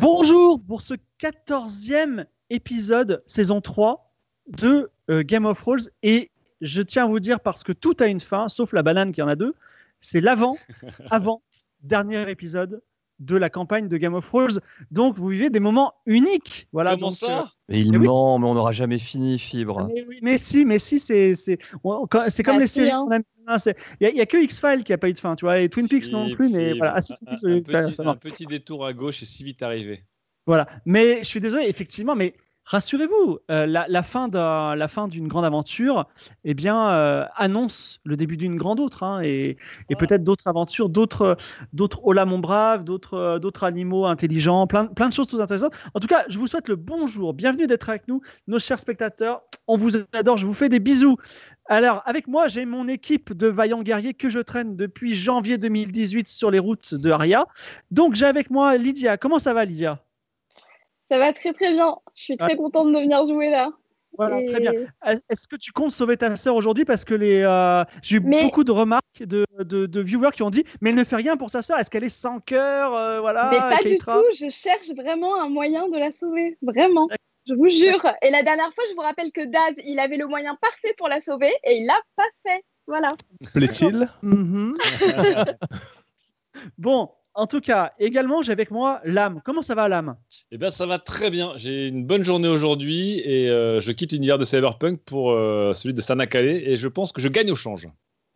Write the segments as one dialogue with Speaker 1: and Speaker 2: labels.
Speaker 1: retour pour ce 14e épisode, saison 3 de euh, Game of Thrones. Et je tiens à vous dire, parce que tout a une fin, sauf la banane qui en a deux, c'est l'avant, avant, dernier épisode de la campagne de Game of Thrones. Donc, vous vivez des moments uniques. Voilà,
Speaker 2: Comment
Speaker 1: donc, euh,
Speaker 2: ça
Speaker 3: Et il
Speaker 1: Eh oui,
Speaker 3: ment, mais on n'aura jamais fini, Fibre.
Speaker 1: mais, oui, mais si, mais si, c'est c'est on- quand- c'est comme
Speaker 4: Bah,
Speaker 1: les
Speaker 4: si,
Speaker 1: séries.
Speaker 4: hein.
Speaker 1: qu'on aime bien, c'est- Il n'y a, que X-Files qui n'a pas eu de fin, tu vois, et Twin Peaks
Speaker 2: Si,
Speaker 1: non plus, mais
Speaker 2: si,
Speaker 1: voilà. Ah, si,
Speaker 2: un-
Speaker 1: Twin
Speaker 2: un-
Speaker 1: Peaks,
Speaker 2: un
Speaker 1: oui, ça-
Speaker 2: petit-
Speaker 1: ça
Speaker 2: Un
Speaker 1: marche.
Speaker 2: petit détour à gauche et si vite arrivé.
Speaker 1: Voilà. Mais je suis désolé, effectivement, mais rassurez-vous, euh, la, la fin d'un- la fin d'une grande aventure, eh bien, euh, annonce le début d'une grande autre, hein, et, et peut-être d'autres aventures, d'autres, d'autres hola mon brave, d'autres, euh, d'autres animaux intelligents, plein, de- plein de choses toutes intéressantes. En tout cas, je vous souhaite le bonjour, bienvenue d'être avec nous, nos chers spectateurs. On vous adore, je vous fais des bisous. Alors, avec moi, j'ai mon équipe de vaillants guerriers que je traîne depuis janvier 2018 sur les routes de Aria. Donc, j'ai avec moi Lydia. Comment ça va, Lydia
Speaker 4: Ça va très très bien. Je suis très contente de venir jouer là.
Speaker 1: Ah. Voilà,
Speaker 4: Et-
Speaker 1: très bien. Est-ce que tu comptes sauver ta sœur aujourd'hui Parce que les, euh, j'ai eu
Speaker 4: Mais-
Speaker 1: beaucoup de remarques de, de, de viewers qui ont dit Mais elle ne fait rien pour sa sœur, est-ce qu'elle est sans cœur Euh, voilà,
Speaker 4: Mais pas du
Speaker 1: Keitra.
Speaker 4: tout. Je cherche vraiment un moyen de la sauver. Vraiment. Je vous jure. Et la dernière fois, je vous rappelle que Daz, il avait le moyen parfait pour la sauver et il l'a pas fait. Voilà.
Speaker 5: Plaît-il
Speaker 1: Mhm. bon, en tout cas, également, j'ai avec moi l'âme. Comment ça va, l'âme
Speaker 2: Eh bien, ça va très bien. J'ai une bonne journée aujourd'hui et euh, je quitte l'univers de Cyberpunk pour euh, celui de Sanakale et je pense que je gagne au change.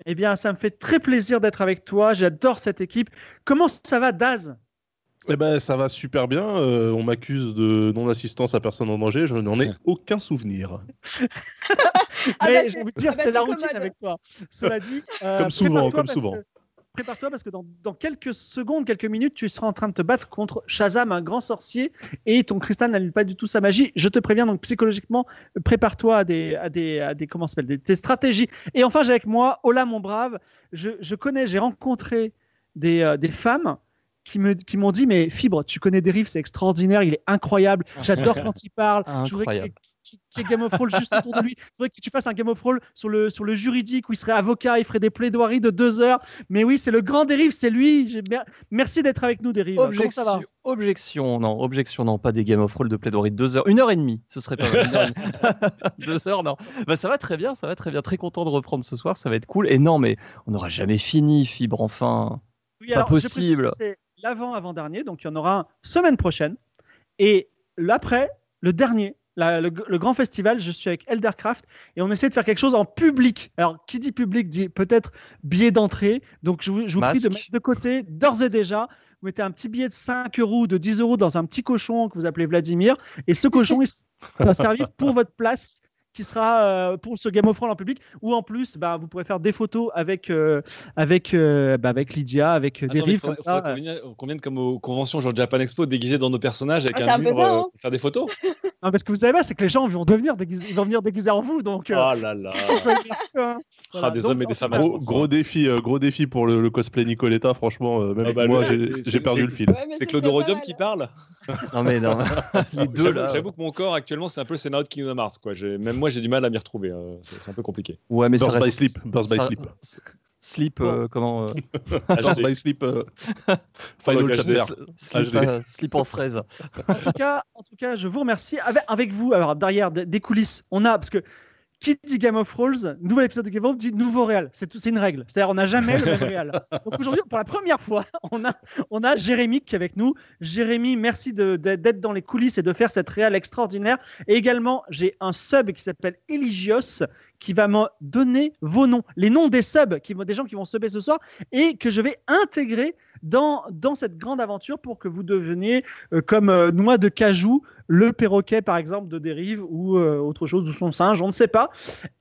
Speaker 1: Eh bien, ça me fait très plaisir d'être avec toi. J'adore cette équipe. Comment ça va, Daz
Speaker 5: Eh ben, ça va super bien. euh, on m'accuse de non-assistance à personne en danger. Je n'en ai aucun souvenir.
Speaker 4: Ah
Speaker 1: Mais
Speaker 4: bah,
Speaker 1: je
Speaker 4: c'est-
Speaker 1: vais vous dire,
Speaker 4: ah bah,
Speaker 1: c'est la
Speaker 4: c'est
Speaker 1: routine
Speaker 4: commode.
Speaker 1: avec toi. Cela dit, euh,
Speaker 5: Comme souvent,
Speaker 1: prépare-toi
Speaker 5: comme
Speaker 1: parce
Speaker 5: souvent.
Speaker 1: que- Prépare-toi parce que dans, dans quelques secondes, quelques minutes, tu seras en train de te battre contre Shazam, un grand sorcier, et ton cristal n'allume pas du tout sa magie. Je te préviens donc psychologiquement, prépare-toi à des, à des, à des comment ça s'appelle, des, des stratégies. Et enfin, j'ai avec moi Ola, mon brave. Je, je connais, j'ai rencontré des, euh, des femmes qui me qui m'ont dit mais Fibre, tu connais Derive, c'est extraordinaire, il est incroyable. J'adore quand il parle. Je voudrais qu'il y ait-
Speaker 3: Incroyable.
Speaker 1: qu'il y ait Game of Thrones juste autour de lui. Je voudrais que tu fasses un Game of Thrones sur le, sur le juridique où il serait avocat, il ferait des plaidoiries de deux heures. Mais oui, c'est le grand Dérive, c'est lui. J'ai bien- Merci d'être avec nous, Dérive.
Speaker 3: bah,
Speaker 1: Comment ça va
Speaker 3: Objection, objection, non, objection, non, pas des Game of Thrones de plaidoirie de deux heures, une heure et demie, ce serait pas mal. une heure et demie. deux heures, non. Bah, ça va très bien, ça va très bien, très content de reprendre ce soir, ça va être cool. Et non, mais on n'aura jamais fini, Fibre, enfin.
Speaker 1: Oui,
Speaker 3: Pas
Speaker 1: alors, je précise
Speaker 3: possible.
Speaker 1: que C'est l'avant-avant-dernier, donc il y en aura un semaine prochaine. Et l'après, le dernier, la- le, le grand festival, je suis avec Eldercraft et on essaie de faire quelque chose en public. Alors, qui dit public dit peut-être billet d'entrée. Donc, je vous, je vous prie de
Speaker 3: Masque.
Speaker 1: mettre de côté d'ores et déjà. Vous mettez un petit billet de 5 euros ou de 10 euros dans un petit cochon que vous appelez Vladimir. Et ce cochon, il sera servi pour votre place qui sera euh, pour ce Game of Thrones en public. Ou en plus, bah, vous pourrez faire des photos avec, euh, avec, euh, bah, avec Lydia, avec euh, des
Speaker 2: Attends, mais
Speaker 1: rives
Speaker 2: faudrait-
Speaker 1: comme ça.
Speaker 2: faudrait qu'on vienne- qu'on vienne comme aux conventions genre Japan Expo déguisés dans nos personnages avec
Speaker 4: Ah, c'est
Speaker 2: un
Speaker 4: un peu
Speaker 2: mur
Speaker 4: ça,
Speaker 2: euh,
Speaker 4: hein.
Speaker 2: pour faire des photos.
Speaker 1: Non, parce que vous savez pas, c'est que les gens vont devenir déguisés, ils vont venir déguisés en vous. Donc,
Speaker 2: Oh
Speaker 1: euh,
Speaker 2: là là.
Speaker 1: faut le dire, hein.
Speaker 2: Ah, des
Speaker 1: Donc,
Speaker 2: hommes et des
Speaker 1: en
Speaker 2: femmes.
Speaker 1: tout cas,
Speaker 5: Gros, gros défi, euh, gros défi pour le, le cosplay Nicoletta. Franchement, euh, même
Speaker 2: Ah bah,
Speaker 5: moi,
Speaker 2: le-
Speaker 5: j'ai-
Speaker 2: c'est-
Speaker 5: j'ai perdu
Speaker 2: c'est-
Speaker 5: le fil.
Speaker 4: Ouais, mais
Speaker 2: C'est
Speaker 4: ce
Speaker 2: Claude
Speaker 4: serait pas
Speaker 2: Rodium
Speaker 4: mal.
Speaker 2: qui parle
Speaker 3: Non, mais non, les deux
Speaker 2: J'avoue-
Speaker 3: là.
Speaker 2: J'avoue que mon corps actuellement c'est un peu le scénario de Kingdom Hearts. Quoi. J'ai- Même moi j'ai du mal à m'y retrouver. euh, c'est c'est un peu compliqué.
Speaker 3: Ouais, mais ça
Speaker 5: Burst by
Speaker 3: reste-
Speaker 5: Sleep. Burst by
Speaker 3: ça-
Speaker 5: Sleep.
Speaker 3: Sleep, euh, comment euh,
Speaker 2: Ah,
Speaker 5: Burst
Speaker 2: j'ai-
Speaker 5: by Sleep. euh, Final
Speaker 2: Engagé.
Speaker 5: chapter.
Speaker 3: sleep,
Speaker 5: HD.
Speaker 3: euh, sleep en fraise.
Speaker 1: en tout cas, en tout cas, je vous remercie. Avec, avec vous, alors derrière des des coulisses, on a parce que qui dit Game of Thrones, nouvel épisode de Game of Thrones, dit nouveau réal. C'est tout, c'est une règle. C'est-à-dire, on n'a jamais le même réal. Donc aujourd'hui, pour la première fois, on a, on a Jérémy qui est avec nous. Jérémy, merci de- de- d'être dans les coulisses et de faire cette réal extraordinaire. Et également, j'ai un sub qui s'appelle Eligios qui va me donner vos noms, les noms des subs, qui, vont- des gens qui vont subber ce soir et que je vais intégrer dans, dans cette grande aventure pour que vous deveniez euh, comme euh, Noix de Cajou, le perroquet par exemple de Dérive ou euh, autre chose, ou son singe, on ne sait pas.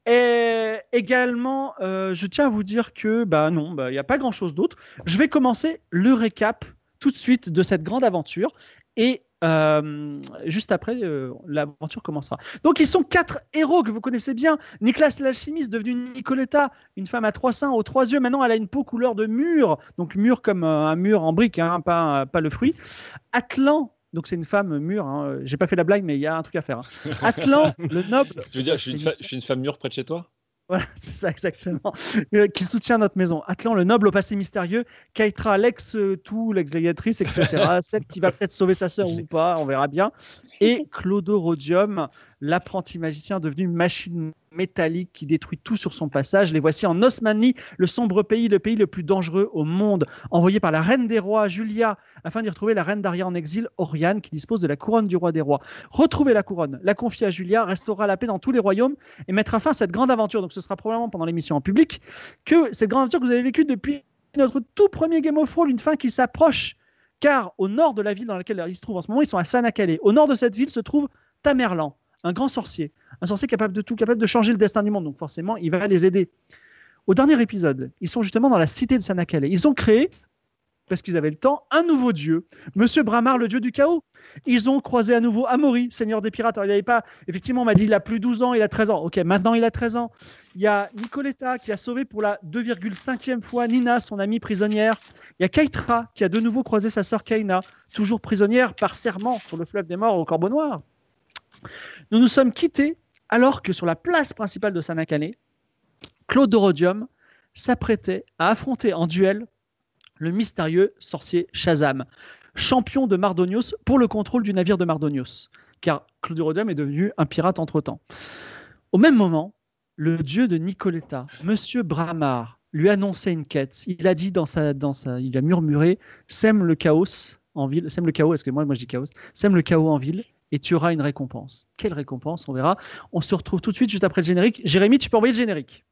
Speaker 1: Et également, euh, je tiens à vous dire que, bah non, bah, il n'y a pas grand chose d'autre. Je vais commencer le récap tout de suite de cette grande aventure et. euh, juste après, euh, l'aventure commencera. Donc, ils sont quatre héros que vous connaissez bien. Nicolas l'alchimiste, devenu Nicoletta, une femme à trois seins, aux trois yeux. Maintenant, elle a une peau couleur de mur, donc mur comme euh, un mur en brique, hein, pas, pas le fruit. Atlan, donc c'est une femme mûre, hein, euh, j'ai pas fait la blague, mais il y a un truc à faire. hein. Atlan, le noble.
Speaker 2: Tu veux dire, je suis, une fa- je suis une femme mûre près de chez toi
Speaker 1: Voilà, c'est ça exactement. Euh, qui soutient notre maison. Atlan, le noble au passé mystérieux. Keitra, euh, l'ex-tout, l'ex-légatrice, etc. celle qui va peut-être sauver sa sœur ou pas, on verra bien. Et Clodo Rhodium, l'apprenti magicien devenu machine métallique qui détruit tout sur son passage. Les voici en Osmanie, le sombre pays, le pays le plus dangereux au monde, envoyé par la reine des rois, Julia, afin d'y retrouver la reine d'Aria en exil, Oriane, qui dispose de la couronne du roi des rois. Retrouver la couronne, la confier à Julia, restaurera la paix dans tous les royaumes et mettra fin à cette grande aventure. Donc ce sera probablement pendant l'émission en public que cette grande aventure que vous avez vécue depuis notre tout premier Game of Thrones, une fin qui s'approche. Car au nord de la ville dans laquelle ils se trouvent en ce moment, ils sont à Sanakale. Au nord de cette ville se trouve Tamerlan, un grand sorcier, un sorcier capable de tout, capable de changer le destin du monde. Donc forcément, il va les aider. Au dernier épisode, ils sont justement dans la cité de Sanakale. Ils ont créé, parce qu'ils avaient le temps, un nouveau dieu, Monsieur Bramar, le dieu du chaos. Ils ont croisé à nouveau Amaury, seigneur des pirates. Alors, il n'avait pas, effectivement, on m'a dit, il a plus 12 ans, il a 13 ans. Ok, maintenant il a 13 ans. Il y a Nicoletta qui a sauvé pour la 2,5e fois Nina, son amie prisonnière. Il y a Keitra qui a de nouveau croisé sa sœur Kaina, toujours prisonnière par serment sur le fleuve des morts au Corbeau Noir. Nous nous sommes quittés alors que sur la place principale de Sanakane, Claude Rhodium s'apprêtait à affronter en duel le mystérieux sorcier Shazam, champion de Mardonios pour le contrôle du navire de Mardonios, car Claude Rhodium est devenu un pirate entre-temps. Au même moment, le dieu de Nicoletta, Monsieur Bramar, lui annonçait une quête. Il a dit dans sa, dans sa, il a murmuré, sème le chaos en ville, sème le chaos, excusez-moi, moi je dis chaos, sème le chaos en ville et tu auras une récompense. Quelle récompense On verra. On se retrouve tout de suite juste après le générique. Jérémy, tu peux envoyer le générique.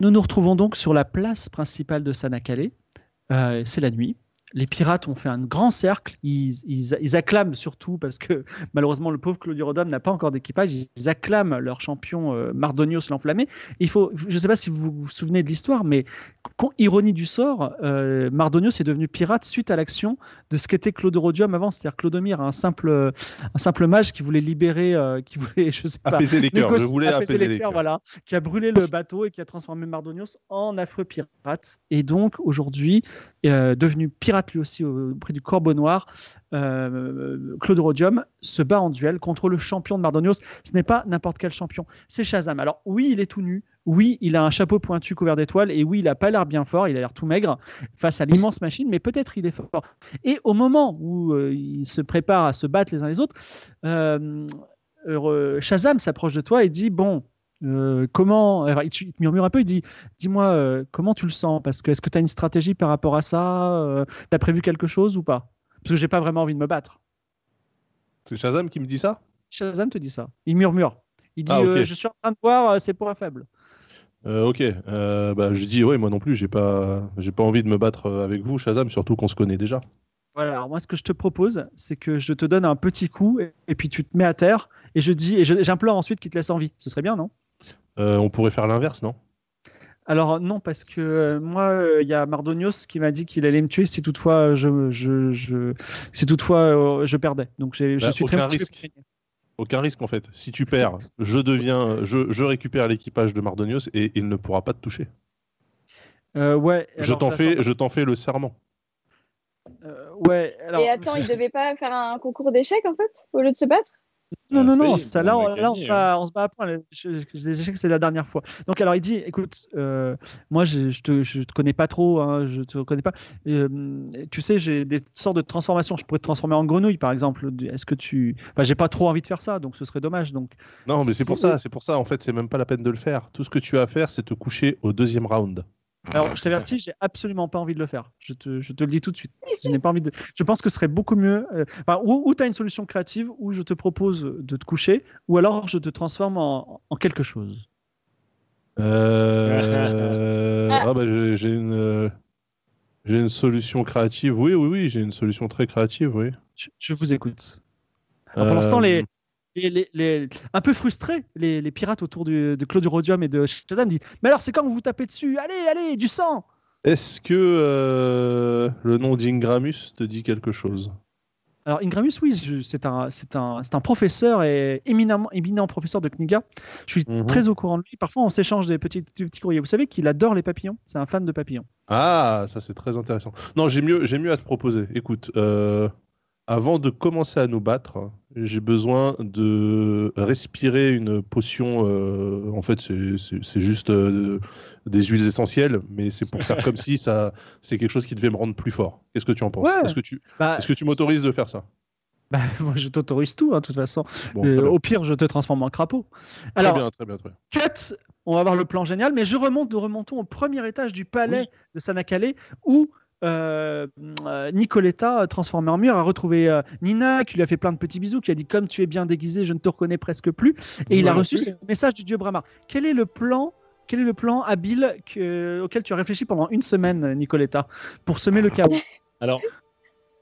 Speaker 1: Nous nous retrouvons donc sur la place principale de Sanakale. Euh, c'est la nuit. Les pirates ont fait un grand cercle. Ils, ils- ils acclament surtout, parce que malheureusement, le pauvre Claudio Rodom n'a pas encore d'équipage. Ils acclament leur champion euh, Mardonios l'enflammé. Il faut, je ne sais pas si vous vous souvenez de l'histoire, mais con- ironie du sort, euh, Mardonios est devenu pirate suite à l'action de ce qu'était Clodorodium avant, c'est-à-dire Clodomir, un simple, un simple mage qui voulait libérer, euh, qui voulait, je sais pas,
Speaker 5: Apaiser les cœurs, je
Speaker 1: Négocie-
Speaker 5: voulais apaiser, les cœurs.
Speaker 1: voilà, qui a brûlé le bateau et qui a transformé Mardonios en affreux pirate. Et donc aujourd'hui, euh, devenu pirate lui aussi auprès du Corbeau Noir, euh, Claude Rhodium se bat en duel contre le champion de Mardonios. Ce n'est pas n'importe quel champion, c'est Shazam. Alors oui, il est tout nu, oui, il a un chapeau pointu couvert d'étoiles, et oui, il n'a pas l'air bien fort, il a l'air tout maigre face à l'immense machine, mais peut-être il est fort. Et au moment où euh, ils se préparent à se battre les uns les autres, euh, euh, Shazam s'approche de toi et dit Bon, euh, comment. alors, il, te, il te murmure un peu, il dit Dis-moi, euh, comment tu le sens Parce que est-ce que tu as une stratégie par rapport à ça Euh, T'as prévu quelque chose ou pas Parce que j'ai pas vraiment envie de me battre.
Speaker 5: C'est Shazam qui me dit ça
Speaker 1: Shazam te dit ça. Il murmure. Il dit
Speaker 5: Ah, ok.
Speaker 1: euh, Je suis en train de voir, euh, c'est pour un faible.
Speaker 5: Euh, Ok. Euh, bah, je dis, ouais, moi non plus, j'ai pas, j'ai pas envie de me battre euh, avec vous, Shazam, surtout qu'on se connaît déjà.
Speaker 1: Voilà, alors moi ce que je te propose, c'est que je te donne un petit coup et, et puis tu te mets à terre et je dis et je- j'implore ensuite qu'il te laisse en vie. Ce serait bien, non
Speaker 5: Euh, on pourrait faire l'inverse, non
Speaker 1: Alors non, parce que euh, moi, il y a Mardonios qui m'a dit qu'il allait me tuer si toutefois euh, je, je, je- si toutefois euh, je perdais. Donc j'ai- je
Speaker 5: Bah,
Speaker 1: suis
Speaker 5: aucun
Speaker 1: très motivé
Speaker 5: risque.
Speaker 1: pour gagner.
Speaker 5: Aucun risque en fait. Si tu perds, je deviens, je, je récupère l'équipage de Mardonios et il ne pourra pas te toucher.
Speaker 1: Euh, ouais.
Speaker 5: je
Speaker 1: alors,
Speaker 5: t'en
Speaker 1: la
Speaker 5: fais,
Speaker 1: sorte-
Speaker 5: je t'en fais le serment.
Speaker 1: euh, Ouais, alors.
Speaker 4: Et attends, ils devaient pas faire un concours d'échecs en fait, au lieu de se battre
Speaker 1: Non,
Speaker 2: Ah,
Speaker 1: non,
Speaker 2: ça y
Speaker 1: non,
Speaker 2: est,
Speaker 1: ça,
Speaker 2: on
Speaker 1: là,
Speaker 2: a
Speaker 1: on, là, on
Speaker 2: gagné,
Speaker 1: se bat, on se bat à point. Les- Je, je- je les échecs, c'est la dernière fois. Donc, alors, il dit écoute, euh, moi, je, je, te, je te connais pas trop, hein, je te connais pas. Euh, tu sais, j'ai des sortes de transformations. Je pourrais te transformer en grenouille, par exemple. Est-ce que tu. Enfin, j'ai pas trop envie de faire ça, donc ce serait dommage. Donc,
Speaker 5: Non, mais c'est pour
Speaker 1: Si.
Speaker 5: ça, c'est pour ça. En fait, c'est même pas la peine de le faire. Tout ce que tu as à faire, c'est te coucher au deuxième round.
Speaker 1: alors, je t'avertis, j'ai absolument pas envie de le faire. Je te, je te le dis tout de suite. Je n'ai pas envie de. Je pense que ce serait beaucoup mieux. euh, enfin, ou tu as une solution créative, ou je te propose de te coucher, ou alors je te transforme en, en quelque chose.
Speaker 5: Euh,
Speaker 4: Ah.
Speaker 5: ah bah, j'ai j'ai une, euh, j'ai une solution créative. Oui, oui, oui, j'ai une solution très créative, oui.
Speaker 1: Je- je vous écoute. Alors, Ah, pour l'instant,
Speaker 5: Euh,
Speaker 1: les, les, les- les- un peu frustrés, les, les pirates autour du- de Claude Rhodium et de Shazam disent Mais alors, c'est quand vous vous tapez dessus Allez, allez, du sang
Speaker 5: Est-ce que euh, le nom d'Ingramus te dit quelque chose
Speaker 1: Alors, Ingramus, oui, je- c'est un, c'est un, c'est un professeur et éminemment, éminent professeur de Kniga. Je suis
Speaker 5: Mhm.
Speaker 1: très au courant de lui. Parfois, on s'échange des petits, des petits courriers. Vous savez qu'il adore les papillons C'est un fan de papillons.
Speaker 5: Ah, ça c'est très intéressant. Non, j'ai mieux, j'ai mieux à te proposer. Écoute, euh, avant de commencer à nous battre, j'ai besoin de respirer une potion. euh, en fait, c'est- c'est c'est juste euh, des huiles essentielles, mais c'est pour faire comme si ça, c'est quelque chose qui devait me rendre plus fort. Qu'est-ce que tu en penses
Speaker 1: Ouais.
Speaker 5: Est-ce que tu,
Speaker 1: Bah,
Speaker 5: est-ce que tu m'autorises de faire ça
Speaker 1: bah, moi, je t'autorise tout, hein, de toute façon. Euh,
Speaker 5: Bon, très, bien,
Speaker 1: au pire, je te transforme en crapaud.
Speaker 5: très
Speaker 1: Alors,
Speaker 5: bien, très bien, très bien.
Speaker 1: cut, on va voir le plan génial, mais je remonte, nous remontons au premier étage du palais de Sanakale où euh, euh, Nicoletta, euh, transformée en mur, a retrouvé euh, Nina qui lui a fait plein de petits bisous, qui a dit Comme tu es bien déguisé, je ne te reconnais presque plus. Et il a
Speaker 2: Moi non
Speaker 1: reçu
Speaker 2: plus.
Speaker 1: ce message du dieu Brahma. Quel est le plan quel est le plan habile que- auquel tu as réfléchi pendant une semaine, euh, Nicoletta, pour semer le chaos
Speaker 2: Alors,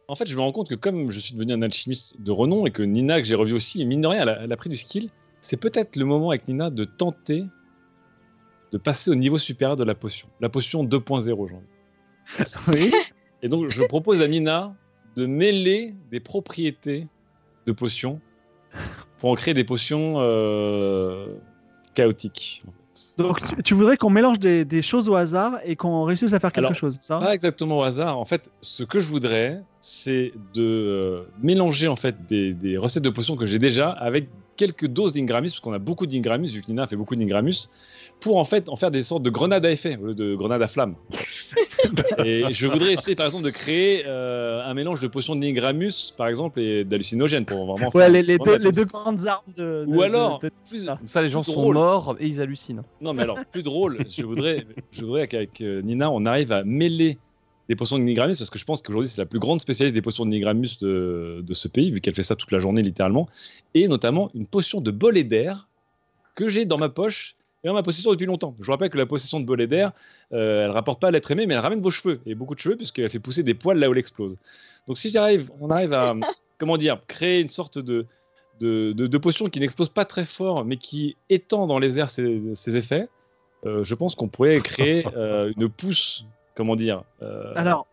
Speaker 2: en fait, je me rends compte que comme je suis devenu un alchimiste de renom et que Nina, que j'ai revu aussi, et mine de rien, elle a, elle a pris du skill, c'est peut-être le moment avec Nina de tenter de passer au niveau supérieur de la potion. La potion 2.0, j'ai envie.
Speaker 1: Oui.
Speaker 2: Et donc, je propose à Nina de mêler des propriétés de potions pour en créer des potions euh, chaotiques. en fait.
Speaker 1: Donc, tu, tu voudrais qu'on mélange des, des choses au hasard et qu'on réussisse à faire quelque
Speaker 2: Alors,
Speaker 1: chose, c'est ça
Speaker 2: Pas exactement au hasard. En fait, ce que je voudrais, c'est de euh, mélanger en fait des, des recettes de potions que j'ai déjà avec quelques doses d'ingramus, parce qu'on a beaucoup d'ingramus, vu que Nina a fait beaucoup d'ingramus, pour en fait en faire des sortes de grenades à effet au lieu de grenades à flamme. et je voudrais essayer par exemple de créer euh, un mélange de potions d'ingramus, par exemple, et d'hallucinogènes pour vraiment.
Speaker 1: Ouais,
Speaker 2: faire
Speaker 1: les,
Speaker 2: une
Speaker 1: les deux,
Speaker 2: grenade.
Speaker 1: les deux grandes armes de. de-
Speaker 2: Ou alors,
Speaker 1: de- de-
Speaker 2: plus,
Speaker 1: Ah.
Speaker 3: Comme ça, les gens
Speaker 2: Tout
Speaker 3: sont
Speaker 2: drôle.
Speaker 3: morts et ils hallucinent.
Speaker 2: non, mais alors, plus drôle, je voudrais, je voudrais qu'avec euh, Nina, on arrive à mêler des potions de Nigramus, parce que je pense qu'aujourd'hui, c'est la plus grande spécialiste des potions de Nigramus de, de ce pays, vu qu'elle fait ça toute la journée, littéralement, et notamment une potion de bolée d'air que j'ai dans ma poche et dans ma possession depuis longtemps. Je vous rappelle que la possession de bolée d'air, euh, elle rapporte pas l'être aimé, mais elle ramène vos cheveux, et beaucoup de cheveux, puisqu'elle fait pousser des poils là où elle explose. Donc si j'arrive, on arrive à, comment dire, créer une sorte de, de, de, de potion qui n'explose pas très fort, mais qui étend dans les airs ses, ses effets, euh, je pense qu'on pourrait créer euh, une pousse, comment dire, euh,
Speaker 1: Alors.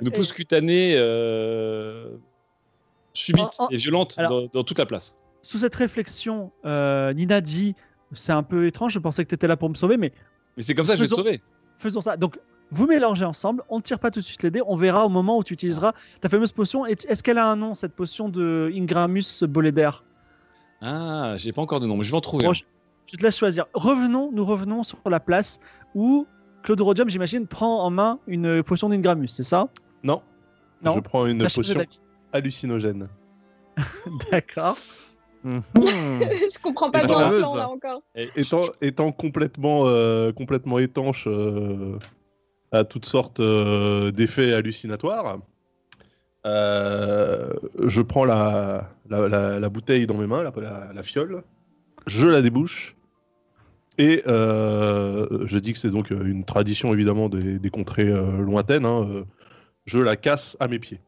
Speaker 2: une
Speaker 1: euh,
Speaker 2: pousse cutanée euh, subite
Speaker 1: En- en-
Speaker 2: et violente
Speaker 1: alors-
Speaker 2: dans, dans toute la place.
Speaker 1: sous cette réflexion, euh, Nina dit C'est un peu étrange, je pensais que tu étais là pour me sauver, mais
Speaker 2: Mais c'est comme ça que je vais te
Speaker 1: Faisons-
Speaker 2: sauver.
Speaker 1: faisons ça. Donc, vous mélangez ensemble, on ne tire pas tout de suite les dés, on verra au moment où tu utiliseras ta fameuse potion. Et tu- Est-ce qu'elle a un nom, cette potion de Ingramus Boléder
Speaker 2: Ah, j'ai pas encore de nom, mais je vais en trouver.
Speaker 1: Bon,
Speaker 2: un.
Speaker 1: je, je te laisse choisir. Revenons, nous revenons sur la place où Claude Rodium, j'imagine, prend en main une potion d'Ingramus, c'est ça
Speaker 5: Non.
Speaker 1: Non.
Speaker 5: Je prends une
Speaker 1: T'as changé
Speaker 5: potion
Speaker 1: d'avis.
Speaker 5: hallucinogène.
Speaker 1: D'accord.
Speaker 3: Hum.
Speaker 4: Je comprends pas
Speaker 2: Et
Speaker 4: bien le
Speaker 3: braveuse.
Speaker 4: plan là encore.
Speaker 5: Étant, étant complètement, euh, complètement étanche euh, à toutes sortes euh, d'effets hallucinatoires, euh, je prends la, la, la- la bouteille dans mes mains, la, la- la fiole, je la débouche, et euh, je dis que c'est donc une tradition évidemment des, des contrées euh, lointaines, hein, euh, je la casse à mes pieds.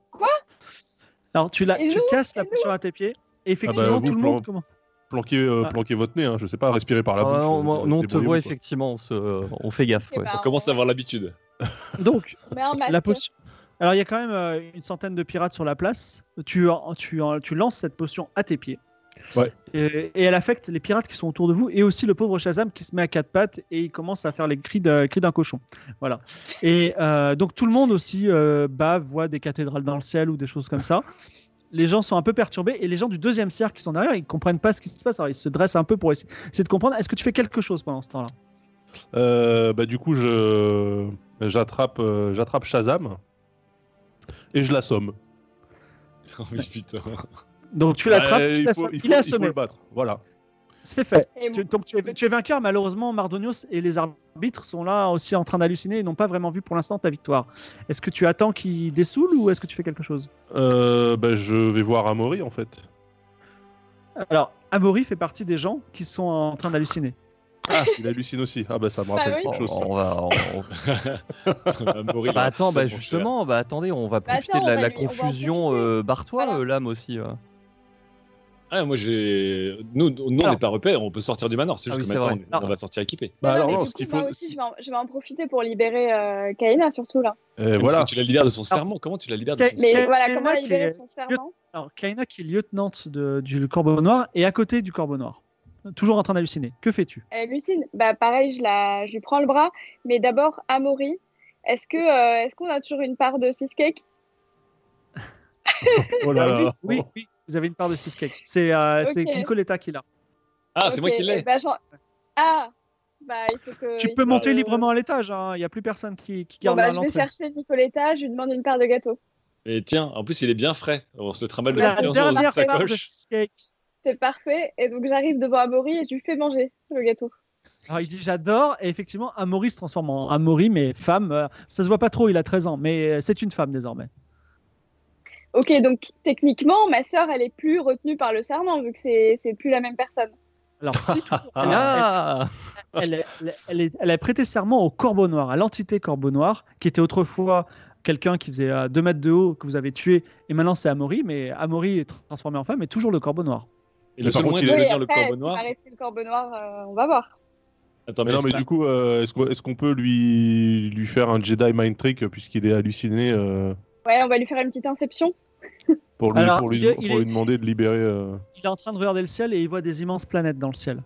Speaker 1: Alors, tu, la,
Speaker 4: Et
Speaker 1: tu
Speaker 4: nous,
Speaker 1: casses la potion à tes pieds, et effectivement,
Speaker 5: Ah bah, vous,
Speaker 1: tout le
Speaker 5: plan-
Speaker 1: monde commence.
Speaker 5: Planquez, euh,
Speaker 1: Ah.
Speaker 5: planquez votre nez, hein, je sais pas, respirer par la
Speaker 3: Ah,
Speaker 5: bouche.
Speaker 3: non,
Speaker 5: euh,
Speaker 3: moi- non, on te
Speaker 5: débrouillez-vous,
Speaker 3: voit
Speaker 5: quoi.
Speaker 3: effectivement, on, se- euh, on fait gaffe.
Speaker 4: Eh
Speaker 3: ouais.
Speaker 4: ben,
Speaker 2: On commence à avoir l'habitude.
Speaker 1: Donc,
Speaker 4: met un masque.
Speaker 1: La potion. Alors, il y a quand même euh, une centaine de pirates sur la place. Tu, en- tu, en- tu lances cette potion à tes pieds.
Speaker 5: Ouais.
Speaker 1: Et, et elle affecte les pirates qui sont autour de vous et aussi le pauvre Shazam qui se met à quatre pattes et il commence à faire les cris d'un cris d'un cochon. Voilà. Et euh, donc tout le monde aussi euh, bave, voit des cathédrales dans le ciel ou des choses comme ça. Les gens sont un peu perturbés et les gens du deuxième cercle qui sont derrière, ils comprennent pas ce qui se passe. Alors ils se dressent un peu pour essayer essayer de comprendre. Est-ce que tu fais quelque chose pendant ce temps-là
Speaker 5: Euh, bah, du coup, je j'attrape euh, j'attrape Shazam et je l'assomme.
Speaker 2: Oh, mais putain.
Speaker 1: Donc tu l'attrapes,
Speaker 5: Ouais,
Speaker 1: tu
Speaker 5: Bah, euh,
Speaker 1: l'assommes,
Speaker 5: il, faut, il, faut,
Speaker 1: il est
Speaker 5: il faut
Speaker 1: assommé.
Speaker 5: le battre. Voilà.
Speaker 1: C'est fait.
Speaker 4: Et
Speaker 1: Tu- donc tu es, tu es vainqueur, malheureusement, Mardonios et les arbitres sont là aussi en train d'halluciner et n'ont pas vraiment vu pour l'instant ta victoire. Est-ce que tu attends qu'ils dessoulent ou est-ce que tu fais quelque chose
Speaker 5: Euh, bah, je vais voir Amaury en fait.
Speaker 1: Alors, Amaury fait partie des gens qui sont en train d'halluciner.
Speaker 5: Ah, il hallucine aussi. Ah bah ça me rappelle
Speaker 4: Bah oui.
Speaker 5: quelque chose. ça.
Speaker 3: On va- on-
Speaker 2: Amaury,
Speaker 3: Bah
Speaker 2: là,
Speaker 3: attends, bah
Speaker 2: complètement
Speaker 3: justement, bah attendez, on va
Speaker 4: Bah
Speaker 3: profiter
Speaker 4: attends,
Speaker 3: de la,
Speaker 4: on va
Speaker 3: la
Speaker 4: lui- on va en
Speaker 3: confusion.
Speaker 4: profiter.
Speaker 3: euh, Barre-toi,
Speaker 4: Voilà.
Speaker 3: euh, l'âme aussi. euh.
Speaker 2: Ah, moi, j'ai. Nous, nous on
Speaker 1: Alors.
Speaker 2: n'est pas repères, on peut sortir du manoir. C'est
Speaker 3: Ah
Speaker 2: juste
Speaker 3: oui,
Speaker 2: que
Speaker 3: c'est
Speaker 2: maintenant, on, est-
Speaker 1: vrai.
Speaker 2: on va sortir équipé.
Speaker 5: Bah alors
Speaker 4: mais
Speaker 5: non,
Speaker 4: du
Speaker 5: ce
Speaker 4: coup,
Speaker 5: qu'il
Speaker 4: moi
Speaker 5: faut.
Speaker 4: aussi, je vais, en, je vais en profiter pour libérer euh, Kaina, surtout là.
Speaker 5: Eh,
Speaker 2: Et
Speaker 5: voilà.
Speaker 2: Tu la libères de son serment. Comment tu la libères de son
Speaker 1: Mais-
Speaker 2: serment
Speaker 4: Mais voilà,
Speaker 1: Kaina
Speaker 4: comment
Speaker 1: qui
Speaker 4: libérer
Speaker 1: est-
Speaker 4: de son serment
Speaker 1: Alors, Kaina qui est lieutenante de- du Corbeau Noir est à côté du Corbeau Noir, toujours en train d'halluciner. Que fais-tu
Speaker 4: Elle hallucine. Bah, pareil, je, la, je lui prends le bras. Mais d'abord, Amaury, est-ce que euh, est-ce qu'on a toujours une part de cheesecake
Speaker 5: Oh là
Speaker 1: Ah oui,
Speaker 5: là.
Speaker 1: oui, oui, vous avez une part de cheesecake. C'est euh,
Speaker 4: Ok.
Speaker 1: c'est Nicoletta qui l'a.
Speaker 2: Ah, c'est moi
Speaker 4: Ok,
Speaker 2: qui
Speaker 4: eh
Speaker 2: l'ai.
Speaker 4: ben, j'en- ah bah, il faut que.
Speaker 1: Tu
Speaker 4: il
Speaker 1: peux
Speaker 4: faut
Speaker 1: monter
Speaker 4: que-
Speaker 1: librement à l'étage, hein, il n'y a plus personne qui, qui
Speaker 4: Bon,
Speaker 1: garde
Speaker 4: bah,
Speaker 1: à
Speaker 4: je vais
Speaker 1: l'entrée.
Speaker 4: chercher Nicoletta, je lui demande une part de gâteau.
Speaker 2: Et tiens, en plus, il est bien frais. On se le trimballe de
Speaker 1: La
Speaker 4: Attention,
Speaker 1: dernière
Speaker 2: dans sa
Speaker 1: part de
Speaker 2: sacoche.
Speaker 1: cheesecake.
Speaker 4: C'est parfait. Et donc, j'arrive devant Amaury et je lui fais manger le gâteau.
Speaker 1: Alors, il dit j'adore, et effectivement, Amaury se transforme en Amaury, mais femme. euh, Ça se voit pas trop, il a 13 ans, mais euh, c'est une femme désormais.
Speaker 4: Ok, donc techniquement, ma sœur, elle est plus retenue par le serment, vu que c'est c'est plus la même personne.
Speaker 1: Alors, si toujours, elle, a,
Speaker 3: Ah,
Speaker 1: elle- elle- elle- elle est- elle a prêté serment au Corbeau Noir, à l'entité Corbeau Noir, qui était autrefois quelqu'un qui faisait 2 mètres de haut, que vous avez tué, et maintenant c'est Amaury, mais Amaury est transformé en femme, mais toujours le Corbeau Noir.
Speaker 2: Et
Speaker 5: Mais
Speaker 2: le seul
Speaker 5: par
Speaker 2: moyen de
Speaker 5: contre, il
Speaker 2: devenir le
Speaker 4: après,
Speaker 2: corbeau
Speaker 4: si
Speaker 2: noir.
Speaker 4: ça reste le corbeau noir, euh, on va voir.
Speaker 2: Attends,
Speaker 5: Mais non, mais
Speaker 2: c'est
Speaker 5: du coup, euh, est-ce qu'on est-ce qu'on peut lui lui faire un Jedi mind trick euh, puisqu'il est halluciné euh,
Speaker 4: Ouais, on va lui faire une petite inception.
Speaker 5: pour lui
Speaker 1: Alors,
Speaker 5: pour lui,
Speaker 1: il est-
Speaker 5: pour
Speaker 1: il est-
Speaker 5: lui demander de libérer. euh,
Speaker 1: Il est en train de regarder le ciel et il voit des immenses planètes dans le ciel.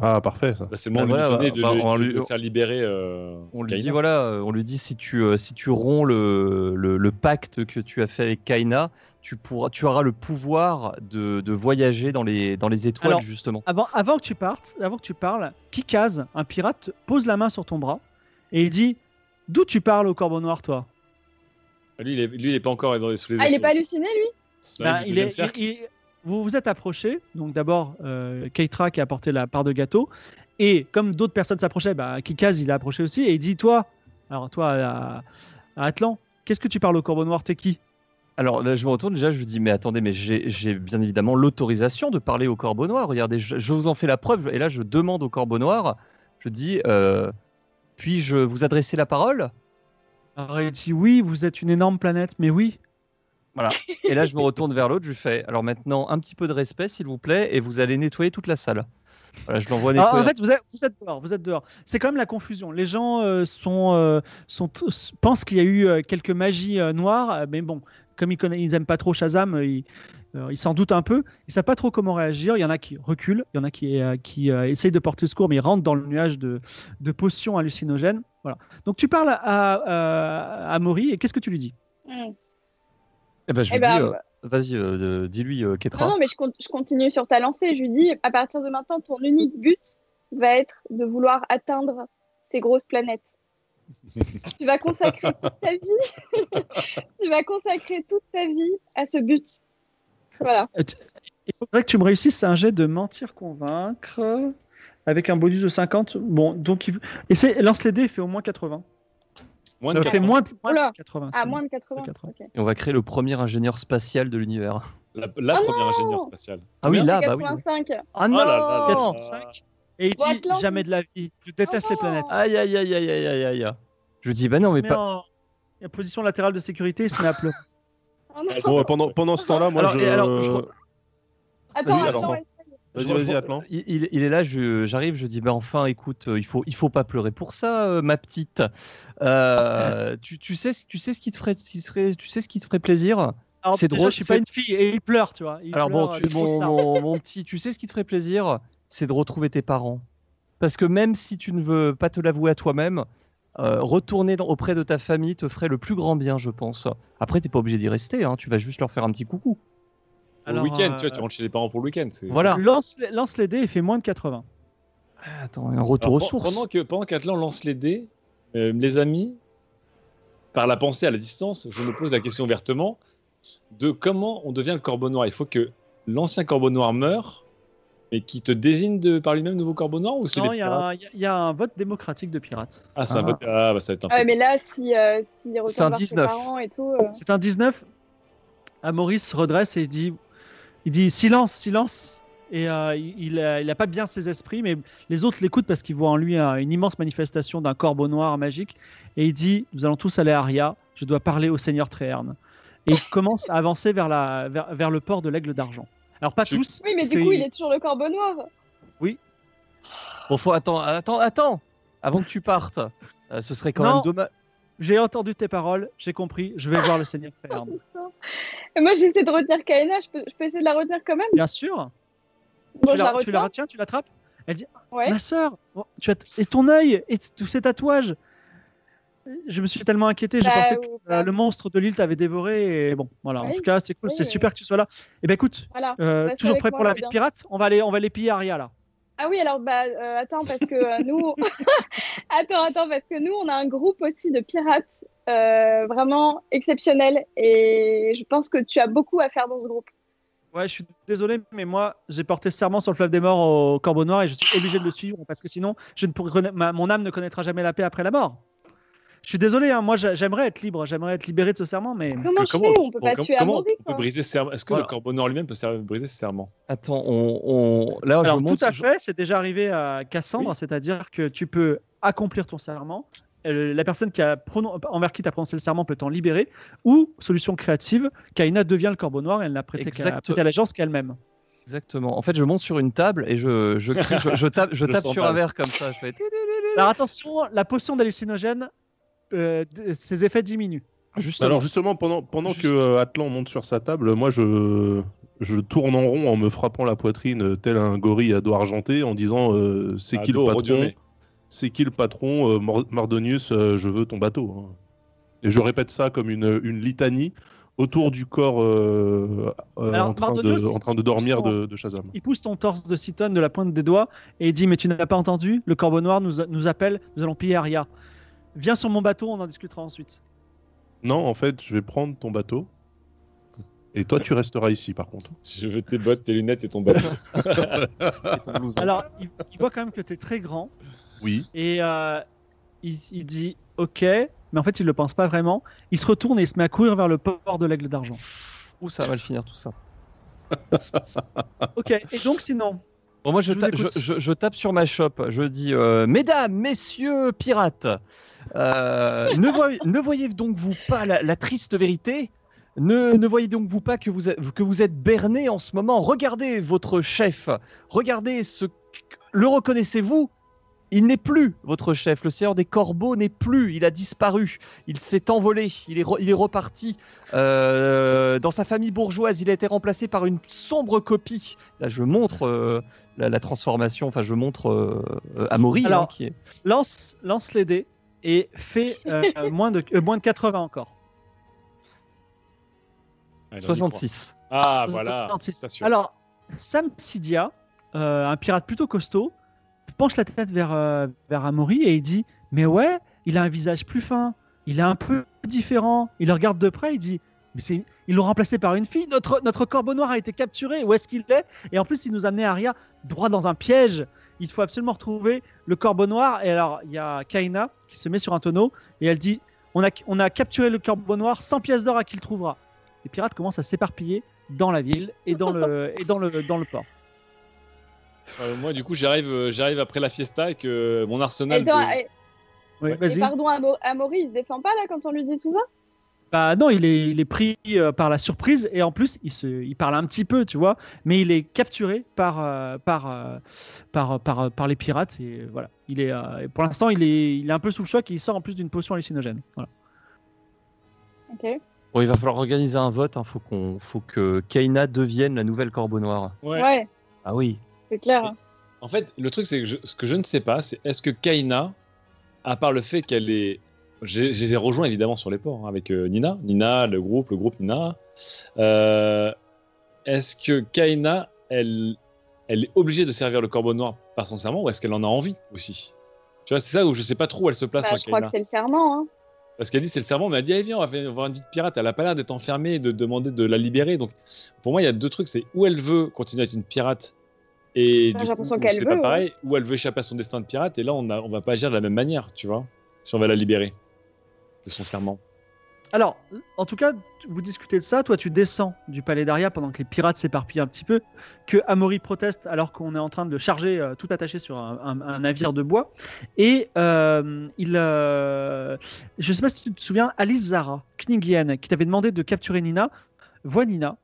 Speaker 5: Ah parfait ça.
Speaker 2: Bah, c'est moi
Speaker 3: Ah,
Speaker 2: on lui
Speaker 3: voilà,
Speaker 2: tenait
Speaker 3: bah,
Speaker 2: de,
Speaker 3: bah,
Speaker 2: le-
Speaker 3: on
Speaker 2: de
Speaker 3: lui-
Speaker 2: le faire libérer. euh,
Speaker 3: on lui
Speaker 2: Kaina.
Speaker 3: dit voilà, euh, on lui dit si tu euh, si tu romps le, le, le pacte que tu as fait avec Kaina, tu pourras tu auras le pouvoir de, de voyager dans les dans les étoiles
Speaker 1: Alors,
Speaker 3: justement.
Speaker 1: Avant, avant que tu partes, avant que tu parles, Kikaz, un pirate, pose la main sur ton bras et il dit D'où tu parles au Corbeau Noir, toi
Speaker 2: Lui, il est, lui, il est pas encore dans les, sous les
Speaker 4: Ah, il est
Speaker 2: effets.
Speaker 4: pas halluciné, lui
Speaker 2: C'est
Speaker 1: Bah,
Speaker 2: un du
Speaker 1: il
Speaker 2: deuxième
Speaker 1: est-
Speaker 2: cercle.
Speaker 1: il- il- vous vous êtes approché, donc d'abord euh, Keitra qui a apporté la part de gâteau, et comme d'autres personnes s'approchaient, bah, Kikaz il a approché aussi et il dit Toi, alors toi à, à Atlan, qu'est-ce que tu parles au Corbeau Noir T'es qui
Speaker 3: Alors là, je me retourne déjà, je lui dis mais attendez, mais j'ai j'ai bien évidemment l'autorisation de parler au Corbeau Noir. Regardez, je, je vous en fais la preuve. Et là, je demande au Corbeau Noir, je dis euh, puis-je vous adresser la parole
Speaker 1: Alors il dit Oui, vous êtes une énorme planète, mais oui.
Speaker 3: Et là, je me retourne vers l'autre, je lui fais alors maintenant un petit peu de respect, s'il vous plaît, et vous allez nettoyer toute la salle. Voilà, je l'envoie
Speaker 1: Alors,
Speaker 3: nettoyer.
Speaker 1: Ah, en fait, vous êtes, vous êtes dehors, vous êtes dehors. C'est quand même la confusion. Les gens euh, sont, euh, sont, tous- pensent qu'il y a eu euh, quelques magies euh, noires, euh, mais bon, comme ils connaissent, ils aiment pas trop Shazam, euh, ils euh, ils s'en doutent un peu. Ils savent pas trop comment réagir. Il y en a qui reculent, il y en a qui, euh, qui euh, essayent de porter secours, mais ils rentrent dans le nuage de, de potions hallucinogènes. Voilà. Donc tu parles à, euh, à, à Maury et qu'est-ce que tu lui dis
Speaker 4: Hmm.
Speaker 3: Eh ben, je lui
Speaker 4: Eh ben,
Speaker 3: dis, euh, vas-y, euh, euh, dis-lui, euh, Ketra.
Speaker 4: Non, non, mais je, con- je continue sur ta lancée. Je lui dis, à partir de maintenant, ton unique but va être de vouloir atteindre ces grosses planètes. tu vas consacrer toute ta vie. tu vas consacrer toute ta vie à ce but. Voilà.
Speaker 1: Il faudrait que tu me réussisses un jet de mentir convaincre avec un bonus de 50. Bon, donc il... essaie- lance les dés, il fait au moins 80.
Speaker 2: Moins de
Speaker 1: Ça fait Euh,
Speaker 2: quatre. hein.
Speaker 1: moins de, moins de
Speaker 4: Oula.
Speaker 1: 80.
Speaker 4: À Oh Ah, moins de 80.
Speaker 1: De 80.
Speaker 4: ok.
Speaker 3: Et on va créer le premier ingénieur spatial de l'univers.
Speaker 2: La, la
Speaker 4: Ah
Speaker 2: première
Speaker 4: non
Speaker 2: ingénieure spatiale.
Speaker 3: Ah oui,
Speaker 2: Combien
Speaker 3: là, bah oui.
Speaker 4: 85.
Speaker 3: Ah
Speaker 2: Oh
Speaker 3: non
Speaker 2: là là là.
Speaker 1: 85. Et il
Speaker 4: Bon,
Speaker 1: dit
Speaker 4: Oh. Atlantis.
Speaker 1: jamais de la vie. Je déteste
Speaker 4: Oh
Speaker 1: les
Speaker 4: non.
Speaker 1: planètes.
Speaker 3: Aïe, aïe, aïe, aïe, aïe, aïe, aïe. Je lui dis, bah
Speaker 1: Il
Speaker 3: non,
Speaker 1: se
Speaker 3: mais
Speaker 1: met
Speaker 3: pas.
Speaker 1: en, en position latérale de sécurité, il se met à pleurer.
Speaker 4: Oh non.
Speaker 5: Bon, euh, pendant pendant ce temps-là, moi
Speaker 3: Alors,
Speaker 5: je.
Speaker 3: et alors, je-
Speaker 4: Attends,
Speaker 5: Oui, alors,
Speaker 4: attends.
Speaker 5: bon. Vas-y, vas-y, Atlan.
Speaker 3: Il, il- il est là, je- j'arrive, je dis, bah enfin, écoute, euh, il faut, il faut pas pleurer pour ça, euh, ma petite. Euh, tu, tu sais, ce- tu sais ce qui te ferait, qui serait, tu sais ce qui te ferait plaisir
Speaker 1: Alors,
Speaker 3: C'est
Speaker 1: déjà,
Speaker 3: drôle, je suis
Speaker 1: C'est
Speaker 3: pas
Speaker 1: une fille et il pleure, tu vois. Il
Speaker 3: Alors bon,
Speaker 1: pleure,
Speaker 3: tu-
Speaker 1: euh, trop
Speaker 3: mon,
Speaker 1: star.
Speaker 3: mon- mon petit, tu sais ce qui te ferait plaisir, c'est de retrouver tes parents. Parce que même si tu ne veux pas te l'avouer à toi-même, euh, retourner dans- auprès de ta famille te ferait le plus grand bien, je pense. Après, t'es pas obligé d'y rester, hein, tu vas juste leur faire un petit coucou.
Speaker 2: le
Speaker 1: Alors,
Speaker 2: week-end, tu
Speaker 1: euh,
Speaker 2: vois, tu rentres chez les parents pour le week-end. c'est-
Speaker 3: Voilà.
Speaker 1: Lance, les- lance les dés et fait moins de 80.
Speaker 3: Ah, Attends, un retour
Speaker 2: Alors,
Speaker 3: aux
Speaker 2: pen-
Speaker 3: sources.
Speaker 2: Pendant que pendant qu'Atlan lance les dés, euh, les amis, par la pensée à la distance, je me pose la question ouvertement de comment on devient le corbeau noir. Il faut que l'ancien corbeau noir meure, mais qui te désigne de, par lui-même nouveau corbeau noir ou c'est
Speaker 1: Non,
Speaker 2: les
Speaker 1: il y,
Speaker 2: pirates
Speaker 1: a- il y a- il y a un vote démocratique de pirates.
Speaker 2: Ah, c'est un
Speaker 3: Ah.
Speaker 2: vote- ah, bah, ça va être un
Speaker 4: Ah ouais,
Speaker 2: peu-
Speaker 4: mais là, si, euh, s'il retourne
Speaker 3: C'est un
Speaker 4: voir ses
Speaker 3: 19.
Speaker 4: parents et tout. euh,
Speaker 1: C'est un 19. Maurice se redresse et il dit, il dit silence, silence. Et euh, il n'a il a pas bien ses esprits, mais les autres l'écoutent parce qu'ils voient en lui euh, une immense manifestation d'un corbeau noir magique. Et il dit Nous allons tous aller à Aria, je dois parler au seigneur Tréherne. Et il commence à avancer vers, la, vers, vers le port de l'aigle d'argent. Alors, pas
Speaker 2: Tu-
Speaker 1: tous.
Speaker 4: Oui, mais
Speaker 1: parce
Speaker 4: du
Speaker 1: que
Speaker 4: coup, il est toujours le corbeau noir.
Speaker 3: Bon, faut attends, attends, attends, avant que tu partes. Euh, ce serait quand
Speaker 1: Non.
Speaker 3: même dommage.
Speaker 1: J'ai entendu tes paroles, j'ai compris, je vais voir le seigneur Tréherne.
Speaker 4: Et moi, j'essaie de retenir Kaena. Je peux, je peux essayer de la retenir quand même.
Speaker 1: Bien sûr. tu,
Speaker 4: Bon, je la
Speaker 1: la, tu la
Speaker 4: retiens.
Speaker 1: retiens, tu l'attrapes
Speaker 4: Ouais.
Speaker 1: Ma sœur, oh, tu as t- et ton œil et t- tous ces tatouages. Je me suis tellement inquiété, j'ai
Speaker 4: Bah,
Speaker 1: pensé que
Speaker 4: ou-
Speaker 1: euh,
Speaker 4: bah,
Speaker 1: le monstre de l'île t'avait dévoré. Et bon, voilà. En
Speaker 4: Oui.
Speaker 1: tout cas, c'est cool,
Speaker 4: Oui,
Speaker 1: c'est
Speaker 4: oui.
Speaker 1: super que tu sois là. Et ben écoute,
Speaker 4: Voilà.
Speaker 1: euh,
Speaker 4: Reste
Speaker 1: toujours
Speaker 4: avec
Speaker 1: prêt
Speaker 4: moi,
Speaker 1: pour la
Speaker 4: c'est
Speaker 1: vie de
Speaker 4: bien.
Speaker 1: pirate On va aller, on va les piller Aria là.
Speaker 4: Ah oui, alors bah euh, attends parce que euh, nous, attends, attends parce que nous, on a un groupe aussi de pirates euh, vraiment exceptionnel et je pense que tu as beaucoup à faire dans ce groupe.
Speaker 1: Ouais, je suis désolé, mais moi, j'ai porté serment sur le fleuve des morts au Corbeau Noir et je suis obligé de le suivre parce que sinon, je ne pourrais conna- ma- mon âme ne connaîtra jamais la paix après la mort. Je suis désolé, hein, moi, j'a- j'aimerais être libre, j'aimerais être libéré de ce serment, mais
Speaker 4: Comment
Speaker 2: que-
Speaker 4: je fais On peut pas
Speaker 2: com-
Speaker 4: tuer
Speaker 2: comment
Speaker 4: Amaury,
Speaker 2: on peut
Speaker 4: quoi.
Speaker 2: briser ce serment Est-ce que
Speaker 1: Voilà.
Speaker 2: le corbeau noir lui-même peut ser- briser ses serments
Speaker 3: Attends, on, on-
Speaker 1: Alors,
Speaker 3: là, Ah, je
Speaker 1: tout
Speaker 3: monte.
Speaker 1: à
Speaker 3: je-
Speaker 1: fait, c'est déjà arrivé à Cassandre, c'est-à-dire que tu peux accomplir ton serment. euh, La personne qui a pronon- envers qui tu as prononcé le serment peut t'en libérer, ou solution créative, Kaina devient le corbeau noir et elle n'a prêté qu'à
Speaker 3: Exact.
Speaker 1: prêté allégeance qu'elle-même.
Speaker 3: Exactement. En fait, je monte sur une table et je, je, crie- je- je tape, je
Speaker 2: Je
Speaker 3: tape
Speaker 2: sens
Speaker 3: sur
Speaker 2: mal.
Speaker 3: un verre comme ça. Je
Speaker 1: Bah
Speaker 3: fais.
Speaker 4: Ah,
Speaker 1: Alors attention, la potion d'hallucinogène, euh, d- ses effets diminuent.
Speaker 3: Justement.
Speaker 5: Bah Alors justement, pendant, pendant
Speaker 3: Juste-
Speaker 5: que euh, Atlan monte sur sa table, moi je, je tourne en rond en me frappant la poitrine euh, tel un gorille à dos argenté en disant euh, c'est
Speaker 2: À
Speaker 5: qui le
Speaker 2: Ah, dos
Speaker 5: patron
Speaker 2: rodiomé.
Speaker 5: C'est qui le patron euh, Mor- Mardonius, euh, je veux ton bateau. hein. Et je répète ça comme une, une litanie autour du corps euh, euh,
Speaker 1: Alors,
Speaker 5: en, train
Speaker 1: Mardonius,
Speaker 5: de, en train de
Speaker 1: c'est-
Speaker 5: dormir
Speaker 1: c'est-
Speaker 5: de, de Shazam.
Speaker 1: Il pousse ton torse de 6 tonnes de la pointe des doigts et il dit Mais tu n'as pas entendu Le corbeau noir nous, a- nous appelle, nous allons piller Aria. Viens sur mon bateau, on en discutera ensuite.
Speaker 5: Non, en fait, je vais prendre ton bateau. Et toi, tu resteras ici, par contre.
Speaker 2: Je veux tes bottes, tes lunettes et ton Ah, bateau.
Speaker 1: Alors, il, il voit quand même que tu es très grand.
Speaker 5: Oui.
Speaker 1: Et euh, il, il dit OK, mais en fait, il le pense pas vraiment. Il se retourne et il se met à courir vers le port de l'aigle d'argent.
Speaker 3: Où ça va le finir tout ça
Speaker 1: OK, et donc sinon,
Speaker 3: Bon, moi, je,
Speaker 1: Je vous
Speaker 3: ta-
Speaker 1: écoute.
Speaker 3: je- je- je tape sur ma chope. Je dis euh, Mesdames, messieurs, pirates, euh, ne, voy- ne voyez donc vous pas la, la triste vérité ne, ne voyez donc vous pas que vous, êtes- que vous êtes berné en ce moment Regardez votre chef. Regardez ce. Le reconnaissez-vous Il n'est plus votre chef. Le seigneur des corbeaux n'est plus. Il a disparu. Il s'est envolé. Il est, re- il est reparti. Euh, dans sa famille bourgeoise, il a été remplacé par une sombre copie. Là, je montre euh, la, la transformation. Enfin, je montre euh, euh, Amaury. hein,
Speaker 1: Alors,
Speaker 3: qui est...
Speaker 1: lance, lance les dés et fais euh, euh, moins, de, euh, moins de 80 encore.
Speaker 2: Allez, on y croit.
Speaker 3: 66.
Speaker 2: Ah, voilà.
Speaker 1: 66.
Speaker 2: ça, sûr.
Speaker 1: Alors, Sam Sidia, euh, un pirate plutôt costaud, penche la tête vers, euh, vers Amaury et il dit Mais ouais, il a un visage plus fin, il est un peu différent. Il le regarde de près, il dit Mais c'est, ils l'ont remplacé par une fille, notre, notre corbeau noir a été capturé, où est-ce qu'il est Et en plus, il nous a amené Aria droit dans un piège. Il faut absolument retrouver le corbeau noir. Et alors, il y a Kaina qui se met sur un tonneau et elle dit on a, on a capturé le corbeau noir, 100 pièces d'or à qui le trouvera. Les pirates commencent à s'éparpiller dans la ville et dans le, et dans le, dans le port.
Speaker 2: Euh, moi, du coup, j'arrive, euh, j'arrive après la fiesta et que euh, mon arsenal.
Speaker 4: Et, dans-
Speaker 2: de-
Speaker 4: et-
Speaker 1: Oui,
Speaker 2: Ouais.
Speaker 4: et
Speaker 1: vas-y.
Speaker 4: eh, pardon, Amo- Amaury, il se défend pas là quand on lui dit tout ça
Speaker 1: Bah non, il est, il est pris euh, par la surprise et en plus, il, se, il parle un petit peu, tu vois, mais il est capturé par, euh, par, euh, par, euh, par, euh, par les pirates et euh, voilà. Il est, euh, et pour l'instant, il est, il est un peu sous le choc et il sort en plus d'une potion hallucinogène. Voilà.
Speaker 4: Ok.
Speaker 3: Bon, il va falloir organiser un vote. Il faut, qu'on, faut que Kaina devienne la nouvelle Corbeau Noire.
Speaker 2: Ouais.
Speaker 4: Ouais,
Speaker 3: Ah oui.
Speaker 4: c'est clair. hein.
Speaker 2: En fait, le truc, c'est que je- ce que je ne sais pas, c'est est-ce que Kaina, à part le fait qu'elle est. J'ai j'ai rejoint évidemment sur les ports hein, avec euh, Nina, Nina, le groupe, le groupe Nina. Euh, est-ce que Kaina, elle, elle est obligée de servir le corbeau noir par son serment ou est-ce qu'elle en a envie aussi Tu vois, c'est ça où je sais pas trop où elle se place,
Speaker 4: Bah,
Speaker 2: moi,
Speaker 4: je crois
Speaker 2: Kaina.
Speaker 4: que c'est le serment. Hein.
Speaker 2: Parce qu'elle dit c'est le serment, mais elle dit allez viens on va faire- voir une vie de pirate. Elle a pas l'air d'être enfermée et de demander de la libérer. Donc pour moi il y a deux trucs, c'est où elle veut continuer à être une pirate et
Speaker 4: Ah,
Speaker 2: du
Speaker 4: j'ai
Speaker 2: coup,
Speaker 4: l'impression
Speaker 2: où
Speaker 4: qu'elle
Speaker 2: c'est
Speaker 4: veut,
Speaker 2: pas
Speaker 4: ouais.
Speaker 2: pareil, où elle veut échapper à son destin de pirate. Et là on a, on va pas agir de la même manière, tu vois, si on va la libérer de son serment.
Speaker 1: Alors, en tout cas, tu- vous discutez de ça. Toi, tu descends du palais d'Aria pendant que les pirates s'éparpillent un petit peu, que Amaury proteste alors qu'on est en train de le charger euh, tout attaché sur un, un- un navire de bois. Et euh, il, euh, je sais pas si tu te souviens, Alice Zara, Kningian, qui t'avait demandé de capturer Nina, voit Nina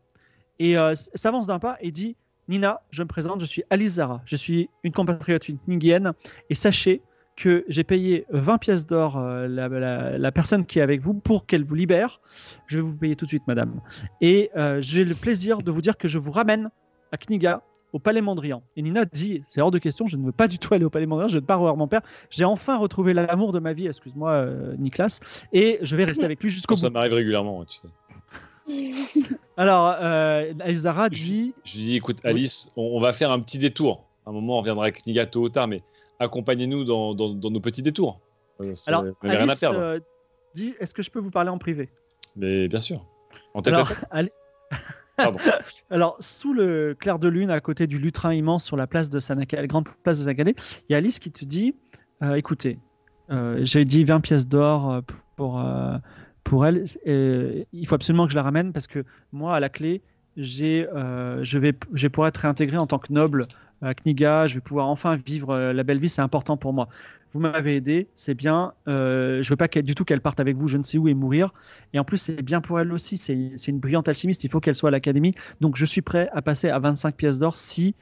Speaker 1: et euh, s- s'avance d'un pas et dit Nina, je me présente, je suis Alice Zara, je suis une compatriote, une Kningienne, et sachez que j'ai payé 20 pièces d'or euh, la, la- la personne qui est avec vous pour qu'elle vous libère. Je vais vous payer tout de suite, madame. Et euh, j'ai le plaisir de vous dire que je vous ramène à Kniga, au palais Mondrian. Et Nina dit C'est hors de question, je ne veux pas du tout aller au palais Mondrian, je ne veux pas revoir mon père. J'ai enfin retrouvé l'amour de ma vie, excuse-moi, euh, Nicolas, et je vais rester avec lui jusqu'au
Speaker 2: Ça
Speaker 1: bout.
Speaker 2: m'arrive régulièrement, tu sais.
Speaker 1: Alors, euh, Elzara dit
Speaker 2: Je lui dis écoute Alice, on, on va faire un petit détour. À un moment on reviendra avec Niga tôt ou tard, mais accompagnez-nous dans, dans- dans nos petits détours. Euh, c'est-
Speaker 1: Alors,
Speaker 2: on n'avait rien à
Speaker 1: Alice,
Speaker 2: perdre.
Speaker 1: euh, dit Est-ce que je peux vous parler en privé
Speaker 2: Mais bien sûr. En tête à
Speaker 1: Alors,
Speaker 2: tête.
Speaker 1: Ali-
Speaker 2: Pardon.
Speaker 1: Alors, sous le clair de lune, à côté du lutrin immense sur la place de Sanaka, la grande place de Sanakale, il y a Alice qui te dit euh, écoutez, euh, j'ai dit 20 pièces d'or euh, p- pour, euh, pour elle. et il faut absolument que je la ramène parce que moi, à la clé, j'ai, euh, je vais, je vais pouvoir être réintégré en tant que noble euh, à Kniga. Je vais pouvoir enfin vivre euh, la belle vie. C'est important pour moi. Vous m'avez aidé, c'est bien. euh, je veux pas qu'elle- du tout qu'elle parte avec vous, je ne sais où, et mourir. Et en plus, c'est bien pour elle aussi. C'est c'est une brillante alchimiste. Il faut qu'elle soit à l'académie. Donc, je suis prêt à passer à 25 pièces d'or si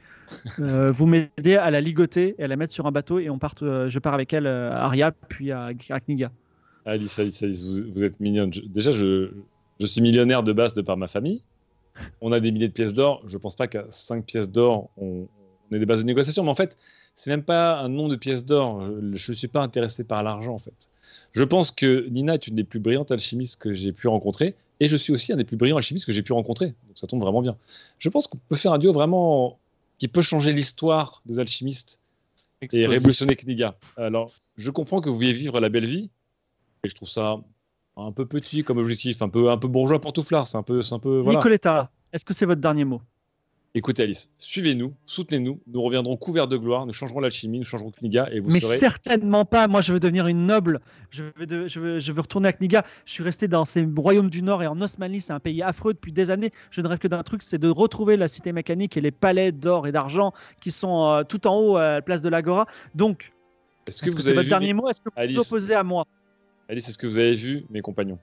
Speaker 1: euh, vous m'aidez à la ligoter et à la mettre sur un bateau et on part, je pars avec elle euh, à Aria puis à, à Kniga.
Speaker 2: Alice, Alice, Alice, vous, vous êtes mignonne. Je- déjà, je, je suis millionnaire de base de par ma famille. On a des milliers de pièces d'or. Je pense pas qu'à 5 pièces d'or, on, on ait des bases de négociation. Mais en fait, c'est même pas un nombre de pièces d'or. Je ne suis pas intéressé par l'argent, en fait. Je pense que Nina est une des plus brillantes alchimistes que j'ai pu rencontrer. Et je suis aussi un des plus brillants alchimistes que j'ai pu rencontrer. Donc ça tombe vraiment bien. Je pense qu'on peut faire un duo vraiment qui peut changer l'histoire des alchimistes et
Speaker 3: Explosif.
Speaker 2: révolutionner Kniga. Alors, je comprends que vous vouliez vivre la belle vie, et je trouve ça un peu petit comme objectif, un peu, un peu bourgeois pantouflard, c'est un peu, c'est un peu voilà.
Speaker 1: Nicoletta, est-ce que c'est votre dernier mot
Speaker 2: Écoutez Alice, suivez-nous, soutenez-nous, nous reviendrons couverts de gloire, nous changerons l'alchimie, nous changerons Kniga, et vous
Speaker 1: Mais
Speaker 2: serez.
Speaker 1: certainement pas. Moi, je veux devenir une noble. Je veux, de- je veux, je veux retourner à Kniga. Je suis resté dans ces royaumes du Nord et en Osmanlie. C'est un pays affreux depuis des années. Je ne rêve que d'un truc, c'est de retrouver la cité mécanique et les palais d'or et d'argent qui sont euh, tout en haut à la place de l'Agora. Donc,
Speaker 2: Est-ce
Speaker 1: est-ce
Speaker 2: que
Speaker 1: que
Speaker 2: vous
Speaker 1: c'est
Speaker 2: avez
Speaker 1: votre
Speaker 2: vu
Speaker 1: dernier
Speaker 2: mes-
Speaker 1: mot Est-ce que vous
Speaker 2: Alice,
Speaker 1: vous opposez à moi
Speaker 2: Alice, est-ce que vous avez vu mes compagnons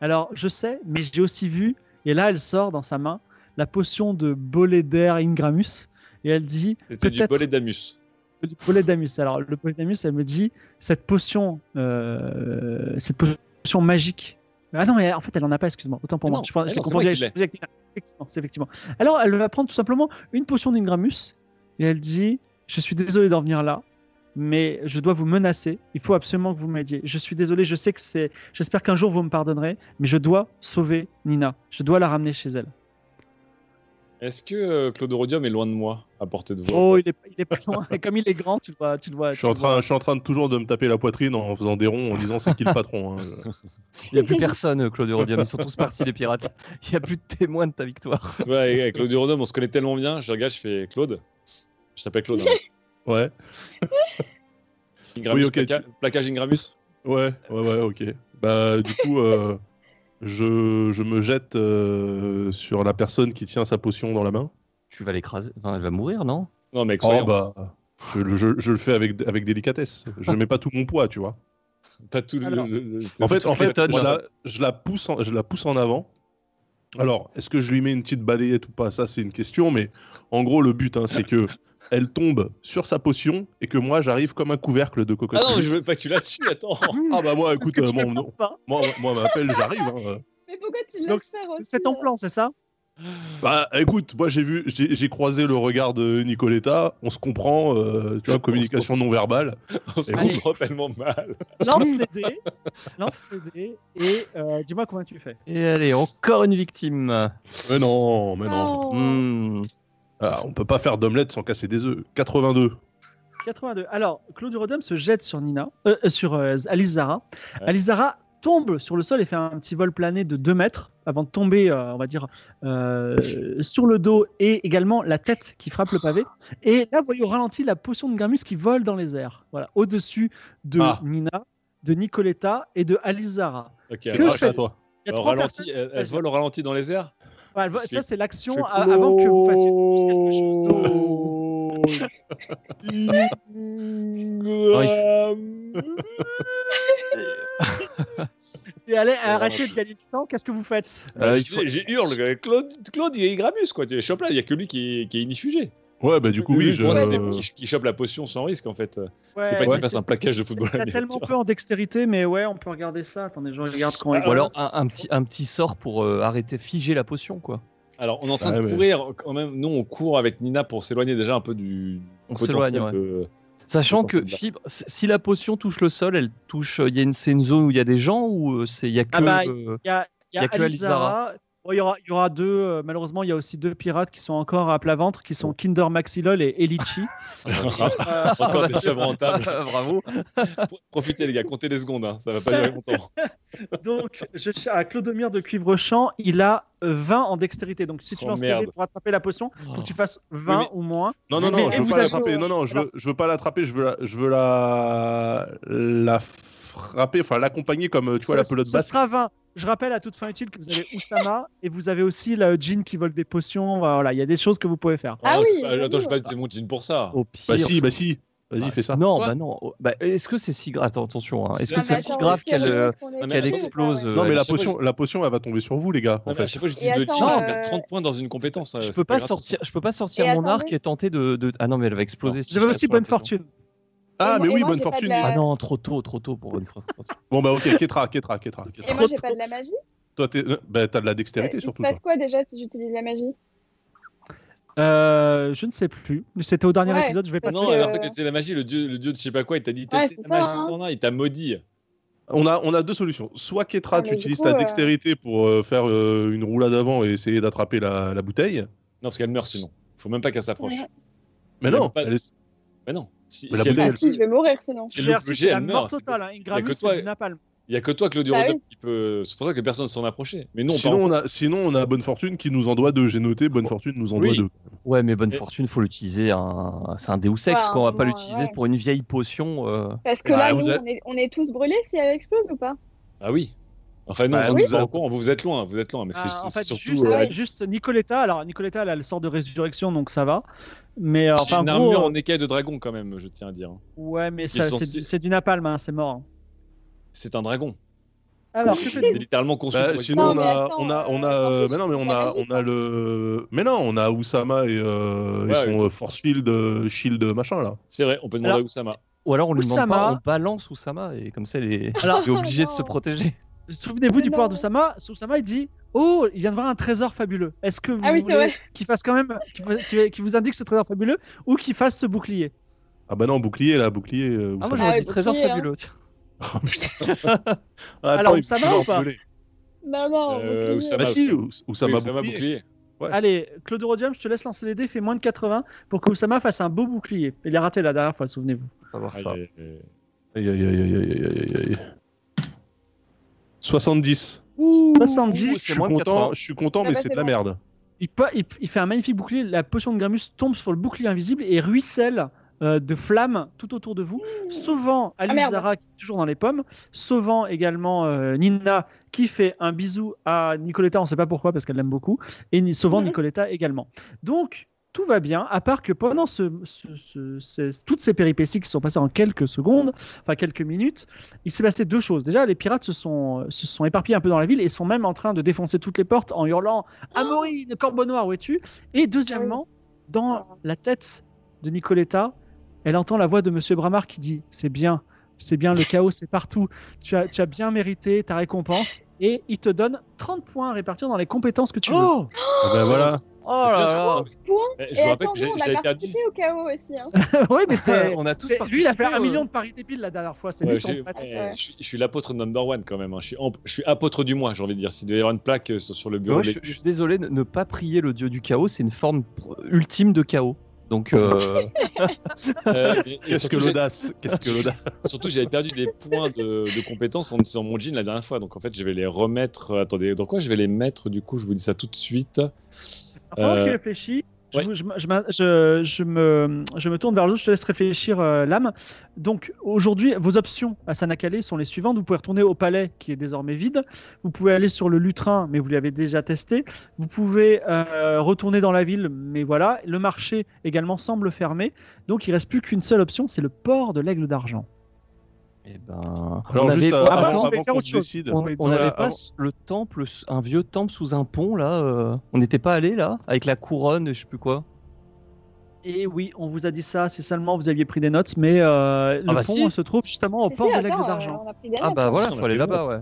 Speaker 1: Alors, je sais, mais j'ai aussi vu, et là, elle sort dans sa main la potion de Boléder Ingramus, et elle dit
Speaker 2: C'était du
Speaker 1: Peut-être.
Speaker 2: bolet d'Amus.
Speaker 1: du Bolédamus. Alors, le Bolédamus, elle me dit cette potion, euh, cette potion magique. Ah non, mais en fait, elle en a pas, excuse-moi, autant pour
Speaker 2: Mais
Speaker 1: moi.
Speaker 2: non,
Speaker 1: je, pense-
Speaker 2: mais
Speaker 1: je l'ai
Speaker 2: non, c'est
Speaker 1: confondu
Speaker 2: moi
Speaker 1: avec-
Speaker 2: qui l'ai.
Speaker 1: je l'ai avec- Effectivement, c'est effectivement. Alors, elle va prendre tout simplement une potion d'Ingramus, et elle dit Je suis désolé d'en venir là. Mais je dois vous menacer. Il faut absolument que vous m'aidiez. Je suis désolé. Je sais que c'est. J'espère qu'un jour vous me pardonnerez. Mais je dois sauver Nina. Je dois la ramener chez elle.
Speaker 2: Est-ce que euh, Claude Rodium est loin de moi, à portée de voix
Speaker 1: Oh, il est, il est pas loin. Et comme il est grand, tu le vois, tu le vois.
Speaker 5: Je
Speaker 1: tu
Speaker 5: suis,
Speaker 1: le
Speaker 5: en
Speaker 1: vois.
Speaker 5: train, je suis en train de toujours de me taper la poitrine en faisant des ronds en disant c'est qui le patron. hein.
Speaker 3: Il n'y a plus personne, euh, Claude Rodium. Ils sont tous partis, les pirates. Il n'y a plus de témoins de ta victoire.
Speaker 2: Tu vois, avec avec Claude Rodium, on se connaît tellement bien, je regarde, je fais Claude. Je t'appelle Claude. hein.
Speaker 5: Ouais,
Speaker 2: Ingramus,
Speaker 5: ok, tu-
Speaker 2: placa- plaquage Ingramus
Speaker 5: ouais, ouais, ouais, ok. Bah, du coup, euh, je, je me jette euh, sur la personne qui tient sa potion dans la main.
Speaker 3: Tu vas l'écraser. Enfin, elle va mourir, non
Speaker 2: Non, mais avec
Speaker 5: Oh,
Speaker 2: souriance.
Speaker 5: bah, je, le- je- je le fais avec, avec délicatesse. Je mets pas tout mon poids, tu vois.
Speaker 2: Pas tout le-
Speaker 1: Alors.
Speaker 2: le- le-
Speaker 5: En fait, en
Speaker 3: Tu
Speaker 5: fait
Speaker 3: m'étonnes.
Speaker 5: je, la, je la pousse en, je la pousse en avant. Alors, est-ce que je lui mets une petite balayette ou pas Ça, c'est une question. Mais en gros, le but, hein, c'est que elle tombe sur sa potion et que moi j'arrive comme un couvercle de
Speaker 2: Ah
Speaker 5: cocotte.
Speaker 2: non, mais je veux pas que tu la tues, attends.
Speaker 5: Ah bah moi, écoute,
Speaker 1: Est-ce
Speaker 5: euh,
Speaker 1: que tu
Speaker 5: moi,
Speaker 1: la
Speaker 5: on-
Speaker 1: prends pas
Speaker 5: moi, moi, on m'appelle, j'arrive. hein.
Speaker 4: Mais pourquoi tu le
Speaker 1: Donc,
Speaker 4: laisses faire aussi
Speaker 1: C'est ton plan, c'est ça
Speaker 5: Bah écoute, moi j'ai vu, j'ai j'ai croisé le regard de Nicoletta, on se comprend, euh, tu vois, communication non verbale.
Speaker 2: On se
Speaker 1: Allez.
Speaker 2: comprend tellement mal.
Speaker 1: Lance les dés, lance les dés et euh, dis-moi combien tu fais.
Speaker 3: Et allez, encore une victime.
Speaker 5: Mais non, mais
Speaker 4: euh,
Speaker 5: non.
Speaker 4: non.
Speaker 3: Hmm.
Speaker 5: Ah, on peut pas faire d'omelette sans casser des œufs. 82.
Speaker 1: 82. Alors, Claude Rodum se jette sur Nina, euh, euh, sur euh, Alice Zara. Alice Zara tombe sur le sol et fait un petit vol plané de 2 mètres avant de tomber, euh, on va dire, euh, sur le dos et également la tête qui frappe le pavé. Et là, vous voyez au ralenti la potion de Gramus qui vole dans les airs. Voilà, au-dessus de
Speaker 5: Ah.
Speaker 1: Nina, de Nicoletta et de Alice Zara.
Speaker 2: Ok,
Speaker 1: Que
Speaker 2: alors,
Speaker 5: Grâce à
Speaker 1: faites-
Speaker 5: toi.
Speaker 1: Il y a
Speaker 2: alors,
Speaker 1: trois
Speaker 2: ralenti, elle, elle vole au ralenti dans les airs
Speaker 1: personnes- Voilà, vo-
Speaker 2: Je
Speaker 1: ça,
Speaker 2: fais-
Speaker 1: c'est l'action
Speaker 2: je fais
Speaker 1: a- avant que vous fassiez juste quelque chose.
Speaker 2: Euh,
Speaker 1: Et allez, arrêtez de gagner du temps, qu'est-ce que vous faites
Speaker 3: Euh, il
Speaker 2: J'ai-
Speaker 3: faut-
Speaker 2: J'ai hurle, Claude, Claude, il est Gramus, quoi. Tu chopes là, il y a que lui qui est, qui est inifugé.
Speaker 5: Ouais, bah du coup, oui,
Speaker 2: Lui,
Speaker 5: je.
Speaker 2: pour moi, c'est le- qui, qui chope la potion sans risque, en fait. c'est pas
Speaker 1: Ouais,
Speaker 2: qu'il fasse un plaquage de football.
Speaker 1: Il a
Speaker 2: américain.
Speaker 1: tellement peu en dextérité, mais ouais, on peut regarder ça. Attendez, je regarde quand il
Speaker 3: Ou alors un, un petit, un petit sort pour euh, arrêter, figer la potion, quoi.
Speaker 2: Alors, on est en train
Speaker 5: Ouais,
Speaker 2: de
Speaker 5: mais-
Speaker 2: courir quand même. Nous, on court avec Nina pour s'éloigner déjà un peu du.
Speaker 3: On
Speaker 2: potentiel
Speaker 3: s'éloigne, ouais.
Speaker 2: que- Je
Speaker 3: Sachant
Speaker 2: pense
Speaker 3: que
Speaker 2: que-
Speaker 3: fibre, si si la potion touche le sol, elle touche. euh, Il y a une, c'est une zone où il y a des gens ou euh, c'est il y a que.
Speaker 1: Ah bah,
Speaker 3: euh,
Speaker 1: Il y a, il y a
Speaker 3: Il y a que
Speaker 1: Alice
Speaker 3: Alizara.
Speaker 1: Zara. Bon, il, y aura, il y aura deux, euh, malheureusement, il y a aussi deux pirates qui sont encore à plat ventre, qui sont Kinder Maxilol et Elichi. Euh,
Speaker 2: Encore des sommes rentables.
Speaker 3: Bravo.
Speaker 2: Pro- Profitez, les gars, comptez les secondes. hein, Ça va pas durer longtemps.
Speaker 1: donc, je cherche à Clodomir de Cuivrechamp, il a euh, 20 en dextérité. Donc, si tu
Speaker 2: Oh,
Speaker 1: lances
Speaker 2: merde.
Speaker 1: tes dés pour attraper la potion, il
Speaker 3: Oh.
Speaker 1: faut que tu fasses 20
Speaker 5: Oui,
Speaker 1: ou moins.
Speaker 5: Non, non,
Speaker 1: Mais-
Speaker 5: non,
Speaker 1: mais
Speaker 5: je veux
Speaker 1: vous
Speaker 5: pas
Speaker 1: avez-
Speaker 5: l'attraper. Non, non, je veux, je veux pas l'attraper. Je veux la, je veux la, la frapper, enfin l'accompagner comme tu vois la
Speaker 1: Ce-
Speaker 5: pelote
Speaker 1: ce
Speaker 5: basse.
Speaker 1: sera 20. Je rappelle à toute fin utile que vous avez Oussama et vous avez aussi la Jean qui vole des potions. Voilà, il y a des choses que vous pouvez faire.
Speaker 4: Ah
Speaker 2: Non,
Speaker 4: oui,
Speaker 2: c'est pas-
Speaker 4: j'avoue.
Speaker 2: Attends, je vais pas utiliser mon jean pour ça.
Speaker 3: Au pire.
Speaker 5: Bah si, bah si. Vas-y,
Speaker 3: Bah,
Speaker 5: fais ça.
Speaker 3: Non,
Speaker 2: Quoi
Speaker 3: bah non. oh, bah, est-ce que c'est si grave Attends, attention. hein. Est-ce
Speaker 2: C'est-
Speaker 3: que
Speaker 4: Ah,
Speaker 3: c'est
Speaker 4: mais
Speaker 3: si
Speaker 4: attends,
Speaker 3: grave
Speaker 4: est-ce qu'il y a
Speaker 3: qu'elle
Speaker 4: des
Speaker 3: euh,
Speaker 4: chances qu'on ait
Speaker 2: qu'elle
Speaker 4: tué ou
Speaker 3: qu'elle
Speaker 4: pas,
Speaker 3: explose
Speaker 4: ouais.
Speaker 3: euh,
Speaker 5: Non, mais
Speaker 3: la
Speaker 5: la
Speaker 2: je sais pas,
Speaker 5: potion, la potion, elle va tomber sur vous, les gars.
Speaker 2: Non,
Speaker 4: Ah,
Speaker 5: En
Speaker 2: mais
Speaker 4: bah,
Speaker 2: à
Speaker 5: fait.
Speaker 2: chaque fois que j'utilise
Speaker 4: Et
Speaker 2: le
Speaker 4: attends,
Speaker 2: jean, je
Speaker 4: euh,
Speaker 2: perds 30 points dans une compétence.
Speaker 3: Je
Speaker 2: euh,
Speaker 3: peux
Speaker 2: c'est
Speaker 3: pas
Speaker 2: grave.
Speaker 3: sortir. Je peux pas sortir
Speaker 4: Et
Speaker 3: mon arc
Speaker 4: attendez.
Speaker 3: et tenter de, de- Ah non, mais elle va exploser. si
Speaker 1: J'avais
Speaker 3: je
Speaker 1: aussi
Speaker 3: tape sur la
Speaker 1: bonne
Speaker 3: potion.
Speaker 1: fortune.
Speaker 5: Ah,
Speaker 4: Et
Speaker 5: mais
Speaker 4: moi- et
Speaker 5: oui,
Speaker 4: moi,
Speaker 5: bonne
Speaker 4: j'ai pas de
Speaker 5: fortune.
Speaker 4: la-
Speaker 3: Ah non, trop tôt, trop tôt pour bonne fortune.
Speaker 5: Bon, bah ok, Ketra, Ketra, Ketra.
Speaker 3: euh,
Speaker 5: Ketra.
Speaker 4: Et moi, j'ai pas de la magie.
Speaker 5: Toi, t'es- euh, bah, t'as de la dextérité
Speaker 4: Il se
Speaker 5: surtout. toi.
Speaker 4: passe quoi déjà si j'utilise la magie
Speaker 1: Euh, je ne sais plus. C'était au dernier
Speaker 4: Ouais.
Speaker 1: épisode, je vais pas
Speaker 4: Parce
Speaker 2: Non,
Speaker 4: que-
Speaker 1: te-
Speaker 2: alors que tu sais, la magie, le dieu, le dieu de je sais pas quoi, il t'a dit, t'as
Speaker 4: Ouais,
Speaker 2: t'as-
Speaker 4: c'est
Speaker 2: la
Speaker 4: ça,
Speaker 2: magie
Speaker 4: hein.
Speaker 2: s'en a, il t'a maudit.
Speaker 5: On a, on a deux solutions. Soit Ketra,
Speaker 4: Ah, mais
Speaker 5: tu
Speaker 4: du
Speaker 5: utilises
Speaker 4: coup,
Speaker 5: ta
Speaker 4: euh,
Speaker 5: dextérité pour euh, faire euh, une roulade avant et essayer d'attraper la, la bouteille.
Speaker 2: Non, parce qu'elle meurt sinon. Faut même pas qu'elle s'approche.
Speaker 5: Mais
Speaker 2: Mais
Speaker 5: non,
Speaker 2: pas-
Speaker 5: elle est-
Speaker 2: Mais non. Si,
Speaker 5: Mais la
Speaker 2: si elle-
Speaker 5: bouteille,
Speaker 4: Ah
Speaker 5: elle-
Speaker 4: si, je vais mourir sinon.
Speaker 2: si
Speaker 1: C'est
Speaker 2: elle
Speaker 1: la
Speaker 2: loupe le jet, elle
Speaker 1: mort
Speaker 2: meurt. c'est
Speaker 1: totale. Hein.
Speaker 2: que
Speaker 1: Ingramus,
Speaker 2: toi-
Speaker 1: c'est du napalm.
Speaker 2: Il y a que toi, Claudio
Speaker 4: Bah
Speaker 2: Rodop, qui peut. C'est pour ça que personne s'en approchait. Mais non,
Speaker 5: sinon, on a, sinon, on a Bonne Fortune qui nous en doit deux. J'ai noté Bonne Fortune nous en
Speaker 2: Oui.
Speaker 5: doit deux.
Speaker 3: Ouais, mais bonne
Speaker 2: Et-
Speaker 3: fortune, faut l'utiliser. un- C'est un Deus
Speaker 4: Ouais,
Speaker 3: Ex, qu'on va
Speaker 4: un
Speaker 3: pas
Speaker 4: moment,
Speaker 3: l'utiliser
Speaker 4: ouais.
Speaker 3: pour une vieille potion. euh,
Speaker 4: Parce que
Speaker 2: Bah,
Speaker 5: Ah,
Speaker 4: là,
Speaker 5: vous
Speaker 4: nous,
Speaker 5: êtes-
Speaker 4: on, est, on est tous brûlés si elle explose ou pas
Speaker 2: Ah oui. Enfin, non,
Speaker 5: Bah,
Speaker 2: vous,
Speaker 5: oui.
Speaker 2: êtes pas au courant, vous êtes loin, vous êtes loin. Mais c'est
Speaker 4: Bah,
Speaker 1: Ah, en
Speaker 2: c'est
Speaker 1: fait,
Speaker 2: surtout.
Speaker 1: juste,
Speaker 2: euh,
Speaker 4: ouais,
Speaker 2: Alex,
Speaker 1: juste Nicoletta. Alors, Nicoletta, elle a le sort de résurrection, donc ça va. Mais euh,
Speaker 2: j'ai
Speaker 1: enfin,
Speaker 2: une
Speaker 1: gros,
Speaker 2: armure
Speaker 1: euh,
Speaker 2: en écaille de dragon, quand même, je tiens à dire.
Speaker 1: ouais, mais ça,
Speaker 2: sont
Speaker 1: c'est
Speaker 2: six-
Speaker 1: du- c'est du napalm, hein, c'est mort.
Speaker 2: C'est un dragon.
Speaker 1: Alors,
Speaker 2: C'est littéralement conçu.
Speaker 5: Bah,
Speaker 2: pour être-
Speaker 5: sinon,
Speaker 4: Non,
Speaker 5: on,
Speaker 4: mais
Speaker 5: a,
Speaker 4: attends,
Speaker 5: on a, on a,
Speaker 4: euh, en
Speaker 5: euh,
Speaker 4: plus,
Speaker 5: mais non, mais on
Speaker 4: la
Speaker 5: a,
Speaker 4: magie,
Speaker 5: on a
Speaker 4: quoi.
Speaker 5: le, mais non, on a Oussama et, euh, et
Speaker 2: Ouais,
Speaker 5: son euh, force field, euh, shield machin là.
Speaker 2: C'est vrai, on peut demander à Oussama.
Speaker 3: Ou alors on lui demande
Speaker 1: Oussama.
Speaker 3: pas, on balance Oussama et comme ça elle est,
Speaker 1: Alors-
Speaker 3: elle est obligée de
Speaker 4: Non.
Speaker 3: se protéger.
Speaker 1: souvenez-vous
Speaker 4: Mais
Speaker 1: du pouvoir
Speaker 4: non.
Speaker 1: d'Ousama. Ousama, il dit Oh, il vient de voir un trésor fabuleux. Est-ce que vous
Speaker 4: Ah oui, c'est
Speaker 1: voulez
Speaker 4: vrai.
Speaker 1: qu'il fasse quand même, qu'il fa- qu'il- qu'il vous indique ce trésor fabuleux ou qu'il fasse ce bouclier
Speaker 5: Ah bah non, bouclier là, bouclier.
Speaker 3: Ah,
Speaker 5: euh, Oussama.
Speaker 3: moi j'aurais
Speaker 4: ouais,
Speaker 3: dit trésor
Speaker 4: bouclier, hein.
Speaker 3: fabuleux. tiens.
Speaker 5: Oh, putain.
Speaker 1: Alors,
Speaker 5: Ah, il
Speaker 1: Oussama
Speaker 5: peut toujours
Speaker 1: ou pas
Speaker 5: brûler.
Speaker 4: Non, non,
Speaker 2: Euh,
Speaker 4: bouclier.
Speaker 2: Oussama.
Speaker 5: Bah si,
Speaker 2: Oussama.
Speaker 5: Ous- Oussama,
Speaker 2: Oui, Oussama,
Speaker 5: bouclier.
Speaker 2: bouclier.
Speaker 5: Ouais.
Speaker 1: Allez, Claude Rodium, je te laisse lancer les dés, fais moins de 80 pour que Oussama fasse un beau bouclier. Il a raté la dernière fois, souvenez-vous.
Speaker 3: On va voir
Speaker 2: Aïe,
Speaker 3: ça.
Speaker 2: aïe, aïe.
Speaker 5: Aïe, aïe, aïe, aïe, aïe, aïe, aïe, aïe. 70.
Speaker 3: Ouh,
Speaker 1: 70.
Speaker 5: Je
Speaker 3: c'est
Speaker 5: suis
Speaker 3: moins de
Speaker 5: content,
Speaker 3: 80.
Speaker 5: je suis content,
Speaker 4: Ah bah,
Speaker 5: mais c'est
Speaker 4: c'est
Speaker 5: de la
Speaker 4: bon.
Speaker 5: merde.
Speaker 1: Il, pa- il- il fait un magnifique bouclier. La potion de Gramus tombe sur le bouclier invisible et ruisselle euh, de flammes tout autour de vous,
Speaker 4: Mmh.
Speaker 1: sauvant Alice
Speaker 4: Ah, merde.
Speaker 1: Zara qui est toujours dans les pommes, sauvant également euh, Nina qui fait un bisou à Nicoletta, on ne sait pas pourquoi parce qu'elle l'aime beaucoup, et ni- sauvant
Speaker 4: Mhm.
Speaker 1: Nicoletta également. Donc tout va bien, à part que pendant ce- ce- ce- ces- toutes ces péripéties qui sont passées en quelques secondes, enfin quelques minutes, il s'est passé deux choses. Déjà, les pirates se sont, se sont éparpillés un peu dans la ville et sont même en train de défoncer toutes les portes en
Speaker 4: Ah
Speaker 1: hurlant Amaury, le corbeau noir, où es-tu Et deuxièmement, dans la tête de Nicoletta, elle entend la voix de Monsieur Bramar qui dit C'est bien, c'est bien, le chaos, c'est partout. Tu as, tu as bien mérité ta récompense. Et il te donne 30 points à répartir dans les compétences que tu veux.
Speaker 3: Oh,
Speaker 5: Ah ben voilà.
Speaker 3: oh là là.
Speaker 4: Point.
Speaker 2: Eh, Je
Speaker 4: Et
Speaker 2: vous rappelle
Speaker 4: attends,
Speaker 2: que
Speaker 4: nous,
Speaker 2: j'ai-
Speaker 4: on
Speaker 2: j'avais perdu.
Speaker 4: a participé au chaos aussi. hein.
Speaker 1: oui, mais c'est.
Speaker 3: On a tous
Speaker 1: c'est- Lui, il a fait
Speaker 3: participé,
Speaker 1: un
Speaker 3: euh.
Speaker 1: million de parités pile la dernière fois. C'est
Speaker 2: Ouais,
Speaker 1: lui son
Speaker 2: j'ai-
Speaker 1: prêtre.
Speaker 2: eh, je, suis- je suis l'apôtre number one quand même. hein. Je, suis, amp- je suis apôtre du mois, j'ai envie de dire. S'il devait y avoir une plaque euh, sur, sur le
Speaker 3: Mais
Speaker 2: bureau,
Speaker 3: moi,
Speaker 2: des-
Speaker 3: je, je suis désolé, ne, ne pas prier le dieu du chaos, c'est une forme pr- ultime de chaos. Donc, euh,
Speaker 2: Euh, et- et
Speaker 5: Qu'est-ce que
Speaker 2: surtout, j'ai-
Speaker 5: l'audace Qu'est-ce que l'audace
Speaker 2: Surtout, j'avais perdu des points de, de compétences en utilisant mon jean la dernière fois. Donc, en fait, je vais les remettre. euh, Attendez, dans quoi je vais les mettre Du coup, je vous dis ça tout de suite.
Speaker 1: Pendant
Speaker 2: Euh,
Speaker 1: qu'il réfléchit, je
Speaker 2: ouais.
Speaker 1: vous- je, me- je, m'in- je- je me, je me tourne vers l'autre, je te laisse réfléchir euh, l'âme. Donc aujourd'hui, vos options à Sanakale sont les suivantes. Vous pouvez retourner au palais qui est désormais vide. Vous pouvez aller sur le lutrin, mais vous l'avez déjà testé. Vous pouvez euh, retourner dans la ville, mais voilà. Le marché également semble fermé. Donc il reste plus qu'une seule option, c'est le port de l'aigle d'argent.
Speaker 3: eh ben,
Speaker 5: Alors
Speaker 3: on
Speaker 5: juste
Speaker 3: avait,
Speaker 5: euh,
Speaker 3: on-
Speaker 1: Ah,
Speaker 5: avant,
Speaker 1: pardon,
Speaker 3: attends,
Speaker 5: avant
Speaker 1: mais faire
Speaker 5: qu'on
Speaker 1: autre
Speaker 5: se
Speaker 1: chose.
Speaker 5: décide.
Speaker 3: on
Speaker 1: oui,
Speaker 3: on
Speaker 5: voilà,
Speaker 3: avait pas
Speaker 5: avant-
Speaker 3: s- le temple, s- un vieux temple sous un pont là. euh, on n'était pas allé là avec la couronne, et je sais plus quoi.
Speaker 1: Et Eh oui, on vous a dit ça, c'est seulement vous aviez pris des notes, mais euh, le
Speaker 3: Ah bah
Speaker 1: pont
Speaker 3: si.
Speaker 1: se trouve justement au
Speaker 4: Si,
Speaker 1: port
Speaker 4: si,
Speaker 1: de l'aigle
Speaker 4: attends,
Speaker 1: d'argent.
Speaker 4: On a pris des
Speaker 3: Ah
Speaker 4: notes.
Speaker 3: bah voilà,
Speaker 2: on a
Speaker 3: faut aller
Speaker 2: fait
Speaker 3: là-bas, ouais.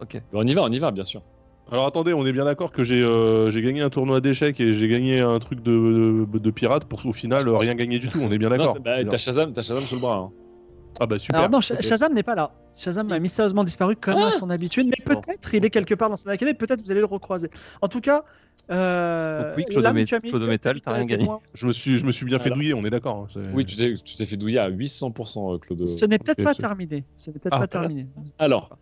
Speaker 3: Ok.
Speaker 2: Mais on y va, on y va, bien sûr.
Speaker 5: Alors attendez, on est bien d'accord que j'ai euh, j'ai gagné un tournoi d'échecs et j'ai gagné un truc de, de, de pirate pour au final euh, rien gagner du tout. On est bien d'accord.
Speaker 2: Non, bah, T'as
Speaker 5: Alors-
Speaker 2: Shazam, t'as Shazam sous le bras. hein.
Speaker 5: ah bah super.
Speaker 1: Alors non, Sha-
Speaker 5: Ok.
Speaker 1: Shazam n'est pas là. Shazam a mystérieusement disparu comme à son habitude, mais
Speaker 3: Bon.
Speaker 1: peut-être il est quelque part dans son académie, peut-être vous allez le recroiser. En tout cas, euh,
Speaker 3: Donc oui, Claude
Speaker 1: l'âme,
Speaker 3: Mé-
Speaker 1: tu as mis- Euh,
Speaker 3: Claude Métal, t'as rien gagné.
Speaker 1: témoin.
Speaker 5: Je me suis je me suis bien fait
Speaker 2: Alors-
Speaker 5: douiller. On est d'accord. hein, c'est-
Speaker 2: Oui, tu t'es tu t'es fait douiller à 800%, euh, Claude.
Speaker 1: Ce n'est peut-être
Speaker 5: Ok,
Speaker 1: pas
Speaker 5: c'est-
Speaker 1: terminé. Ce n'est peut-être
Speaker 5: Ah.
Speaker 1: pas terminé.
Speaker 2: Alors,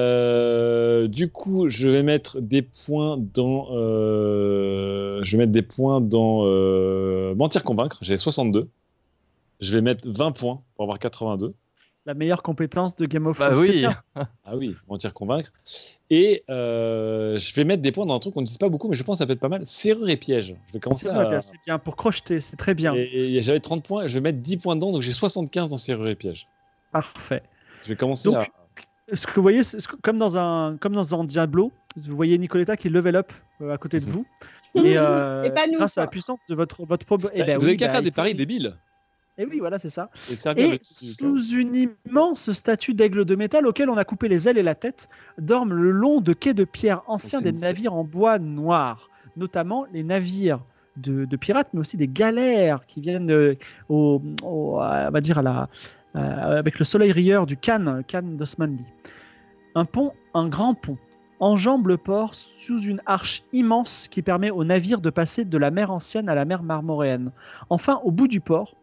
Speaker 2: euh, du coup, je vais mettre des points dans. euh, je vais mettre des points dans. euh, mentir, convaincre. J'ai 62. Je vais mettre 20 points pour avoir 82.
Speaker 1: La meilleure compétence de Game of
Speaker 3: Bah
Speaker 1: Thrones. c'est
Speaker 3: oui,
Speaker 1: bien.
Speaker 2: Ah oui, mentir, convaincre. Et euh, je vais mettre des points dans un truc qu'on n'utilise pas beaucoup, mais je pense que ça peut être pas mal. Serrure et piège. Je vais
Speaker 1: C'est
Speaker 2: commencer
Speaker 1: vrai,
Speaker 2: à.
Speaker 1: c'est bien pour crocheter, c'est très bien.
Speaker 2: Et- et J'avais 30 points, et je vais mettre 10 points dedans, donc j'ai 75 dans serrure et piège.
Speaker 1: Parfait.
Speaker 2: Je vais commencer
Speaker 1: Donc,
Speaker 2: à.
Speaker 1: ce que vous voyez, c'est- ce que- comme dans un comme dans un Diablo, vous voyez Nicoletta qui level up euh, à côté de vous. Et, euh,
Speaker 4: Et pas nous,
Speaker 1: grâce à la
Speaker 4: quoi.
Speaker 1: puissance de votre votre probe. eh
Speaker 2: Bah,
Speaker 1: ben
Speaker 2: vous
Speaker 1: oui,
Speaker 2: avez qu'à
Speaker 1: bah,
Speaker 2: faire des
Speaker 1: il faut-
Speaker 2: paris débiles
Speaker 1: Eh oui, voilà, c'est ça.
Speaker 2: et servir
Speaker 1: Et
Speaker 2: le titre du chaos.
Speaker 1: sous une immense statue d'aigle de métal auquel on a coupé les ailes et la tête, dorment le long de quais de pierre anciens
Speaker 2: c'est
Speaker 1: des
Speaker 2: une-
Speaker 1: navires en bois noir, notamment les navires de, de pirates, mais aussi des galères qui viennent euh, au, au- à- on va dire à la, euh, avec le soleil rieur du Cannes, Cannes d'Osmanli. Un pont, un grand pont, enjambe le port sous une arche immense qui permet aux navires de passer de la mer ancienne à la mer marmoréenne. Enfin, au bout du port,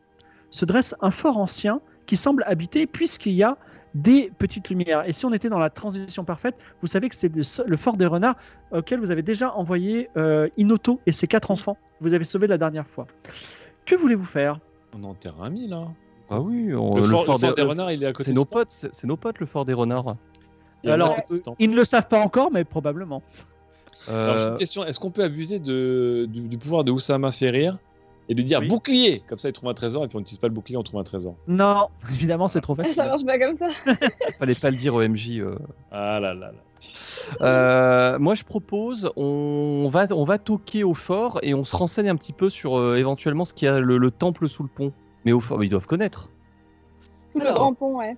Speaker 1: se dresse un fort ancien qui semble habité puisqu'il y a des petites lumières. Et si on était dans la transition parfaite, vous savez que c'est de- le fort des renards auquel vous avez déjà envoyé euh, Inoto et ses quatre enfants. que Vous avez sauvé la dernière fois. Que voulez-vous faire
Speaker 2: On enterre un mis là.
Speaker 3: bah oui, on-
Speaker 2: Le, fort, le fort
Speaker 3: des-
Speaker 2: des renards, il est à côté.
Speaker 3: c'est nos potes, c'est c'est nos potes le fort des renards.
Speaker 2: Il est à
Speaker 1: Alors,
Speaker 2: côté du
Speaker 5: Euh,
Speaker 2: temple.
Speaker 1: Ils ne le savent pas encore, mais probablement.
Speaker 2: Alors, j'ai
Speaker 3: Euh,
Speaker 2: une question est-ce qu'on peut abuser de, du, du pouvoir de Oussama Ferrir et lui dire
Speaker 1: Oui.
Speaker 2: bouclier Comme ça, il trouve un trésor et puis on n'utilise pas le bouclier, on trouve un trésor.
Speaker 1: Non, évidemment, c'est trop facile.
Speaker 4: Ça marche pas comme ça.
Speaker 3: fallait pas le dire au MJ. euh.
Speaker 2: Ah là là là.
Speaker 3: Euh, moi, je propose, on va, on va toquer au fort et on se renseigne un petit peu sur euh, éventuellement ce qu'il y a le, le temple sous le pont. Mais au fort, mais ils doivent connaître.
Speaker 4: Le grand pont, ouais.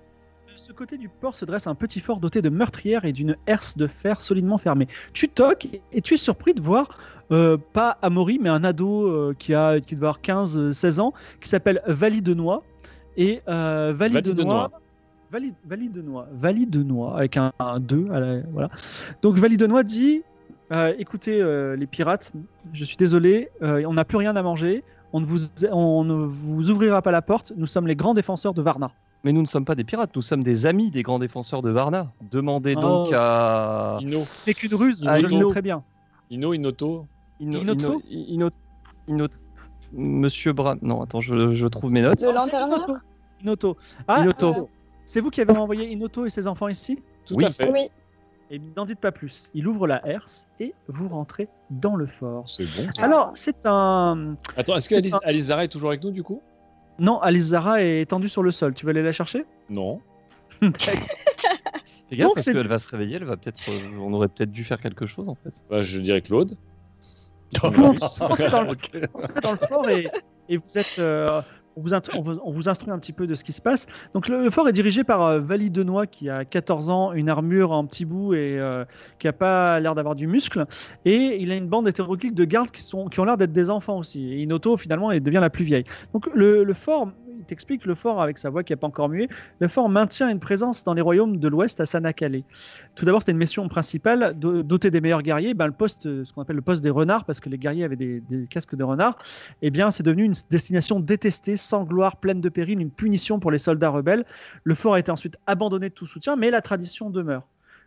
Speaker 1: De ce côté du port se dresse un petit fort doté de meurtrières et d'une herse de fer solidement fermée. Tu toques et tu es surpris de voir, euh, pas Amaury, mais un ado euh, qui, a, qui doit avoir 15-16 ans, qui s'appelle Validenois. Et euh, Validenois. Vali- Validenois. Validenois, avec un 2. Voilà. Donc Validenois dit euh, écoutez, euh, les pirates, je suis désolé, euh, on n'a plus rien à manger, on ne, vous, on ne vous ouvrira pas la porte, nous sommes les grands défenseurs de Varna.
Speaker 3: Mais nous ne sommes pas des pirates, nous sommes des amis des grands défenseurs de Varna. Demandez
Speaker 2: Ah.
Speaker 3: donc
Speaker 1: Oh.
Speaker 3: à
Speaker 2: Ino.
Speaker 1: C'est qu'une ruse,
Speaker 3: Ah,
Speaker 1: je le sais
Speaker 3: Ino.
Speaker 1: très bien.
Speaker 2: Ino, Inoto.
Speaker 3: Ino-
Speaker 1: Inoto
Speaker 3: Ino- Ino- Ino- Monsieur Bra. Non, attends, je, je trouve mes notes.
Speaker 4: De lanterneur
Speaker 1: Inoto. Inoto. Ah,
Speaker 3: Inoto.
Speaker 1: C'est vous qui avez envoyé Inoto et ses enfants ici
Speaker 2: Tout
Speaker 3: Oui.
Speaker 2: à fait.
Speaker 4: Oui.
Speaker 1: Eh bien, n'en dites pas plus. Il ouvre la herse et vous rentrez dans le fort.
Speaker 2: C'est bon. ça.
Speaker 1: Alors, c'est un.
Speaker 2: Attends, est-ce que
Speaker 1: C'est
Speaker 2: Alice-
Speaker 1: un-
Speaker 2: Alizara est toujours avec nous du coup
Speaker 1: Non, Alizara est étendue sur le sol. Tu veux aller la chercher
Speaker 2: Non.
Speaker 3: Fais gaffe
Speaker 1: Donc,
Speaker 3: parce
Speaker 1: c'est-
Speaker 3: qu'elle va se réveiller, elle va peut-être, euh, on aurait peut-être dû faire quelque chose en fait.
Speaker 2: Bah, je dirais Claude.
Speaker 1: Vous rentrez dans le, vous rentrez dans le fort et et vous êtes. euh, on vous, int- on vous- on vous instruit un petit peu de ce qui se passe. Donc le, le fort est dirigé par euh, Vali Denois qui a 14 ans, une armure en petit bout et euh, qui a pas l'air d'avoir du muscle. Et il a une bande hétéroclite de gardes qui, sont, qui ont l'air d'être des enfants aussi. Et Inoto finalement elle devient la plus vieille. Donc le, le fort, il t'explique le fort avec sa voix qui n'a pas encore mué, le fort maintient une présence dans les royaumes de l'Ouest à Sanakale. Tout d'abord, c'était une mission principale, do- doter des meilleurs guerriers. Ben, le poste, euh, ce qu'on appelle le poste des renards, parce que les guerriers avaient des, des casques de renards, eh bien, c'est devenu une destination détestée, sans gloire, pleine de péril, une punition pour les soldats rebelles. Le fort a été ensuite abandonné de tout soutien, mais la tradition demeure.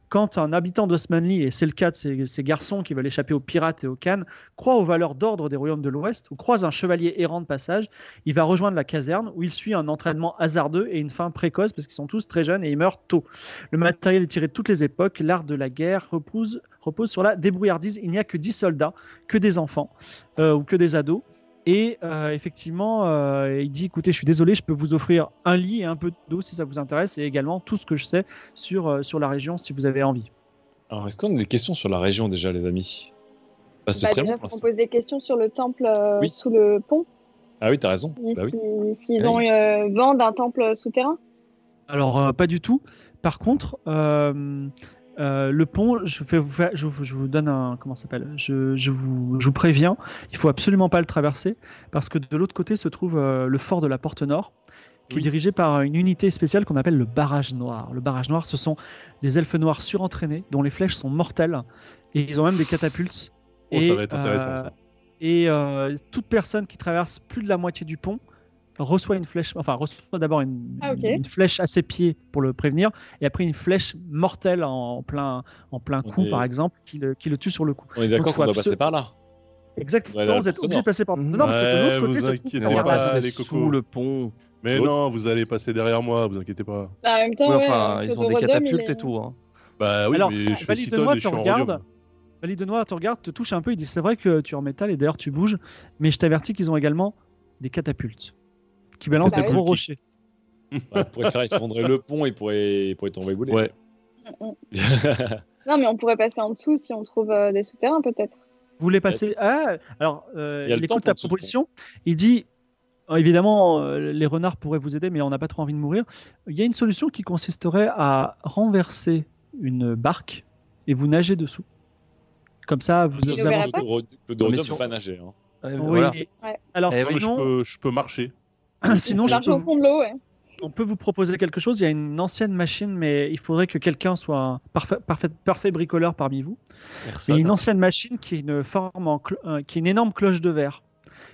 Speaker 1: Quand un habitant d'Osmanli, et c'est le cas de ces, ces garçons qui veulent échapper aux pirates et aux cannes, croit aux valeurs d'ordre des royaumes de l'Ouest ou croise un chevalier errant de passage, il va rejoindre la caserne où il suit un entraînement hasardeux et une fin précoce parce qu'ils sont tous très jeunes et ils meurent tôt. Le matériel est tiré de toutes les époques, l'art de la guerre repose, repose sur la débrouillardise. Il n'y a que 10 soldats, que des enfants euh, ou que des ados. Et euh, effectivement, euh, il dit écoutez, je suis désolé, je peux vous offrir un lit et un peu d'eau si ça vous intéresse, et également tout ce que je sais sur, euh, sur la région si vous avez envie.
Speaker 2: Alors, est-ce qu'on a des questions sur la région déjà, les amis Pas
Speaker 4: Bah,
Speaker 2: spécialement.
Speaker 4: déjà,
Speaker 2: pour
Speaker 4: on
Speaker 2: l'instant.
Speaker 4: pose des questions sur le temple euh,
Speaker 2: Oui.
Speaker 4: sous le pont.
Speaker 2: ah oui, t'as raison.
Speaker 4: S'ils
Speaker 2: Bah oui.
Speaker 4: s'ils
Speaker 2: Ah
Speaker 4: ont euh, vent d'un temple souterrain.
Speaker 1: Alors, euh, pas du tout. Par contre, euh, euh, le pont, je, fais vous faire- je, vous- je vous donne un. Comment ça s'appelle je, je vous, je vous préviens, il faut absolument pas le traverser parce que de l'autre côté se trouve euh, le fort de la Porte Nord qui
Speaker 2: Oui.
Speaker 1: est dirigé par une unité spéciale qu'on appelle le barrage noir. Le barrage noir, ce sont des elfes noirs surentraînés dont les flèches sont mortelles et ils ont même des catapultes.
Speaker 5: Oh, ça va être
Speaker 1: euh,
Speaker 5: intéressant, ça.
Speaker 1: Et euh, toute personne qui traverse plus de la moitié du pont reçoit une flèche, enfin reçoit d'abord une,
Speaker 4: Ah, ok.
Speaker 1: une flèche à ses pieds pour le prévenir, et après une flèche mortelle en plein, en plein
Speaker 2: On
Speaker 1: coup,
Speaker 2: est-
Speaker 1: par exemple, qui le, qui le tue sur le coup.
Speaker 2: On est d'accord
Speaker 1: Donc,
Speaker 2: qu'on
Speaker 1: faut
Speaker 2: doit
Speaker 1: absolu-
Speaker 2: passer par là.
Speaker 1: Exactement,
Speaker 2: Ouais, là,
Speaker 1: vous êtes
Speaker 2: c'est
Speaker 1: obligé
Speaker 2: mort.
Speaker 1: de passer par.
Speaker 3: Mhm.
Speaker 1: Non, parce que de
Speaker 5: Ouais,
Speaker 1: l'autre côté,
Speaker 5: vous
Speaker 1: se trouve
Speaker 5: inquiétez
Speaker 1: le
Speaker 3: on va
Speaker 1: barrage.
Speaker 5: pas,
Speaker 3: passer
Speaker 5: les
Speaker 3: sous
Speaker 5: cocos.
Speaker 3: le pont.
Speaker 5: Mais
Speaker 2: L'autre-
Speaker 5: non, vous allez passer derrière moi, vous inquiétez pas.
Speaker 4: Bah, en même temps,
Speaker 3: Oui,
Speaker 4: ouais,
Speaker 3: enfin, ils
Speaker 4: euh,
Speaker 3: ont des
Speaker 4: Todorodomi, il
Speaker 3: catapultes
Speaker 4: est-
Speaker 3: et tout. hein.
Speaker 5: Bah oui,
Speaker 1: Alors,
Speaker 5: mais je fais
Speaker 1: valide
Speaker 5: 6
Speaker 1: de
Speaker 5: tonnes
Speaker 1: moi,
Speaker 5: et je
Speaker 1: tu
Speaker 5: suis en
Speaker 1: regardes.
Speaker 5: rhodium.
Speaker 1: Valide de Noir te regarde, te touche un peu, il dit c'est vrai que tu es en métal et d'ailleurs tu bouges, mais je t'avertis qu'ils ont également des catapultes qui balancent
Speaker 4: Bah
Speaker 1: des
Speaker 4: oui.
Speaker 1: gros rochers.
Speaker 2: Bah, ils pourraient faire effondrer le pont, ils pourraient, ils pourraient tomber boulet.
Speaker 5: Ouais.
Speaker 4: Non, mais on pourrait passer en dessous si on trouve euh, des souterrains, peut-être.
Speaker 1: Vous voulez passer Ah, alors, euh,
Speaker 2: Il y a
Speaker 1: il,
Speaker 2: le temps
Speaker 1: écoute
Speaker 2: pour
Speaker 1: ta
Speaker 2: le second.
Speaker 1: proposition. Il dit euh, évidemment, euh, les renards pourraient vous aider, mais on n'a pas trop envie de mourir. Il y a une solution qui consisterait à renverser une barque et vous nager dessous. Comme ça, vous,
Speaker 4: Il
Speaker 1: vous
Speaker 4: verra
Speaker 1: avancez.
Speaker 4: pas
Speaker 2: Le Dorodium
Speaker 3: si
Speaker 2: ne
Speaker 3: on-
Speaker 2: peut pas nager. hein.
Speaker 3: Ouais,
Speaker 1: Oui,
Speaker 3: voilà.
Speaker 1: mais-
Speaker 4: Ouais.
Speaker 1: Alors,
Speaker 3: Eh oui,
Speaker 5: Non, mais je
Speaker 1: sinon,
Speaker 5: peux, je peux marcher.
Speaker 1: sinon je
Speaker 4: marche
Speaker 1: peux
Speaker 4: au
Speaker 1: vous-
Speaker 4: fond de l'eau, ouais.
Speaker 1: on peut vous proposer quelque chose. Il y a une ancienne machine, mais il faudrait que quelqu'un soit un parfait, parfait, parfait bricoleur parmi vous. Il y
Speaker 3: Personne.
Speaker 1: a une ancienne machine qui est une, forme en clo- euh, qui est une énorme cloche de verre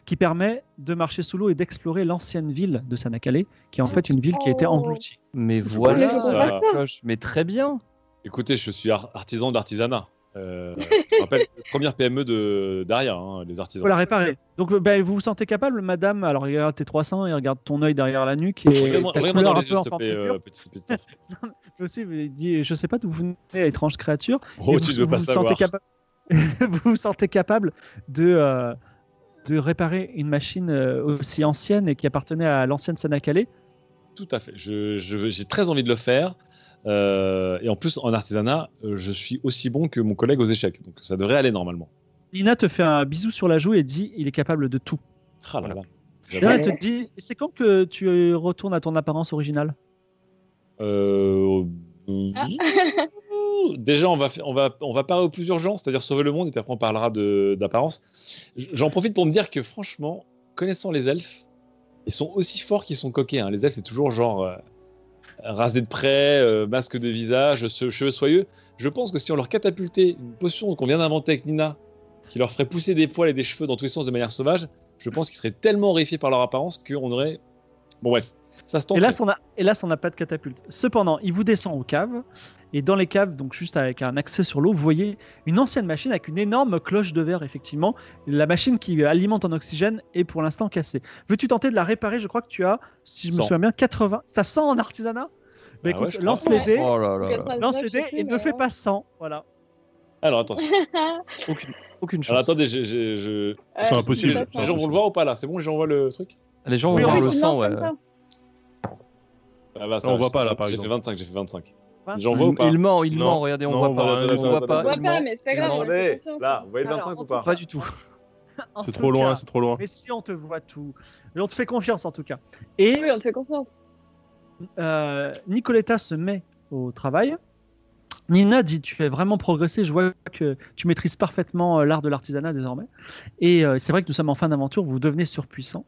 Speaker 1: qui permet de marcher sous l'eau et d'explorer l'ancienne ville de Sanakale, qui est en fait une ville qui a été
Speaker 4: Oh.
Speaker 1: engloutie.
Speaker 3: Mais
Speaker 1: Je
Speaker 3: voilà,
Speaker 4: connais
Speaker 2: ça.
Speaker 3: la cloche. mais très bien.
Speaker 2: Écoutez, je suis ar- artisan d'artisanat. Euh, je rappelle, première PME de Daria, hein, les
Speaker 1: Il
Speaker 2: artisans.
Speaker 1: faut la réparer. Donc euh, ben, vous vous sentez capable, madame Alors il regarde tes 300 et regarde ton œil derrière la nuque et
Speaker 2: Regarde-moi
Speaker 1: ta
Speaker 2: regarde-moi
Speaker 1: couleur
Speaker 2: dans
Speaker 1: un
Speaker 2: les
Speaker 1: peu
Speaker 2: yeux,
Speaker 1: en
Speaker 2: s'il te
Speaker 1: forme
Speaker 2: plaît,
Speaker 1: de
Speaker 2: euh,
Speaker 1: mur.
Speaker 2: petit, petit enfant.
Speaker 1: Je sais, il dit, je sais pas d'où vous venez, étrange créature.
Speaker 2: Oh,
Speaker 1: Et
Speaker 2: tu
Speaker 1: vous-
Speaker 2: ne veux pas
Speaker 1: vous vous
Speaker 2: savoir.
Speaker 1: sentez capa- vous vous sentez capable de, euh, de réparer une machine euh, aussi ancienne et qui appartenait à l'ancienne Sanakale
Speaker 2: Tout à fait. Je- je- J'ai très envie de le faire. Euh, et en plus, en artisanat, euh, je suis aussi bon que mon collègue aux échecs. Donc ça devrait aller normalement.
Speaker 1: Nina te fait un bisou sur la joue et dit il est capable de tout.
Speaker 2: Ah là là.
Speaker 1: Et là,
Speaker 2: J'avais-
Speaker 1: elle te dit c'est quand que tu euh, retournes à ton apparence originale
Speaker 2: Euh, Déjà, on va, fa- on, va, on va parler au plus urgent, c'est-à-dire sauver le monde, et puis après on parlera de- d'apparence. J- J'en profite pour me dire que franchement, connaissant les elfes, ils sont aussi forts qu'ils sont coquets. hein. Les elfes, c'est toujours genre euh, rasé de près, euh, masque de visage, se- cheveux soyeux. Je pense que si on leur catapultait une potion qu'on vient d'inventer avec Nina, qui leur ferait pousser des poils et des cheveux dans tous les sens de manière sauvage, je pense qu'ils seraient tellement horrifiés par leur apparence qu'on aurait. Bon, bref, ça se tente.
Speaker 1: Et là, on a, hélas, on n'a pas de catapulte. Cependant, il vous descend aux caves. Et dans les caves, donc juste avec un accès sur l'eau, vous voyez une ancienne machine avec une énorme cloche de verre, effectivement. La machine qui alimente en oxygène est pour l'instant cassée. Veux-tu tenter de la réparer Je crois que tu as, si je me
Speaker 2: 100.
Speaker 1: souviens bien, 80. Ça sent en artisanat
Speaker 2: Bah
Speaker 1: Bah
Speaker 2: ouais,
Speaker 1: écoute,
Speaker 2: je
Speaker 1: lance
Speaker 4: crois.
Speaker 1: les dés.
Speaker 3: Oh là là.
Speaker 4: Ah,
Speaker 1: Lance les dés et ne
Speaker 4: euh,
Speaker 1: fais pas 100. Voilà.
Speaker 2: Alors attention.
Speaker 3: Aucune, aucune chance.
Speaker 2: Alors attendez, j'ai- j'ai- je.
Speaker 5: C'est
Speaker 2: Les,
Speaker 5: impossible.
Speaker 2: gens-
Speaker 5: c'est
Speaker 2: les gens vont
Speaker 5: impossible.
Speaker 2: le voir ou pas là C'est bon, les gens voient le truc
Speaker 3: Les gens
Speaker 1: Oui,
Speaker 3: vont
Speaker 1: on
Speaker 3: voir le
Speaker 1: se
Speaker 3: sang, ouais.
Speaker 2: Ah bah,
Speaker 5: Non, on voit pas, là, par
Speaker 2: J'ai fait
Speaker 5: exemple.
Speaker 2: 25, j'ai fait 25. J'en
Speaker 3: Il,
Speaker 2: vois ou pas
Speaker 3: il ment, il
Speaker 5: Non.
Speaker 3: ment, regardez, on
Speaker 5: Non,
Speaker 3: voit
Speaker 5: on
Speaker 3: pas.
Speaker 5: voit
Speaker 3: on
Speaker 5: rien,
Speaker 3: voit
Speaker 5: on
Speaker 4: On
Speaker 3: pas.
Speaker 4: voit
Speaker 3: il
Speaker 4: pas,
Speaker 3: ment.
Speaker 4: mais c'est pas grave. on
Speaker 3: Attendez,
Speaker 4: fait confiance.
Speaker 2: Là, vous voyez
Speaker 1: Alors,
Speaker 2: 25
Speaker 1: en
Speaker 2: ou pas
Speaker 3: Pas du tout.
Speaker 1: En
Speaker 5: C'est
Speaker 1: tout
Speaker 5: trop loin,
Speaker 1: cas,
Speaker 5: c'est trop loin.
Speaker 1: Mais si on te voit tout, on te fait confiance en tout cas. Et
Speaker 4: Oui, on te fait confiance.
Speaker 1: euh, Nicoletta se met au travail. Nina dit Tu as vraiment progressé, je vois que tu maîtrises parfaitement euh, l'art de l'artisanat désormais. Et euh, c'est vrai que nous sommes en fin d'aventure, vous devenez surpuissant.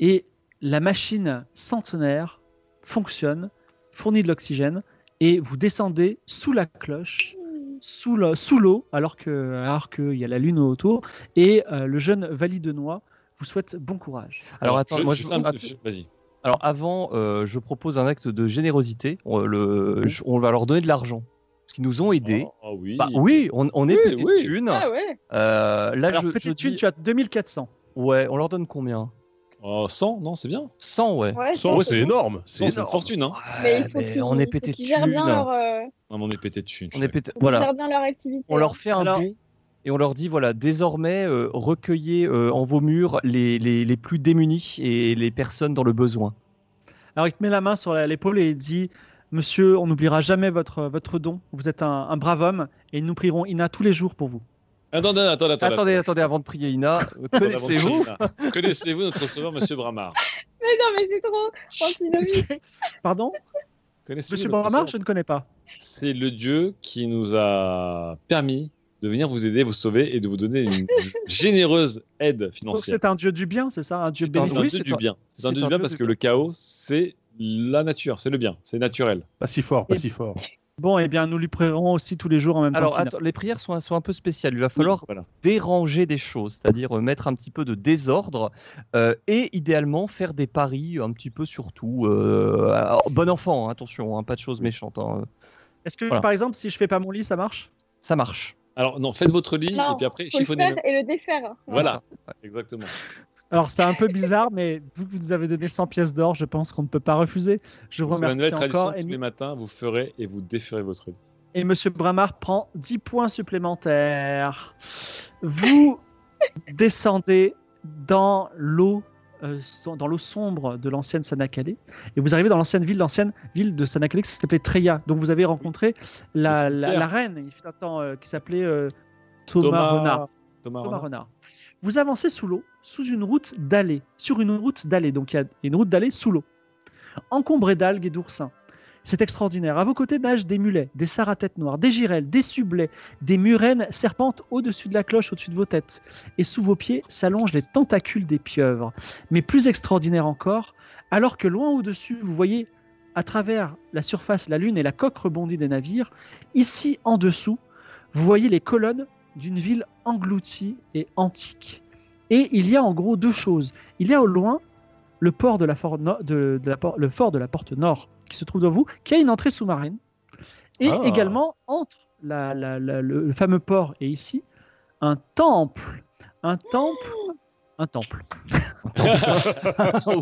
Speaker 1: Et la machine centenaire fonctionne, fournit de l'oxygène, et vous descendez sous la cloche, sous le- sous l'eau, alors que alors qu'il y a la lune autour. Et euh, le jeune Validenois vous souhaite bon courage.
Speaker 3: Alors attends,
Speaker 2: je-
Speaker 3: moi
Speaker 2: je
Speaker 3: je,
Speaker 2: fais un-
Speaker 3: att-
Speaker 2: je- Vas-y.
Speaker 3: alors avant, euh, je propose un acte de générosité. On, le- je- on va leur donner de l'argent parce qu'ils nous ont aidés.
Speaker 2: Ah oui.
Speaker 3: Bah oui, on, on est
Speaker 2: Oui,
Speaker 3: petite
Speaker 2: oui.
Speaker 3: thune.
Speaker 4: Ah ouais.
Speaker 3: Euh, là,
Speaker 1: Alors,
Speaker 3: je, je
Speaker 1: petite
Speaker 3: dis-
Speaker 1: thune, tu as 2400.
Speaker 3: ouais, on leur donne combien
Speaker 2: Oh, 100, non, c'est bien.
Speaker 3: 100, ouais.
Speaker 4: Ouais,
Speaker 5: Cent, ouais, c'est énorme.
Speaker 2: 100, c'est une
Speaker 5: énorme.
Speaker 2: fortune. Hein.
Speaker 4: Mais il faut
Speaker 3: mais
Speaker 4: qu'ils-
Speaker 3: on est
Speaker 4: faut
Speaker 3: pété de
Speaker 4: qu'ils gèrent
Speaker 3: thunes.
Speaker 4: bien leur, euh,
Speaker 2: Non, mais on est pété de thunes. je
Speaker 3: On
Speaker 2: suis
Speaker 3: est pété-
Speaker 4: faut qu'ils
Speaker 3: Voilà,
Speaker 4: gèrent bien leur activité.
Speaker 3: on leur fait un
Speaker 1: Alors-
Speaker 3: don et on leur dit voilà, désormais euh, recueillez euh, en vos murs les, les, les plus démunis et les personnes dans le besoin.
Speaker 1: Alors il te met la main sur la- l'épaule et il dit Monsieur, on n'oubliera jamais votre, votre don. Vous êtes un, un brave homme et nous prierons Ina tous les jours pour vous.
Speaker 2: Attends, attends, attends, attends.
Speaker 3: attendez, attendez, avant de prier Ina, euh,
Speaker 2: attends,
Speaker 3: connaissez-vous
Speaker 2: avant de prier, là. Connaissez-vous notre sauveur, monsieur Bramard
Speaker 4: Mais non, mais c'est trop. Antinomie.
Speaker 1: Pardon
Speaker 2: Connaissez-vous
Speaker 1: Monsieur
Speaker 2: notre
Speaker 1: Bramar, je
Speaker 2: sauveur
Speaker 1: ne connais pas.
Speaker 2: C'est le dieu qui nous a permis de venir vous aider, vous sauver et de vous donner une généreuse aide
Speaker 1: Donc
Speaker 2: financière.
Speaker 1: c'est un dieu du bien, c'est ça Un dieu
Speaker 3: C'est un
Speaker 2: C'est
Speaker 1: béni
Speaker 2: un
Speaker 3: oui,
Speaker 2: dieu
Speaker 3: c'est
Speaker 2: du
Speaker 3: un-
Speaker 2: bien. C'est un
Speaker 3: c'est
Speaker 2: dieu du
Speaker 3: un
Speaker 2: bien
Speaker 3: dieu
Speaker 2: parce
Speaker 3: du
Speaker 2: que le chaos, c'est la nature, c'est le bien, c'est naturel.
Speaker 5: Pas si fort, pas
Speaker 1: Et-
Speaker 5: si fort.
Speaker 1: Bon, eh bien nous lui prierons aussi tous les jours en même
Speaker 3: Alors,
Speaker 1: temps. qu'Ina.
Speaker 3: attends, les prières sont, sont un peu spéciales. Il va falloir
Speaker 2: Voilà.
Speaker 3: déranger des choses, c'est-à-dire euh, mettre un petit peu de désordre euh, et idéalement faire des paris un petit peu sur tout. euh, alors, bon enfant, hein, attention, hein, pas de choses méchantes. hein.
Speaker 1: Est-ce que
Speaker 3: voilà.
Speaker 1: par exemple, si je fais pas mon lit, ça marche
Speaker 3: Ça marche.
Speaker 2: Alors non, faites votre lit
Speaker 4: Non,
Speaker 2: et puis après
Speaker 4: Faut le
Speaker 2: chiffonnez-le.
Speaker 4: faire et le défaire.
Speaker 2: Voilà, exactement.
Speaker 1: Alors c'est un peu bizarre, mais vu que vous nous avez donné 100 pièces d'or, je pense qu'on ne peut pas refuser. Je vous
Speaker 2: C'est la
Speaker 1: remercie
Speaker 2: nouvelle tradition
Speaker 1: encore.
Speaker 2: que
Speaker 1: Et,
Speaker 2: tous les matins, vous ferez et vous déferez votre lit.
Speaker 1: et Monsieur Bramar prend 10 points supplémentaires. Vous descendez dans l'eau euh, som- dans l'eau sombre de l'ancienne Sanakale et vous arrivez dans l'ancienne ville l'ancienne ville de Sanakale qui s'appelait Treya donc vous avez rencontré la,
Speaker 2: Le
Speaker 1: la-
Speaker 2: cimetière.
Speaker 1: la reine il fut un temps, euh, qui s'appelait euh, Thomas, Renard.
Speaker 2: Thomas
Speaker 1: Thomas
Speaker 2: Renard.
Speaker 1: Renard. Vous avancez sous l'eau, sous une route d'allée, sur une route d'allée, donc il y a une route d'allée sous l'eau, encombrée d'algues et d'oursins. C'est extraordinaire. À vos côtés nagent des mulets, des sars à tête noire, des girelles, des sublets, des murènes serpentent au-dessus de la cloche, au-dessus de vos têtes. Et sous vos pieds s'allongent les tentacules des pieuvres. Mais plus extraordinaire encore, alors que loin au-dessus, vous voyez à travers la surface la lune et la coque rebondie des navires, ici en dessous, vous voyez les colonnes d'une ville engloutie et antique. Et il y a en gros deux choses. Il y a au loin le port de la, for- no- de, de la por- le fort de la porte nord qui se trouve devant vous, qui a une entrée sous-marine. Et
Speaker 5: Ah.
Speaker 1: également, entre la- la- la- le, le fameux port et ici, un temple. Un temple. Un temple.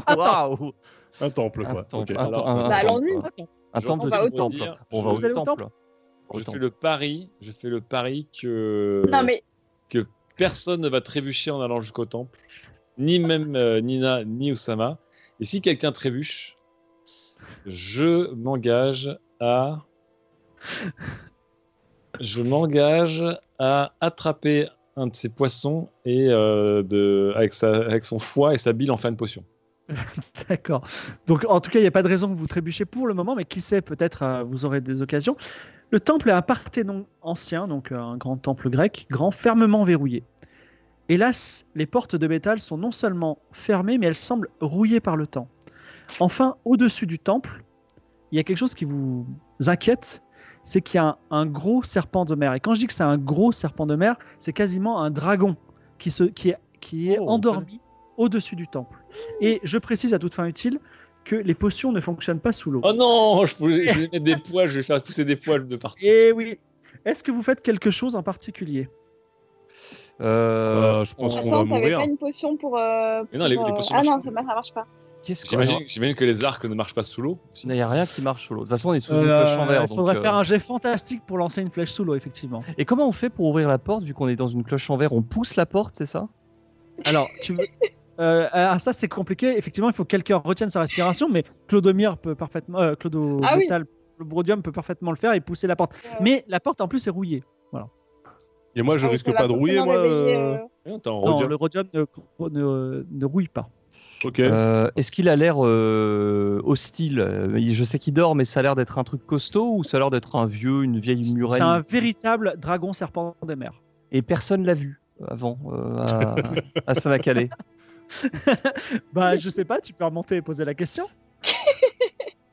Speaker 3: Waouh
Speaker 5: Un temple, quoi.
Speaker 3: Un temple,
Speaker 5: Ok.
Speaker 3: un
Speaker 2: alors-
Speaker 3: temple, un
Speaker 4: Bah,
Speaker 3: temple,
Speaker 4: allons-y.
Speaker 3: quoi.
Speaker 1: Attends.
Speaker 3: Un
Speaker 2: Je-
Speaker 3: temple
Speaker 4: on
Speaker 3: de
Speaker 4: va au
Speaker 3: sous
Speaker 2: temple.
Speaker 3: temple.
Speaker 2: On
Speaker 3: On va
Speaker 2: va
Speaker 3: au
Speaker 1: au temple.
Speaker 3: temple. Au
Speaker 2: Je fais
Speaker 3: temple.
Speaker 2: le pari, je fais le pari que
Speaker 4: Non, mais
Speaker 2: personne ne va trébucher en allant jusqu'au temple, ni même euh, Nina, ni Oussama. Et si quelqu'un trébuche, je m'engage à je m'engage à attraper un de ces poissons et euh, de avec sa avec son foie et sa bile en fin de potion.
Speaker 1: D'accord. Donc, en tout cas, il n'y a pas de raison que vous trébuchiez pour le moment, mais qui sait, peut-être euh, vous aurez des occasions. Le temple est un parthénon ancien, donc euh, un grand temple grec, grand, fermement verrouillé. Hélas, les portes de métal sont non seulement fermées, mais elles semblent rouillées par le temps. Enfin, au-dessus du temple, il y a quelque chose qui vous inquiète, c'est qu'il y a un, un gros serpent de mer. Et quand je dis que c'est un gros serpent de mer, c'est quasiment un dragon qui, se, qui est, qui est
Speaker 3: Oh, on
Speaker 1: endormi au-dessus du temple. Et je précise à toute fin utile que les potions ne fonctionnent pas sous l'eau.
Speaker 2: Oh non, je, pouvais- je vais mettre des poils, je vais faire pousser des poils de partout.
Speaker 1: Et Eh oui. Est-ce que vous faites quelque chose en particulier
Speaker 3: Euh,
Speaker 5: Euh, je pense
Speaker 3: on-
Speaker 5: qu'on va
Speaker 4: attends, t'avais
Speaker 5: mourir.
Speaker 4: pas une potion pour. euh,
Speaker 2: Mais non, les-
Speaker 4: pour,
Speaker 2: les
Speaker 4: euh,
Speaker 2: potions
Speaker 4: Ah non,
Speaker 2: marchent.
Speaker 4: ça, mar- ça marche pas.
Speaker 3: Qu'est-ce que.
Speaker 2: J'imagine j'imagine que les arcs ne marchent pas sous l'eau.
Speaker 3: Il n'y a rien qui marche sur l'autre. De toute façon, on est sous une
Speaker 1: Euh,
Speaker 3: cloche en verre.
Speaker 1: Il faudrait
Speaker 3: donc, euh,
Speaker 1: faire un jet fantastique pour lancer une flèche sous l'eau, effectivement.
Speaker 3: Et comment on fait pour ouvrir la porte vu qu'on est dans une cloche en verre On pousse la porte, c'est ça
Speaker 1: Alors, tu veux. Euh, ah, ça c'est compliqué. Effectivement, il faut que quelqu'un retienne sa respiration, mais Clodomir peut parfaitement, euh, Clodo
Speaker 4: Ah oui.
Speaker 1: Métal, le Brodium peut parfaitement le faire et pousser la porte.
Speaker 4: Euh,
Speaker 1: Mais la porte en plus est rouillée.
Speaker 5: Et moi, je
Speaker 4: ah, ça
Speaker 5: risque
Speaker 4: va
Speaker 5: pas de rouiller,
Speaker 4: forcément
Speaker 5: moi.
Speaker 4: réveiller,
Speaker 5: euh,
Speaker 4: euh,
Speaker 2: Ouais, t'as un
Speaker 1: Non,
Speaker 2: Rhodium.
Speaker 1: le rhodium ne, ne- ne rouille pas.
Speaker 5: Ok.
Speaker 2: Ah,
Speaker 3: Euh, Est-ce qu'il a l'air euh, hostile Euh, il- Je sais qu'il dort, mais ça a l'air d'être un truc costaud ou ça a l'air d'être un vieux, une vieille muraille
Speaker 1: C'est un véritable dragon serpent des mers.
Speaker 3: Et personne l'a vu avant euh, à, à Sanacalé.
Speaker 1: Bah, je sais pas, tu peux remonter et poser la question.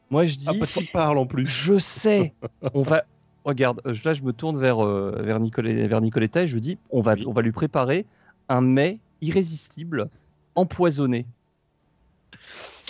Speaker 3: Moi, je
Speaker 5: Ah,
Speaker 3: dis,
Speaker 5: parce qu'il parle en plus.
Speaker 3: je sais. On va. Regarde, euh, là, je me tourne vers euh, vers, Nicolet- vers Nicoletta et je lui dis, on va
Speaker 2: Oui.
Speaker 3: on va lui préparer un mets irrésistible, empoisonné.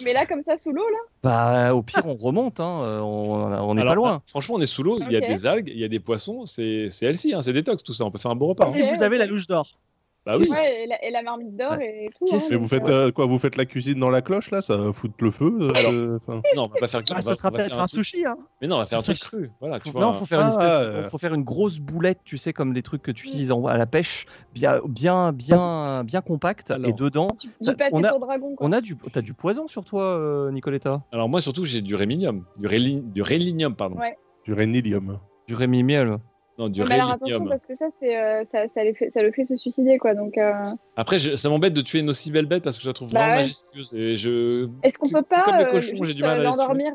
Speaker 4: Mais là, comme ça, sous l'eau, là.
Speaker 3: Bah, au pire, on remonte. Hein. euh, On on n'est
Speaker 2: Alors, bah,
Speaker 3: pas loin.
Speaker 2: Franchement, on est sous l'eau, il y a
Speaker 4: Ok.
Speaker 2: des algues, il y a des poissons, c'est c'est healthy, hein, c'est détox tout ça, on peut faire un bon repas. hein.
Speaker 4: Ok.
Speaker 1: Et vous avez la louche d'or.
Speaker 3: Ah
Speaker 2: Bah oui,
Speaker 4: Ouais, et la, et la marmite d'or et tout.
Speaker 1: Qu'est-ce
Speaker 4: hein,
Speaker 5: Et vous
Speaker 4: donc,
Speaker 5: faites
Speaker 4: euh,
Speaker 5: euh, quoi Vous faites la cuisine dans la cloche là Ça va foutre le feu euh,
Speaker 2: Alors,
Speaker 5: euh, enfin,
Speaker 2: non, on va pas faire on
Speaker 1: Ah,
Speaker 2: va-
Speaker 1: ça sera
Speaker 2: on va faire
Speaker 1: peut-être
Speaker 2: un
Speaker 1: un
Speaker 2: truc-
Speaker 1: sushi. Hein.
Speaker 2: Mais non, on va faire un
Speaker 1: Ça
Speaker 2: truc cru. Voilà, tu
Speaker 3: Faut-
Speaker 2: vois.
Speaker 3: non,
Speaker 2: un-
Speaker 3: faut faire, une
Speaker 5: Ah,
Speaker 3: espèce-
Speaker 5: euh.
Speaker 3: faut faire une grosse boulette, tu sais, comme les trucs que tu utilises en- à la pêche, bien, bien, bien, bien compact.
Speaker 2: Alors.
Speaker 3: Et dedans,
Speaker 4: Du pâté
Speaker 3: on a-
Speaker 4: pour dragon, quoi.
Speaker 3: on a du, t'as du poison sur toi, euh, Nicoletta.
Speaker 2: Alors moi surtout, j'ai du réminium, du, réli- du rélinium pardon.
Speaker 4: Ouais.
Speaker 5: du rénilium.
Speaker 3: Du Rémi Miel.
Speaker 2: Non, du
Speaker 4: Ouais, mais alors attention,
Speaker 2: rélinium.
Speaker 4: parce que ça, c'est, euh, ça, ça, les fait- ça le fait se suicider, quoi. Donc, euh,
Speaker 2: Après, je- ça m'embête de tuer une aussi belle bête parce que je la trouve
Speaker 4: Bah
Speaker 2: vraiment
Speaker 4: ouais.
Speaker 2: majestueuse et je.
Speaker 4: est-ce qu'on
Speaker 2: C'est-
Speaker 4: peut
Speaker 2: c'est
Speaker 4: pas
Speaker 2: comme les
Speaker 4: euh,
Speaker 2: cochons, j'ai
Speaker 4: juste,
Speaker 2: du mal à
Speaker 4: euh,
Speaker 2: les tuer.
Speaker 4: l'endormir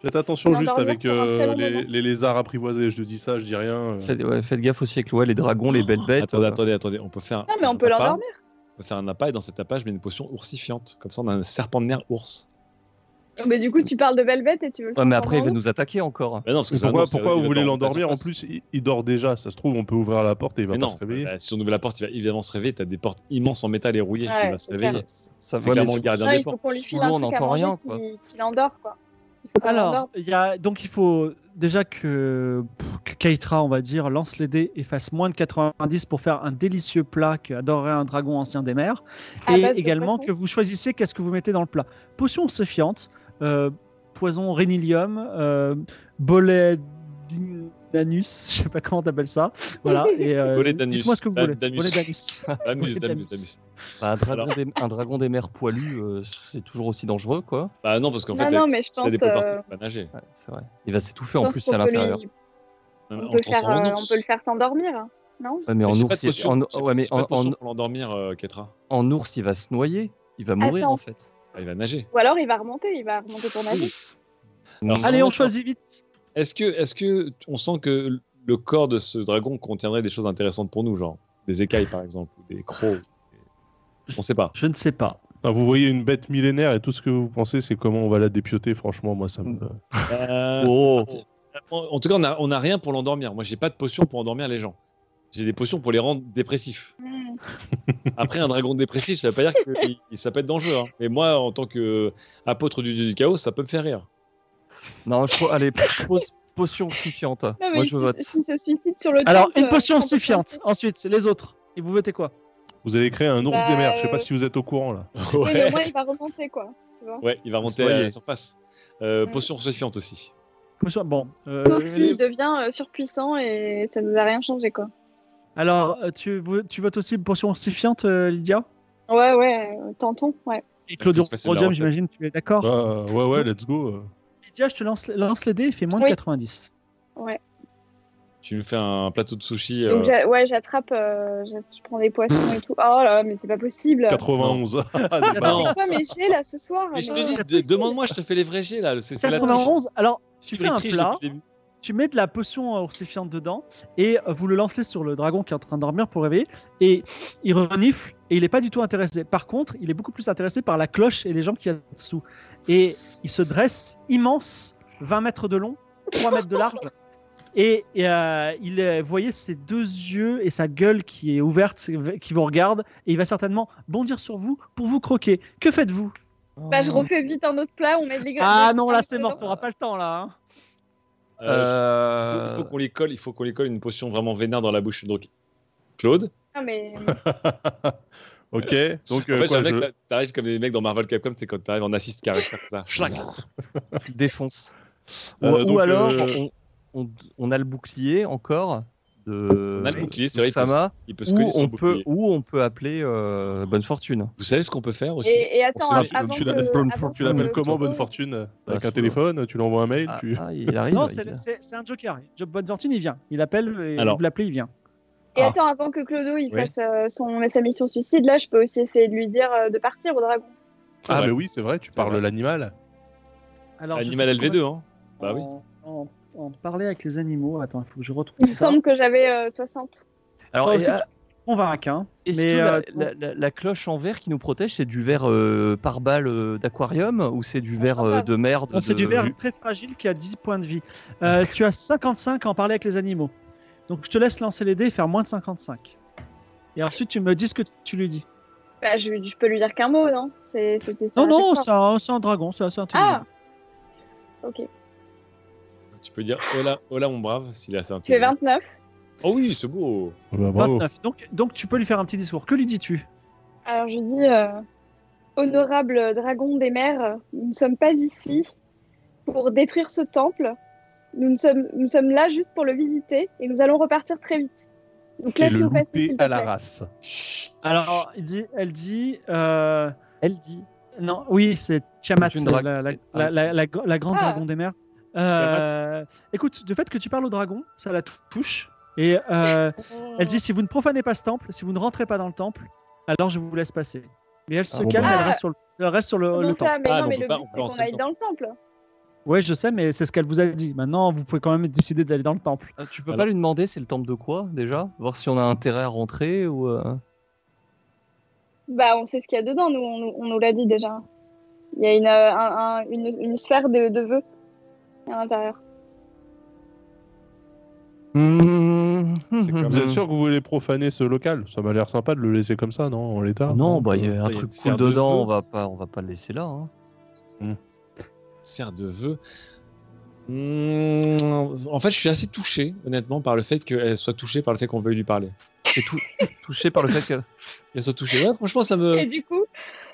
Speaker 5: Faites attention
Speaker 4: On va
Speaker 5: juste
Speaker 4: dormir
Speaker 5: avec
Speaker 4: pour un
Speaker 5: euh,
Speaker 4: très long
Speaker 5: les,
Speaker 4: moment.
Speaker 5: les lézards apprivoisés. Je te dis ça, je dis rien. euh.
Speaker 3: Faites, ouais, faites gaffe aussi avec ouais, les dragons, les belles bêtes.
Speaker 2: Attendez, attendez, attendez, on peut faire.
Speaker 4: Non, mais on
Speaker 2: un
Speaker 4: peut
Speaker 2: appât.
Speaker 4: l'endormir.
Speaker 2: On peut faire un appât et dans cet appât, je mets une potion oursifiante. Comme ça, on a un serpent de nerf ours.
Speaker 4: Mais du coup, tu parles de Velvet et tu veux le
Speaker 3: Ouais, mais
Speaker 4: faire
Speaker 3: après, il va
Speaker 4: prendre en
Speaker 3: nous attaquer encore.
Speaker 2: Bah non, parce que c'est un
Speaker 5: Pourquoi,
Speaker 2: ours,
Speaker 5: Euh, pourquoi
Speaker 2: il va-
Speaker 5: vous
Speaker 2: il va
Speaker 5: voulez
Speaker 2: dormir
Speaker 5: l'endormir
Speaker 2: dans
Speaker 5: En
Speaker 2: sa
Speaker 5: plus, il, il dort déjà. Ça se trouve, on peut ouvrir la porte et il va
Speaker 2: Mais
Speaker 5: pas
Speaker 2: non,
Speaker 5: se réveiller.
Speaker 2: bah, si on ouvre la porte, il va évidemment se réveiller. T'as des portes immenses en métal et rouillées.
Speaker 4: Ouais,
Speaker 2: il va se
Speaker 4: c'est
Speaker 2: réveiller.
Speaker 3: Ça
Speaker 2: C'est
Speaker 3: ouais, mais
Speaker 2: clairement
Speaker 3: sous-
Speaker 2: le gardien
Speaker 4: Non,
Speaker 2: des
Speaker 4: il faut
Speaker 2: portes.
Speaker 4: qu'on lui
Speaker 3: Sous
Speaker 4: file un
Speaker 3: l'eau, on
Speaker 4: truc à
Speaker 3: n'entend
Speaker 4: manger
Speaker 3: rien,
Speaker 4: qui-
Speaker 3: quoi.
Speaker 4: qui l'endort, quoi. Il faut qu'on l'endorme.
Speaker 1: Alors, il y a, donc il faut déjà que, pff, que Keitra, on va dire, lance les dés et fasse moins de 90 pour faire un délicieux plat qu'adorerait un dragon ancien des mers.
Speaker 4: À
Speaker 1: et
Speaker 4: base de
Speaker 1: également
Speaker 4: poisson.
Speaker 1: que vous choisissez qu'est-ce que vous mettez dans le plat. Potion ossifiante, euh, poison rénilium, euh, bolet d'anus, je sais pas comment t'appelles ça. Voilà. Et, euh,
Speaker 2: Bolet d'anus.
Speaker 1: Dites-moi ce que vous
Speaker 2: Dan-
Speaker 1: voulez.
Speaker 2: d'anus.
Speaker 1: Bolet d'anus.
Speaker 2: Amuse,
Speaker 1: Oui,
Speaker 2: amuse,
Speaker 1: Damus.
Speaker 2: amuse.
Speaker 3: Bah, un, dragon
Speaker 2: Alors.
Speaker 3: des, un dragon des mers poilu, euh, c'est toujours aussi dangereux, quoi.
Speaker 2: Bah non, parce qu'en
Speaker 4: Non,
Speaker 2: fait,
Speaker 4: non,
Speaker 2: avec-
Speaker 4: mais je
Speaker 2: si t'as
Speaker 4: pense,
Speaker 2: des poils partout,
Speaker 4: euh,
Speaker 2: tu peux pas nager.
Speaker 3: Ouais, c'est vrai. Il va s'étouffer en
Speaker 4: Je pense
Speaker 3: plus
Speaker 4: qu'on
Speaker 3: à
Speaker 4: peut lui-
Speaker 3: l'intérieur.
Speaker 4: On
Speaker 2: En
Speaker 4: peut, faire,
Speaker 2: transformant en
Speaker 4: euh,
Speaker 2: ours.
Speaker 4: on peut le faire s'endormir. hein. Non
Speaker 3: Ouais, mais en
Speaker 2: Mais j'ai pas de
Speaker 3: ours, il-
Speaker 2: potion,
Speaker 3: en-
Speaker 2: j'ai
Speaker 3: ouais,
Speaker 2: pas-
Speaker 3: mais
Speaker 2: j'ai pas de
Speaker 3: en- en-
Speaker 2: potion pour l'endormir, euh, Ketra.
Speaker 3: en ours, il va se noyer. Il va mourir,
Speaker 4: Attends.
Speaker 3: en fait.
Speaker 2: Ah, Il va nager.
Speaker 4: Ou alors il va remonter, il va remonter pour nager.
Speaker 2: Alors,
Speaker 1: Allez, on choisit vite.
Speaker 2: Est-ce que, est-ce que t- on sent que le corps de ce dragon contiendrait des choses intéressantes pour nous, genre des écailles par exemple, ou des crocs On sait pas.
Speaker 1: Je ne sais pas.
Speaker 5: Non, vous voyez une bête millénaire et tout ce que vous pensez, c'est comment on va la dépioter. Franchement, moi, ça me.
Speaker 2: Mm. Euh,
Speaker 3: Oh.
Speaker 2: En, en tout cas, on a, on a rien pour l'endormir. Moi, j'ai pas de potion pour endormir les gens. J'ai des potions pour les rendre dépressifs.
Speaker 4: Hmm.
Speaker 2: Après, un dragon dépressif, ça veut pas dire que il- il- ça peut être dangereux. hein. Mais moi, en tant que euh, apôtre du dieu du chaos, ça peut me faire rire.
Speaker 3: Non, je, allez, po- potion ossifiante.
Speaker 4: Non, mais
Speaker 3: Moi,
Speaker 4: il
Speaker 3: je
Speaker 4: se-
Speaker 3: vote.
Speaker 4: s'il se suicide sur le
Speaker 1: Alors,
Speaker 4: truc,
Speaker 1: une
Speaker 4: euh,
Speaker 1: potion
Speaker 4: on peut
Speaker 1: ossifiante. Ensuite, les autres. Et vous votez quoi
Speaker 5: Vous allez créer un ours
Speaker 4: Bah,
Speaker 5: des mers. Je sais
Speaker 4: euh,
Speaker 5: pas si vous êtes au courant là.
Speaker 4: faire- Oui, mais au
Speaker 2: Ouais.
Speaker 4: moins il va remonter quoi.
Speaker 2: Ouais, il va monter à
Speaker 3: Soyez.
Speaker 2: la surface. Euh,
Speaker 4: Mm.
Speaker 2: potion suffisante aussi.
Speaker 1: Potion- Bon. euh,
Speaker 4: Sauf s'il devient euh, surpuissant et ça nous a rien changé quoi.
Speaker 1: Alors, euh, tu, vo- tu votes aussi potion ossifiante, euh, Lydia
Speaker 4: Ouais ouais, euh, tentons. Ouais.
Speaker 1: Et Claudio
Speaker 2: Parce que c'est de la
Speaker 1: Rodium,
Speaker 2: recette.
Speaker 1: j'imagine, tu es d'accord
Speaker 4: euh,
Speaker 5: Bah, ouais, ouais, let's go.
Speaker 1: Lydia, je te lance, lance les dés et fais moins de
Speaker 4: Oui.
Speaker 1: 90.
Speaker 2: Tu nous fais un plateau de sushi. euh,
Speaker 4: Donc j'a- ouais, j'attrape, euh, j'a- je prends des poissons et tout. Oh là, mais c'est pas possible.
Speaker 5: 91. Ah, des
Speaker 1: Non.
Speaker 5: barres.
Speaker 4: C'est quoi mes jets là ce soir
Speaker 2: Mais je
Speaker 4: mais-
Speaker 2: te dis, de- demande-moi, je te fais les vrais jets là. C'est c'est la triche.
Speaker 1: 91, alors
Speaker 2: Tu
Speaker 1: fais un plat. tu mets de la potion oursifiante dedans et euh, vous le lancez sur le dragon qui est en train de dormir pour réveiller et il renifle et il n'est pas du tout intéressé. Par contre, il est beaucoup plus intéressé par la cloche et les jambes qu'il y a dessous. Et il se dresse immense, 20 mètres de long, 3 mètres de large. Et, et, euh, il euh, vous voyez ses deux yeux et sa gueule qui est ouverte, qui vous regarde, et il va certainement bondir sur vous pour vous croquer. Que faites-vous
Speaker 4: Bah
Speaker 3: Euh,
Speaker 4: je refais vite un autre plat, on met des
Speaker 1: Ah
Speaker 4: graines-
Speaker 1: non, là
Speaker 4: des
Speaker 1: c'est
Speaker 4: graines
Speaker 1: mort, t'auras pas le temps là. hein.
Speaker 2: Il faut,
Speaker 3: Euh,
Speaker 2: il faut qu'on les colle. Il faut qu'on les colle une potion vraiment vénère dans la bouche. Donc Claude.
Speaker 4: dedans. Non, mais
Speaker 5: ok. Donc,
Speaker 2: en
Speaker 5: euh,
Speaker 2: fait,
Speaker 5: quoi,
Speaker 2: le mec,
Speaker 5: je-
Speaker 2: là, t'arrives comme des mecs dans Marvel Capcom. C'est quand t'arrives en assist caractère comme ça. Schlac.
Speaker 3: tu le défonces. Ou,
Speaker 5: Euh,
Speaker 3: ou
Speaker 5: donc,
Speaker 3: alors,
Speaker 5: euh,
Speaker 3: on, on- on a le bouclier encore de
Speaker 2: On a le bouclier, c'est
Speaker 3: de
Speaker 2: vrai, il peut
Speaker 3: Sama,
Speaker 2: Il peut se coller
Speaker 3: ou
Speaker 2: sur le
Speaker 3: on, peut,
Speaker 2: bouclier.
Speaker 3: ou on peut appeler euh, Bonne Fortune.
Speaker 2: Vous savez ce qu'on peut faire aussi
Speaker 4: et, et attends,
Speaker 2: On
Speaker 4: av-
Speaker 2: sait-
Speaker 4: avant
Speaker 5: tu
Speaker 4: que-
Speaker 5: l'a-
Speaker 4: avant
Speaker 5: tu
Speaker 4: que-
Speaker 5: l'appelles comment
Speaker 4: que-
Speaker 5: Bonne Fortune euh, Avec
Speaker 3: sous
Speaker 5: un
Speaker 3: le-
Speaker 5: téléphone Tu l'envoies un mail
Speaker 3: Ah,
Speaker 5: tu...
Speaker 3: ah, il arrive.
Speaker 1: Non,
Speaker 3: il-
Speaker 1: c'est c'est- c'est un joker. Job Bonne Fortune, il vient. Il appelle, et
Speaker 2: Alors.
Speaker 1: vous l'appelez, il vient.
Speaker 4: Et
Speaker 5: Ah.
Speaker 4: attends, avant que Clodo il
Speaker 2: Oui.
Speaker 4: fasse euh, son, sa mission suicide, là, je peux aussi essayer de lui dire euh, de partir au dragon.
Speaker 2: C'est
Speaker 5: Ah,
Speaker 2: vrai.
Speaker 5: mais oui, c'est vrai, tu parles
Speaker 2: vrai.
Speaker 5: l'animal.
Speaker 1: Alors, je
Speaker 2: Animal
Speaker 1: sais pas
Speaker 2: LV2, hein. Bah oui.
Speaker 1: comment on- on- on parlait avec les animaux. Attends, il faut que je retrouve
Speaker 4: Il me
Speaker 1: ça.
Speaker 4: semble que j'avais euh, 60.
Speaker 3: Alors,
Speaker 1: Ça
Speaker 3: et,
Speaker 1: aussi,
Speaker 3: ah,
Speaker 1: On va à qu'un.
Speaker 3: est-ce
Speaker 1: mais,
Speaker 3: que la,
Speaker 1: euh,
Speaker 3: la- la- la cloche en verre qui nous protège, c'est du verre euh, par balle euh, d'aquarium ou c'est du verre euh, de merde
Speaker 1: Non, Ah, C'est
Speaker 3: de-
Speaker 1: du verre très fragile qui a 10 points de vie. Euh, tu as 55 à en parler avec les animaux. Donc je te laisse lancer les dés et faire moins de 55. Et ensuite tu me dis ce que tu lui dis.
Speaker 4: Bah, je, je peux lui dire qu'un mot, non C'est- C'était ça.
Speaker 1: Non,
Speaker 4: à
Speaker 1: non,
Speaker 4: chaque
Speaker 1: c'est
Speaker 4: fois.
Speaker 1: un, c'est un dragon, c'est assez intelligent.
Speaker 4: Ah Ok.
Speaker 1: Oh.
Speaker 2: Tu peux dire hola, hola mon brave, s'il est assez
Speaker 4: Tu es
Speaker 2: intelligent.
Speaker 4: 29.
Speaker 2: Oh oui, c'est beau.
Speaker 5: Ah bah, bravo.
Speaker 1: 29. Donc, donc tu peux lui faire un petit discours. Que lui dis-tu
Speaker 4: Alors je dis, euh, honorable dragon des mers, nous ne sommes pas ici pour détruire ce temple. Nous, ne sommes, nous sommes là juste pour le visiter et nous allons repartir très vite. Donc
Speaker 5: Et le
Speaker 4: laisse-nous passer,
Speaker 5: louper
Speaker 4: s'il te
Speaker 5: à la
Speaker 4: plaît.
Speaker 5: race.
Speaker 1: Alors il dit, elle dit... euh,
Speaker 3: Elle dit.
Speaker 1: Non, oui, c'est Tiamat,
Speaker 3: C'est une
Speaker 1: c'est la,
Speaker 3: drague,
Speaker 1: la-
Speaker 3: c'est-
Speaker 1: la-
Speaker 3: ah,
Speaker 1: la- la- la grande
Speaker 4: Ah.
Speaker 1: dragon des mers. Euh, écoute, du fait que tu parles au dragon, ça la tou- touche. Et euh, elle dit si vous ne profanez pas ce temple, si vous ne rentrez pas dans le temple, alors je vous laisse passer. Mais elle se
Speaker 5: Ah, bon,
Speaker 1: calme,
Speaker 5: bah.
Speaker 1: elle reste sur le, elle reste sur le,
Speaker 4: Non,
Speaker 1: oh, le
Speaker 4: ça,
Speaker 1: temple.
Speaker 4: mais
Speaker 2: Ah,
Speaker 4: non,
Speaker 2: non,
Speaker 4: mais
Speaker 2: on
Speaker 4: le
Speaker 2: peut pas-
Speaker 4: but,
Speaker 2: on peut
Speaker 4: c'est qu'on
Speaker 2: lancer le
Speaker 4: aille dans le temple.
Speaker 1: Ouais, je sais, mais c'est ce qu'elle vous a dit. Maintenant, vous pouvez quand même décider d'aller dans le temple.
Speaker 3: Ah, tu peux
Speaker 2: Alors-
Speaker 3: pas lui demander c'est le temple de quoi déjà Voir si on a intérêt à rentrer ou. euh,
Speaker 4: Bah, on sait ce qu'il y a dedans, nous, on, on nous l'a dit déjà. Il y a une, euh, un- un- une, une sphère de, de vœux à l'intérieur.
Speaker 2: C'est quand même-
Speaker 5: Vous êtes sûr que vous voulez profaner ce local Ça m'a l'air sympa de le laisser comme ça, non En l'état
Speaker 3: Non, bah il y a un
Speaker 2: Attends, il y a
Speaker 3: truc
Speaker 2: une
Speaker 3: cool
Speaker 2: sphère de
Speaker 3: dedans,
Speaker 2: feu.
Speaker 3: on va pas, on va pas le laisser là. hein.
Speaker 2: Sphère de vœux. Mmh, en fait, je suis assez touché, honnêtement, par le fait qu'elle soit touchée par le fait qu'on veuille lui parler.
Speaker 3: Et tout, touché par le fait que.
Speaker 2: Elle soit touchée. Ouais, franchement, ça
Speaker 4: Et
Speaker 2: me.
Speaker 4: du coup,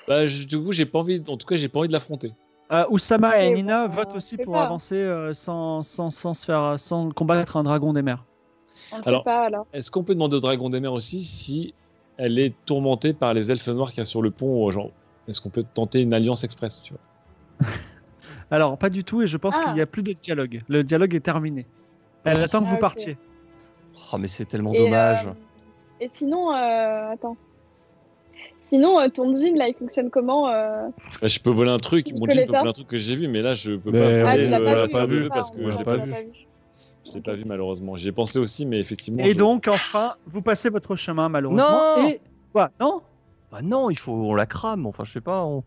Speaker 2: Bah, je- du coup, j'ai pas envie. En tout cas, j'ai pas envie de l'affronter.
Speaker 1: Euh, Oussama et
Speaker 4: Ok,
Speaker 1: Nina
Speaker 4: bon,
Speaker 1: votent
Speaker 4: on
Speaker 1: aussi
Speaker 4: fait
Speaker 1: pour
Speaker 4: pas.
Speaker 1: avancer euh, sans, sans, sans se faire, sans combattre un dragon des mers.
Speaker 4: on ne
Speaker 2: Alors-
Speaker 4: sait pas alors.
Speaker 2: Est-ce qu'on peut demander au dragon des mers aussi si elle est tourmentée par les elfes noirs qu'il y a sur le pont euh, genre, Est-ce qu'on peut tenter une alliance express tu vois
Speaker 1: Alors, pas du tout, et je pense
Speaker 4: Ah.
Speaker 1: qu'il n'y a plus de dialogue. Le dialogue est terminé. Elle attend que
Speaker 4: Ah,
Speaker 1: vous
Speaker 4: ok.
Speaker 1: partiez.
Speaker 3: Oh, mais c'est tellement
Speaker 4: Et,
Speaker 3: dommage.
Speaker 4: euh, et sinon, euh, attends. Sinon, euh, ton jean, là, il fonctionne comment euh,
Speaker 2: Bah, Je peux voler un truc.
Speaker 4: Tu
Speaker 2: Mon
Speaker 4: peux
Speaker 2: jean
Speaker 4: les
Speaker 2: peut voler
Speaker 4: faire
Speaker 2: un truc que j'ai vu, mais là, je peux
Speaker 5: Mais
Speaker 2: Eh euh, pas.
Speaker 5: on
Speaker 4: Ah,
Speaker 2: voler
Speaker 4: tu l'as
Speaker 2: le-
Speaker 4: pas
Speaker 2: la
Speaker 4: vu,
Speaker 2: sphère de
Speaker 4: on
Speaker 2: vœux
Speaker 4: l'a pas,
Speaker 2: parce
Speaker 4: on
Speaker 2: que je
Speaker 4: l'a
Speaker 2: l'ai
Speaker 4: pas
Speaker 2: pas
Speaker 5: vu.
Speaker 2: vu.
Speaker 4: vu.
Speaker 2: Je l'ai pas vu malheureusement. J'y ai pensé aussi, mais effectivement.
Speaker 1: Et
Speaker 2: je-
Speaker 1: donc, enfin, vous passez votre chemin, malheureusement.
Speaker 3: Non
Speaker 1: et quoi Non
Speaker 3: Bah non, il faut, on la crame. Enfin, je sais pas. on-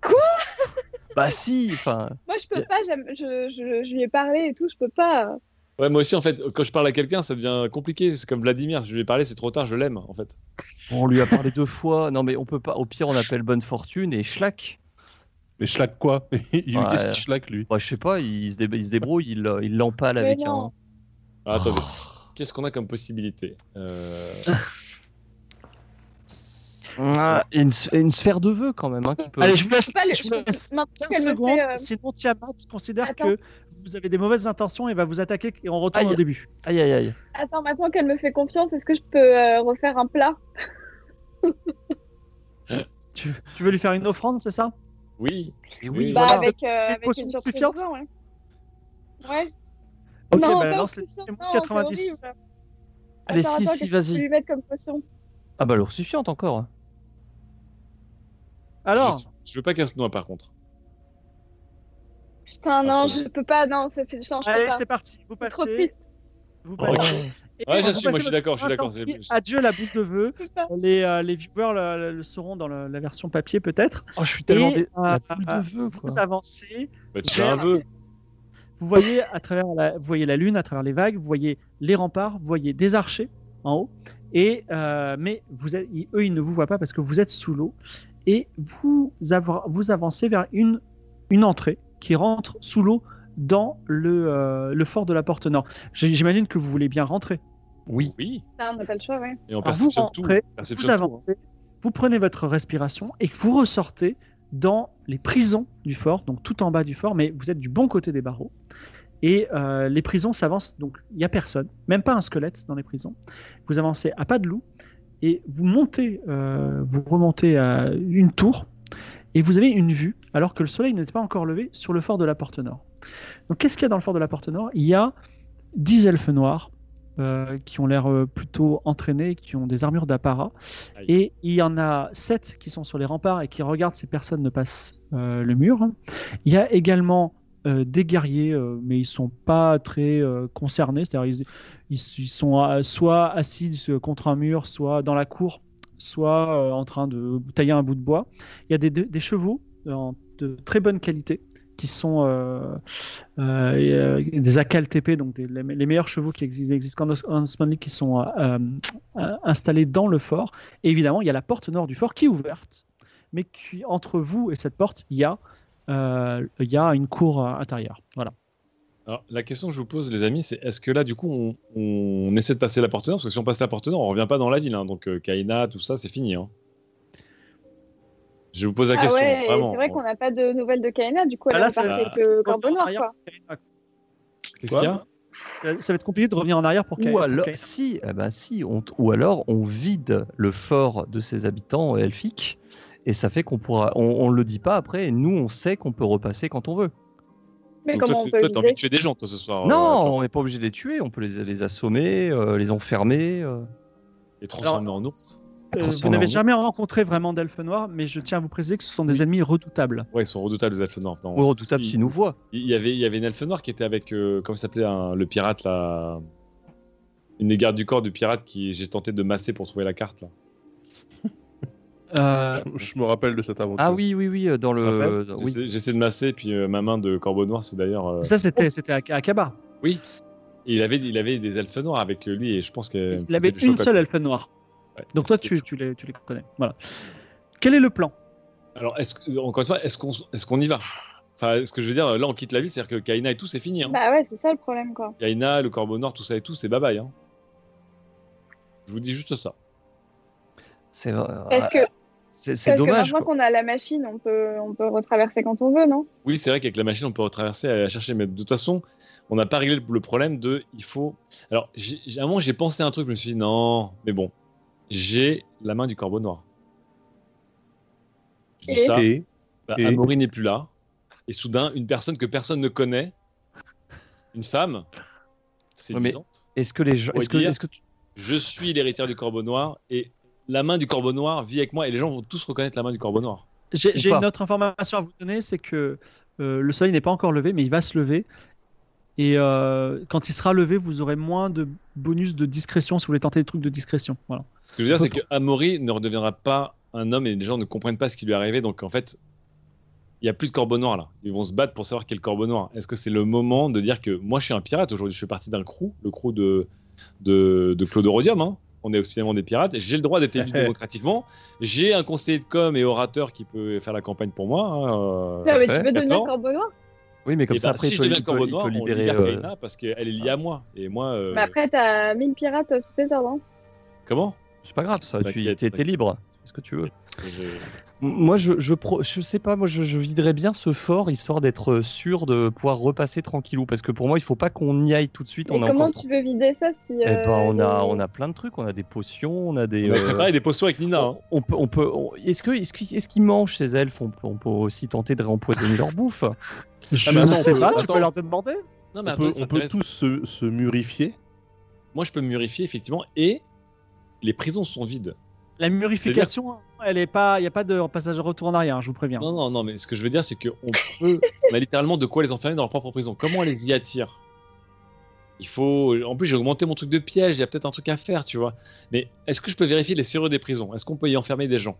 Speaker 3: Bah si. Enfin,
Speaker 4: Moi, je peux pas, j'aime- je, je, je lui ai parlé et tout, je peux pas.
Speaker 2: Ouais, moi aussi, en fait, quand je parle à quelqu'un, ça devient compliqué. C'est comme Vladimir, je lui ai parlé, c'est trop tard, je l'aime, en fait.
Speaker 3: on lui a parlé deux fois. Non, mais on peut pas. Au pire, on appelle bonne fortune et schlack.
Speaker 5: Mais schlack quoi Il-
Speaker 3: Ouais.
Speaker 5: Qu'est-ce qu'il schlack lui
Speaker 3: Bah, je sais pas. Il se, dé- il se débrouille. Il, euh, il l'empale
Speaker 4: Mais
Speaker 3: avec
Speaker 4: non.
Speaker 2: Ah,
Speaker 3: un.
Speaker 1: Oh.
Speaker 2: attendez, qu'est-ce qu'on a comme possibilité Euh,
Speaker 3: Ah, et une, s- et une sphère de vœux quand même hein, qui peut.
Speaker 1: Allez, je vous
Speaker 4: Je
Speaker 1: laisse.
Speaker 4: peux pas le.
Speaker 1: je vous
Speaker 4: je-
Speaker 1: laisse
Speaker 4: maintenant
Speaker 1: 15
Speaker 4: qu'elle me
Speaker 1: secondes,
Speaker 4: fait, euh,
Speaker 1: sinon Tiamat considère
Speaker 4: Attends.
Speaker 1: que vous avez des mauvaises intentions et va vous attaquer et on retourne
Speaker 3: Aïe.
Speaker 1: au début.
Speaker 3: Aïe aïe aïe.
Speaker 4: Attends, maintenant qu'elle me fait confiance, est-ce que je peux euh, refaire un plat
Speaker 1: Tu veux lui faire une offrande, c'est ça
Speaker 2: Oui,
Speaker 3: Et Eh oui.
Speaker 2: Oui.
Speaker 4: Bah,
Speaker 1: voilà.
Speaker 4: avec, euh,
Speaker 1: Petite
Speaker 4: avec
Speaker 1: potion
Speaker 4: une surprise
Speaker 1: suffisante
Speaker 4: dedans, ouais. Ouais.
Speaker 1: Ok,
Speaker 4: non,
Speaker 1: bah
Speaker 4: pas
Speaker 1: lance les
Speaker 4: suffisante,
Speaker 1: c'est
Speaker 4: non, c'est
Speaker 1: 90.
Speaker 4: horrible.
Speaker 3: Allez,
Speaker 4: Attends,
Speaker 3: si,
Speaker 4: attends,
Speaker 3: si,
Speaker 4: qu'est-ce que
Speaker 3: vas-y.
Speaker 4: Je peux lui mettre comme potion.
Speaker 3: Ah bah l'oursifiante encore.
Speaker 1: Alors,
Speaker 2: je, je veux pas qu'elle se noie, par contre.
Speaker 4: Putain, non,
Speaker 2: Ah,
Speaker 4: je peux pas, non, ça fait non, je peux
Speaker 1: allez,
Speaker 4: pas.
Speaker 1: c'est parti. Vous
Speaker 4: C'est trop
Speaker 1: passez.
Speaker 4: triste,
Speaker 1: Vous
Speaker 2: Oh,
Speaker 1: passez. Et
Speaker 2: Ouais,
Speaker 1: vous passez
Speaker 2: j'assume, moi, je suis
Speaker 1: votre
Speaker 2: d'accord, je suis
Speaker 1: chemin,
Speaker 2: d'accord,
Speaker 1: tant
Speaker 2: c'est-
Speaker 1: pis. Adieu la boule de vœux.
Speaker 4: je peux pas.
Speaker 1: Les, euh, les viewers le, le- le sauront dans le- la version papier peut-être.
Speaker 3: Oh, je suis tellement.
Speaker 1: Et,
Speaker 3: dé- La
Speaker 1: euh,
Speaker 3: boule
Speaker 1: euh,
Speaker 3: de vœux quoi.
Speaker 1: Vous avancez.
Speaker 2: Bah, tu as un vœu.
Speaker 1: Vous voyez à travers la, vous voyez la lune, à travers les vagues, vous voyez les remparts, vous voyez des archers en haut. Et euh, mais vous êtes- ils- eux, ils ne vous voient pas parce que vous êtes sous l'eau. Et vous, av- vous avancez vers une, une entrée qui rentre sous l'eau dans le, euh, le fort de la Porte Nord. J- J'imagine que vous voulez bien rentrer.
Speaker 2: Oui. Oui.
Speaker 4: Ça, on n'a pas le choix, ouais.
Speaker 2: Et
Speaker 1: Alors,
Speaker 2: on
Speaker 1: vous
Speaker 2: perceptionne tout.
Speaker 1: rentrez, vous
Speaker 2: Perceptionne tout.
Speaker 1: avancez, vous prenez votre respiration et que vous ressortez dans les prisons du fort, donc tout en bas du fort, mais vous êtes du bon côté des barreaux. Et euh, les prisons s'avancent, donc il n'y a personne, même pas un squelette dans les prisons. Vous avancez à pas de loup et vous montez, euh, vous remontez à une tour et vous avez une vue, alors que le soleil n'était pas encore levé, sur le fort de la Porte Nord. Donc qu'est-ce qu'il y a dans le fort de la Porte Nord Il y a 10 elfes noirs euh, qui ont l'air euh, plutôt entraînés, qui ont des armures d'apparat.
Speaker 2: Aïe.
Speaker 1: Et il y en a sept qui sont sur les remparts et qui regardent si personne ne passe euh, le mur. Il y a également euh, des guerriers, euh, mais ils sont pas très euh, concernés. C'est-à-dire ils, ils- ils sont euh, soit assis euh, contre un mur, soit dans la cour, soit euh, en train de tailler un bout de bois. Il y a des, des- des chevaux euh, en- de très bonne qualité qui sont euh, euh, et, euh, des AKLTP, donc des- les, me- les meilleurs chevaux qui existent, existent en Os- en Osmanli, qui sont euh, euh, euh, installés dans le fort. Et évidemment, il y a la porte nord du fort qui est ouverte, mais qui, entre vous et cette porte, il y a, euh, il y a une cour euh, intérieure. Voilà.
Speaker 2: Alors, la question que je vous pose, les amis, c'est est-ce que là, du coup, on, on essaie de passer la porte nord Parce que si on passe la porte nord, on revient pas dans la ville. hein. donc, euh, Kaina, tout ça, c'est fini. hein. Je vous pose la
Speaker 4: Ah
Speaker 2: question.
Speaker 4: ouais,
Speaker 2: vraiment.
Speaker 4: c'est vrai qu'on n'a pas de nouvelles de Kaina, du coup elle
Speaker 1: Ah là,
Speaker 4: a
Speaker 1: ça-
Speaker 4: parti
Speaker 2: Ah.
Speaker 4: que Corbonor,
Speaker 1: Arrière.
Speaker 4: euh, quoi.
Speaker 2: Qu'est-ce qu'il y a
Speaker 1: Euh, Ça va être compliqué de revenir en arrière pour
Speaker 3: Ou
Speaker 1: pour Euh,
Speaker 3: alors,
Speaker 1: Kaina.
Speaker 3: si, eh ben, si on, ou alors on vide le fort de ses habitants euh, elfiques et ça fait qu'on pourra. On, on le dit pas après. Et nous, on sait qu'on peut repasser quand on veut.
Speaker 4: Mais
Speaker 2: Donc,
Speaker 4: comment
Speaker 2: Toi, t'es-
Speaker 4: on peut
Speaker 2: toi, t'as envie de
Speaker 4: viser
Speaker 2: tuer des gens, toi, ce soir. euh,
Speaker 3: non,
Speaker 2: Atlan.
Speaker 3: on n'est pas obligé de les tuer. On peut les, les assommer, euh, les enfermer. euh.
Speaker 2: Et transformer en ours.
Speaker 1: Euh, vous
Speaker 3: transformer
Speaker 1: n'avez
Speaker 3: en
Speaker 1: jamais rencontré vraiment d'elfes noirs, mais je tiens à vous préciser que ce sont des
Speaker 2: Oui.
Speaker 1: ennemis redoutables.
Speaker 2: Ouais, ils sont redoutables, les elfes noirs. Non.
Speaker 3: Ou redoutable s'ils nous voient.
Speaker 2: Il y avait, il y avait une elfe noire qui était avec, euh, comment il s'appelait, un- le pirate, là. Une des gardes du corps du pirate qui j'ai tenté de masser pour trouver la carte. Là.
Speaker 1: Euh,
Speaker 5: Je, je me rappelle de cette aventure.
Speaker 3: Ah oui, oui, oui, euh, dans
Speaker 2: Tu te
Speaker 3: le.
Speaker 2: rappelles
Speaker 3: oui.
Speaker 2: J'essaie- J'essaie de masser, puis euh, ma main de corbeau noir, c'est d'ailleurs. euh,
Speaker 1: Ça, c'était c'était à, à Kaba.
Speaker 2: Et il avait, il avait des elfes noirs avec lui et je pense que.
Speaker 1: Il avait
Speaker 2: c'était le
Speaker 1: une
Speaker 2: choc à
Speaker 1: seule
Speaker 2: tout.
Speaker 1: elfe noire.
Speaker 2: Ouais.
Speaker 1: Donc toi, tu, tu les, tu les connais. Voilà. Quel est le plan
Speaker 2: Alors, est-ce que- encore une fois, est-ce qu'on est qu'on y va Enfin, ce que je veux dire, là, on quitte la ville, c'est-à-dire que Kaina et tout, c'est fini. hein.
Speaker 4: Bah ouais, c'est ça le problème,
Speaker 3: Bah,
Speaker 4: quoi.
Speaker 2: Kaina, le corbeau noir, tout ça et tout, c'est bye bye. hein. Je vous dis juste ça.
Speaker 3: C'est vrai, euh,
Speaker 4: Parce que,
Speaker 3: c'est- c'est
Speaker 4: parce que
Speaker 3: dommage.
Speaker 4: maintenant
Speaker 3: quoi.
Speaker 4: qu'on a la machine, on peut, on peut retraverser quand on veut, non
Speaker 2: Oui, c'est vrai qu'avec la machine, on peut retraverser, aller la chercher, mais de toute façon, on n'a pas réglé le- le problème de il faut. Alors, j'ai- j'ai- à un moment, j'ai pensé à un truc, je me suis dit non, mais bon, j'ai la main du corbeau noir. Je dis
Speaker 4: Et
Speaker 2: ça.
Speaker 5: Et
Speaker 2: Bah,
Speaker 5: Et-
Speaker 2: Amaury n'est plus là. Et soudain, une personne que personne ne connaît, une femme,
Speaker 3: Ouais, mais-
Speaker 2: séduisante,
Speaker 3: Est-ce que les gens.
Speaker 2: Ouais,
Speaker 3: Est-ce que,
Speaker 2: dire-
Speaker 3: est-ce que tu-
Speaker 2: je suis l'héritière du corbeau noir et la main du corbeau noir vit avec moi et les gens vont tous reconnaître la main du corbeau noir.
Speaker 1: J'ai
Speaker 3: Ou
Speaker 1: j'ai
Speaker 3: pas.
Speaker 1: une autre information à vous donner, c'est que euh, le soleil n'est pas encore levé, mais il va se lever. Et euh, quand il sera levé, vous aurez moins de bonus de discrétion si vous voulez tenter des trucs de discrétion. Voilà.
Speaker 2: Ce que je veux dire, c'est que Amaury ne redeviendra pas un homme et les gens ne comprennent pas ce qui lui est arrivé. Donc en fait, il n'y a plus de corbeau noir là. Ils vont se battre pour savoir quel corbeau noir. Est-ce que c'est le moment de dire que moi je suis un pirate aujourd'hui Je fais partie d'un crew, le crew de, de, de Claude Rhodium. hein. On est officiellement des pirates. J'ai le droit d'être élu démocratiquement. J'ai un conseiller de com et orateur qui peut faire la campagne pour moi. hein, euh,
Speaker 4: Non, mais tu
Speaker 3: fait,
Speaker 4: peux devenir
Speaker 2: attends.
Speaker 4: Corbeau Noir.
Speaker 3: Oui, mais comme
Speaker 2: et
Speaker 3: ça,
Speaker 2: bah,
Speaker 3: après,
Speaker 2: si
Speaker 3: il
Speaker 2: je
Speaker 3: peut,
Speaker 2: deviens
Speaker 3: il peut-
Speaker 2: corbeau
Speaker 3: il
Speaker 2: noir,
Speaker 3: peut
Speaker 2: on
Speaker 3: libérer.
Speaker 2: libère
Speaker 3: euh,
Speaker 2: Kaina parce qu'elle est liée à moi. Et moi, euh,
Speaker 4: Mais après, t'as 1000 pirates euh, sous tes ordres. hein.
Speaker 2: comment
Speaker 3: C'est pas grave, ça. Tu
Speaker 2: T'inquiète,
Speaker 3: es,
Speaker 2: t'inquiète.
Speaker 3: libre. C'est ce que tu veux.
Speaker 2: Je-
Speaker 3: Moi, je, je, pro- je sais pas, moi, je, je viderais bien ce fort histoire d'être euh, sûr de pouvoir repasser tranquillou. Parce que pour moi, il faut pas qu'on y aille tout de suite.
Speaker 4: Mais
Speaker 3: on a
Speaker 4: comment
Speaker 3: encore.
Speaker 4: tu veux vider ça si.
Speaker 3: Eh ben, on a,
Speaker 4: euh,
Speaker 3: on a plein de trucs. On a des potions, on a des.
Speaker 2: On a
Speaker 3: euh,
Speaker 2: préparé des potions avec Nina. hein.
Speaker 3: on- On peut, on peut. on- Est-ce que, est-ce que- est-ce qu'ils mangent ces elfes on peut, on peut aussi tenter de réempoisonner leur bouffe.
Speaker 1: Je
Speaker 5: mais
Speaker 1: ne
Speaker 5: attends,
Speaker 1: sais
Speaker 5: on
Speaker 1: pas,
Speaker 5: peut-
Speaker 1: tu peux
Speaker 5: attends.
Speaker 1: leur demander.
Speaker 2: Non, mais
Speaker 5: on
Speaker 2: attends,
Speaker 5: peut,
Speaker 2: ça
Speaker 5: on peut
Speaker 2: m'intéresse.
Speaker 5: tous se, se murifier.
Speaker 2: Moi, je peux me murifier, effectivement, et les prisons sont vides.
Speaker 1: La murification, elle est pas, il n'y a pas de passage de retour en arrière, je vous préviens.
Speaker 2: Non, non, non, mais ce que je veux dire, c'est qu'on peut. on a littéralement de quoi les enfermer dans leur propre prison. Comment on les y attire Il faut. En plus, j'ai augmenté mon truc de piège, il y a peut-être un truc à faire, tu vois. Mais est-ce que je peux vérifier les serrures des prisons Est-ce qu'on peut y enfermer des gens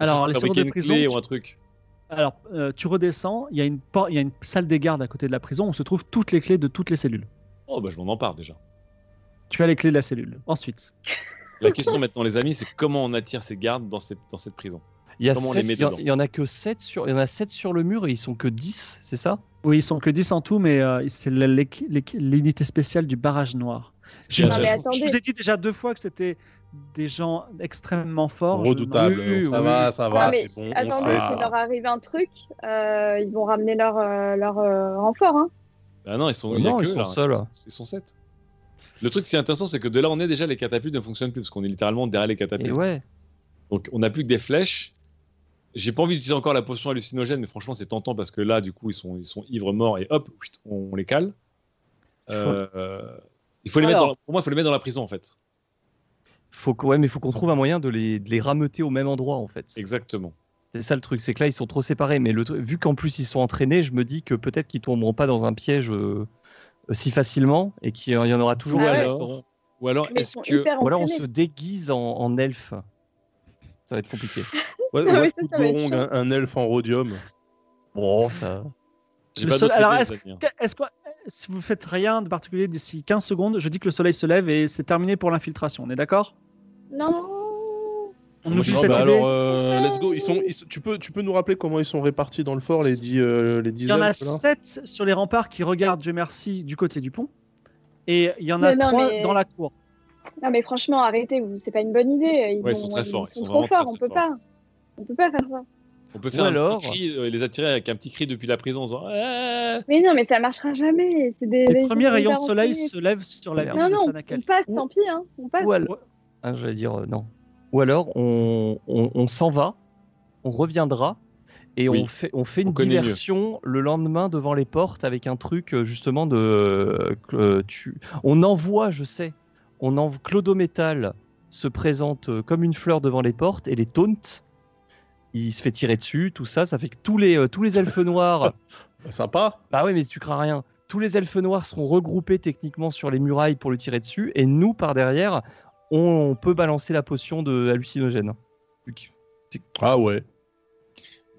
Speaker 2: Est-ce que
Speaker 1: Alors,
Speaker 2: je
Speaker 1: les
Speaker 2: peux
Speaker 1: serrures
Speaker 2: fabriquer
Speaker 1: de
Speaker 2: une
Speaker 1: prison,
Speaker 2: clé
Speaker 1: tu-
Speaker 2: ou un truc.
Speaker 1: alors euh, tu redescends, il y, a une por- il y a une salle des gardes à côté de la prison où se trouvent toutes les clés de toutes les cellules.
Speaker 2: Oh, bah, je m'en empare déjà.
Speaker 1: Tu as les clés de la cellule. Ensuite,
Speaker 2: La question maintenant, les amis, c'est comment on attire ces gardes dans cette, dans cette prison
Speaker 3: Il y, a
Speaker 2: Comment on les
Speaker 3: sept-
Speaker 2: met
Speaker 3: il y en-
Speaker 2: dedans
Speaker 3: il y en a que 7 sur, il y en a 7 sur le mur et ils sont que 10, c'est ça
Speaker 1: oui, ils sont que 10 en tout, mais euh, c'est la- l'équ- l'équ- l'unité spéciale du barrage noir. Je,
Speaker 2: Non, mais
Speaker 4: attendez.
Speaker 1: je vous ai dit déjà deux fois que c'était des gens extrêmement forts. Oh, Je-
Speaker 5: Redoutable.
Speaker 3: oui,
Speaker 5: ça
Speaker 3: oui,
Speaker 5: va,
Speaker 3: oui.
Speaker 5: ça
Speaker 4: Ah,
Speaker 5: va,
Speaker 4: mais
Speaker 5: c'est bon. on
Speaker 4: attendez,
Speaker 5: sait.
Speaker 4: s'il leur arrive un truc, euh, ils vont ramener leur, euh, leur euh, renfort. Hein.
Speaker 2: Bah non, ils sont,
Speaker 3: Bah
Speaker 2: il y a
Speaker 3: non,
Speaker 2: que
Speaker 3: ils sont
Speaker 2: là.
Speaker 3: seuls.
Speaker 2: Ils sont- Ils sont sept. Le truc qui est intéressant, c'est que de là on est déjà, les catapultes ne fonctionnent plus parce qu'on est littéralement derrière les
Speaker 3: Et
Speaker 2: catapultes.
Speaker 3: ouais.
Speaker 2: Donc on n'a plus que des flèches. J'ai pas envie d'utiliser encore la potion hallucinogène, mais franchement c'est tentant parce que là, du coup, ils sont, ils sont ivres morts et hop, on les cale. Euh, Il faut les mettre
Speaker 3: Alors.
Speaker 2: dans la- Pour moi, il faut les mettre dans la prison, en fait.
Speaker 3: Faut qu'on- ouais, mais faut qu'on trouve un moyen de les, de les rameuter au même endroit en fait.
Speaker 2: Exactement.
Speaker 3: C'est ça le truc, c'est que là ils sont trop séparés. Mais le tru- vu qu'en plus ils sont entraînés, je me dis que peut-être qu'ils tomberont pas dans un piège euh, si facilement et qu'il y en aura toujours
Speaker 2: Ou
Speaker 4: Ah
Speaker 3: un
Speaker 4: ouais.
Speaker 2: alors, ou alors
Speaker 4: Mais ils
Speaker 2: est-ce
Speaker 4: sont
Speaker 2: que.
Speaker 4: hyper
Speaker 3: Ou alors on se
Speaker 4: entraînés.
Speaker 3: déguise en, en elfe. Ça va être compliqué.
Speaker 5: Ouais,
Speaker 4: Ah
Speaker 5: ouais,
Speaker 4: oui, ça,
Speaker 5: coup de
Speaker 4: ça va être
Speaker 5: gorong,
Speaker 4: chiant.
Speaker 5: un, un elfe en rhodium.
Speaker 2: Oh,
Speaker 3: Bon, ça.
Speaker 2: J'ai
Speaker 1: Le
Speaker 2: pas
Speaker 1: seul-
Speaker 2: d'autres
Speaker 1: alors,
Speaker 2: idées,
Speaker 1: est-ce
Speaker 2: les amis, hein.
Speaker 1: que- est-ce que si vous faites rien de particulier d'ici 15 secondes, je dis que le soleil se lève et c'est terminé pour l'infiltration. On est d'accord
Speaker 4: Non.
Speaker 1: On
Speaker 5: Moi,
Speaker 1: oublie
Speaker 5: je-
Speaker 1: cette
Speaker 5: bah
Speaker 1: idée.
Speaker 5: alors, euh, let's go. Ils sont, ils sont- tu, peux, tu peux nous rappeler comment ils sont répartis dans le fort, les 10 euh, les dix
Speaker 1: Il y en a
Speaker 5: elfes, là
Speaker 1: 7 sur les remparts qui regardent, Dieu merci, du côté du pont. Et il y en a
Speaker 4: Mais non,
Speaker 1: 3
Speaker 4: mais-
Speaker 1: dans la cour.
Speaker 4: Non, mais franchement, arrêtez, vous- c'est pas une bonne idée. Ils,
Speaker 2: Ouais, ils
Speaker 4: vont-
Speaker 2: sont très forts, ils sont
Speaker 4: trop
Speaker 2: vraiment très,
Speaker 4: forts, on
Speaker 2: très forts.
Speaker 4: peut pas. On peut pas faire ça.
Speaker 2: On peut
Speaker 3: Ou
Speaker 2: faire un
Speaker 3: alors-
Speaker 2: petit cri, euh, les attirer avec un petit cri depuis la prison en disant. Eh
Speaker 4: Mais non, mais ça marchera jamais. C'est des.
Speaker 1: Les
Speaker 4: des-
Speaker 1: premiers
Speaker 4: des
Speaker 1: rayons de soleil
Speaker 4: araignées.
Speaker 1: se lèvent sur la
Speaker 3: Non,
Speaker 1: ville
Speaker 4: Non,
Speaker 1: de
Speaker 4: non, on
Speaker 1: Sanakali.
Speaker 4: passe,
Speaker 3: Ou-
Speaker 4: tant pis, hein. On passe.
Speaker 3: Ou alors. Ah, J'allais dire euh, non. Ou alors on, on- on s'en va, on reviendra et
Speaker 2: Oui.
Speaker 3: on, fait, on fait
Speaker 2: On
Speaker 3: une
Speaker 2: connaît mieux.
Speaker 3: diversion le lendemain devant les portes avec un truc euh, justement de. euh, euh, tu... On envoie, je sais, on envoie Clodo Métal se présente euh, comme une fleur devant les portes et les taunte. Il se fait tirer dessus, tout ça, ça fait que tous les, euh, tous les elfes noirs
Speaker 5: Sympa.
Speaker 3: Bah oui, mais tu crains rien. Tous les elfes noirs seront regroupés techniquement sur les murailles pour lui tirer dessus, et nous, par derrière, on peut balancer la potion de hallucinogène. Luc.
Speaker 5: Ah ouais.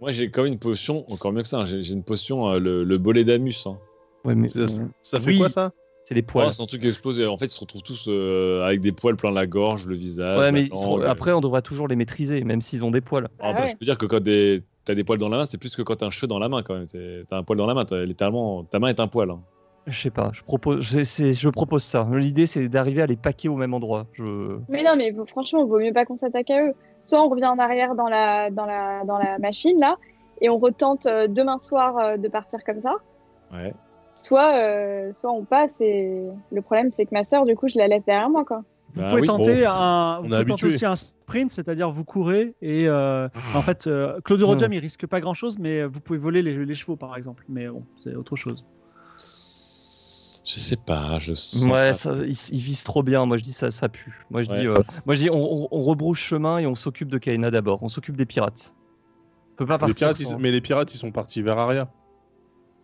Speaker 2: Moi, j'ai quand même une potion, encore mieux que ça. hein, J'ai j'ai une potion, euh, le, le bolet d'Amus. hein.
Speaker 3: Ouais, mais
Speaker 5: Ça, ça-
Speaker 3: on-
Speaker 5: ça fait
Speaker 3: Oui.
Speaker 5: quoi ça
Speaker 3: c'est les
Speaker 2: Oh,
Speaker 3: poils.
Speaker 2: c'est un truc qui explose. et En fait, ils se retrouvent tous euh, avec des poils plein la gorge, le visage.
Speaker 3: ouais,
Speaker 2: la
Speaker 3: mais ils
Speaker 2: langue.
Speaker 3: seront- après, on devra toujours les maîtriser, même s'ils ont des poils.
Speaker 2: Ah,
Speaker 4: Ah
Speaker 2: bah,
Speaker 4: ouais.
Speaker 2: Je peux dire que quand des- t'as des poils dans la main, c'est plus que quand t'as un cheveu dans la main quand même. T'es- T'as un poil dans la main, t'as- littéralement, ta main est un poil. hein.
Speaker 3: Je sais pas, je propose, c'est- c'est- je propose ça. L'idée, c'est d'arriver à les paquer au même endroit. Je...
Speaker 4: Mais non, mais vaut- franchement, vaut mieux pas qu'on s'attaque à eux. Soit on revient en arrière dans la, dans la, dans la machine, là, et on retente euh, demain soir euh, de partir comme ça.
Speaker 2: Ouais.
Speaker 4: Soit, euh, soit on passe, et le problème, c'est que ma sœur, du coup, je la laisse derrière moi, quoi.
Speaker 1: Vous
Speaker 2: Bah
Speaker 1: pouvez
Speaker 2: oui,
Speaker 1: tenter,
Speaker 5: bon,
Speaker 1: un,
Speaker 5: on
Speaker 1: vous
Speaker 5: est
Speaker 1: pouvez tenter
Speaker 5: habitué.
Speaker 1: aussi un sprint, c'est-à-dire vous courez et euh, en fait, euh, Claude
Speaker 2: Ah.
Speaker 1: Rodium, il risque pas grand-chose, mais vous pouvez voler les, les chevaux par exemple. Mais bon, c'est autre chose.
Speaker 2: Je sais pas, je sens.
Speaker 3: Ouais,
Speaker 2: pas.
Speaker 3: ça, ils, ils visent trop bien. Moi, je dis ça, ça pue. Moi, je
Speaker 2: Ouais.
Speaker 3: dis, euh, moi, je dis on, on- on rebrousse chemin et on s'occupe de Kaina d'abord. On s'occupe des pirates. On peut pas
Speaker 5: les
Speaker 3: partir.
Speaker 5: pirates, ils-
Speaker 3: sans-
Speaker 5: Mais les pirates, ils sont partis vers Aria.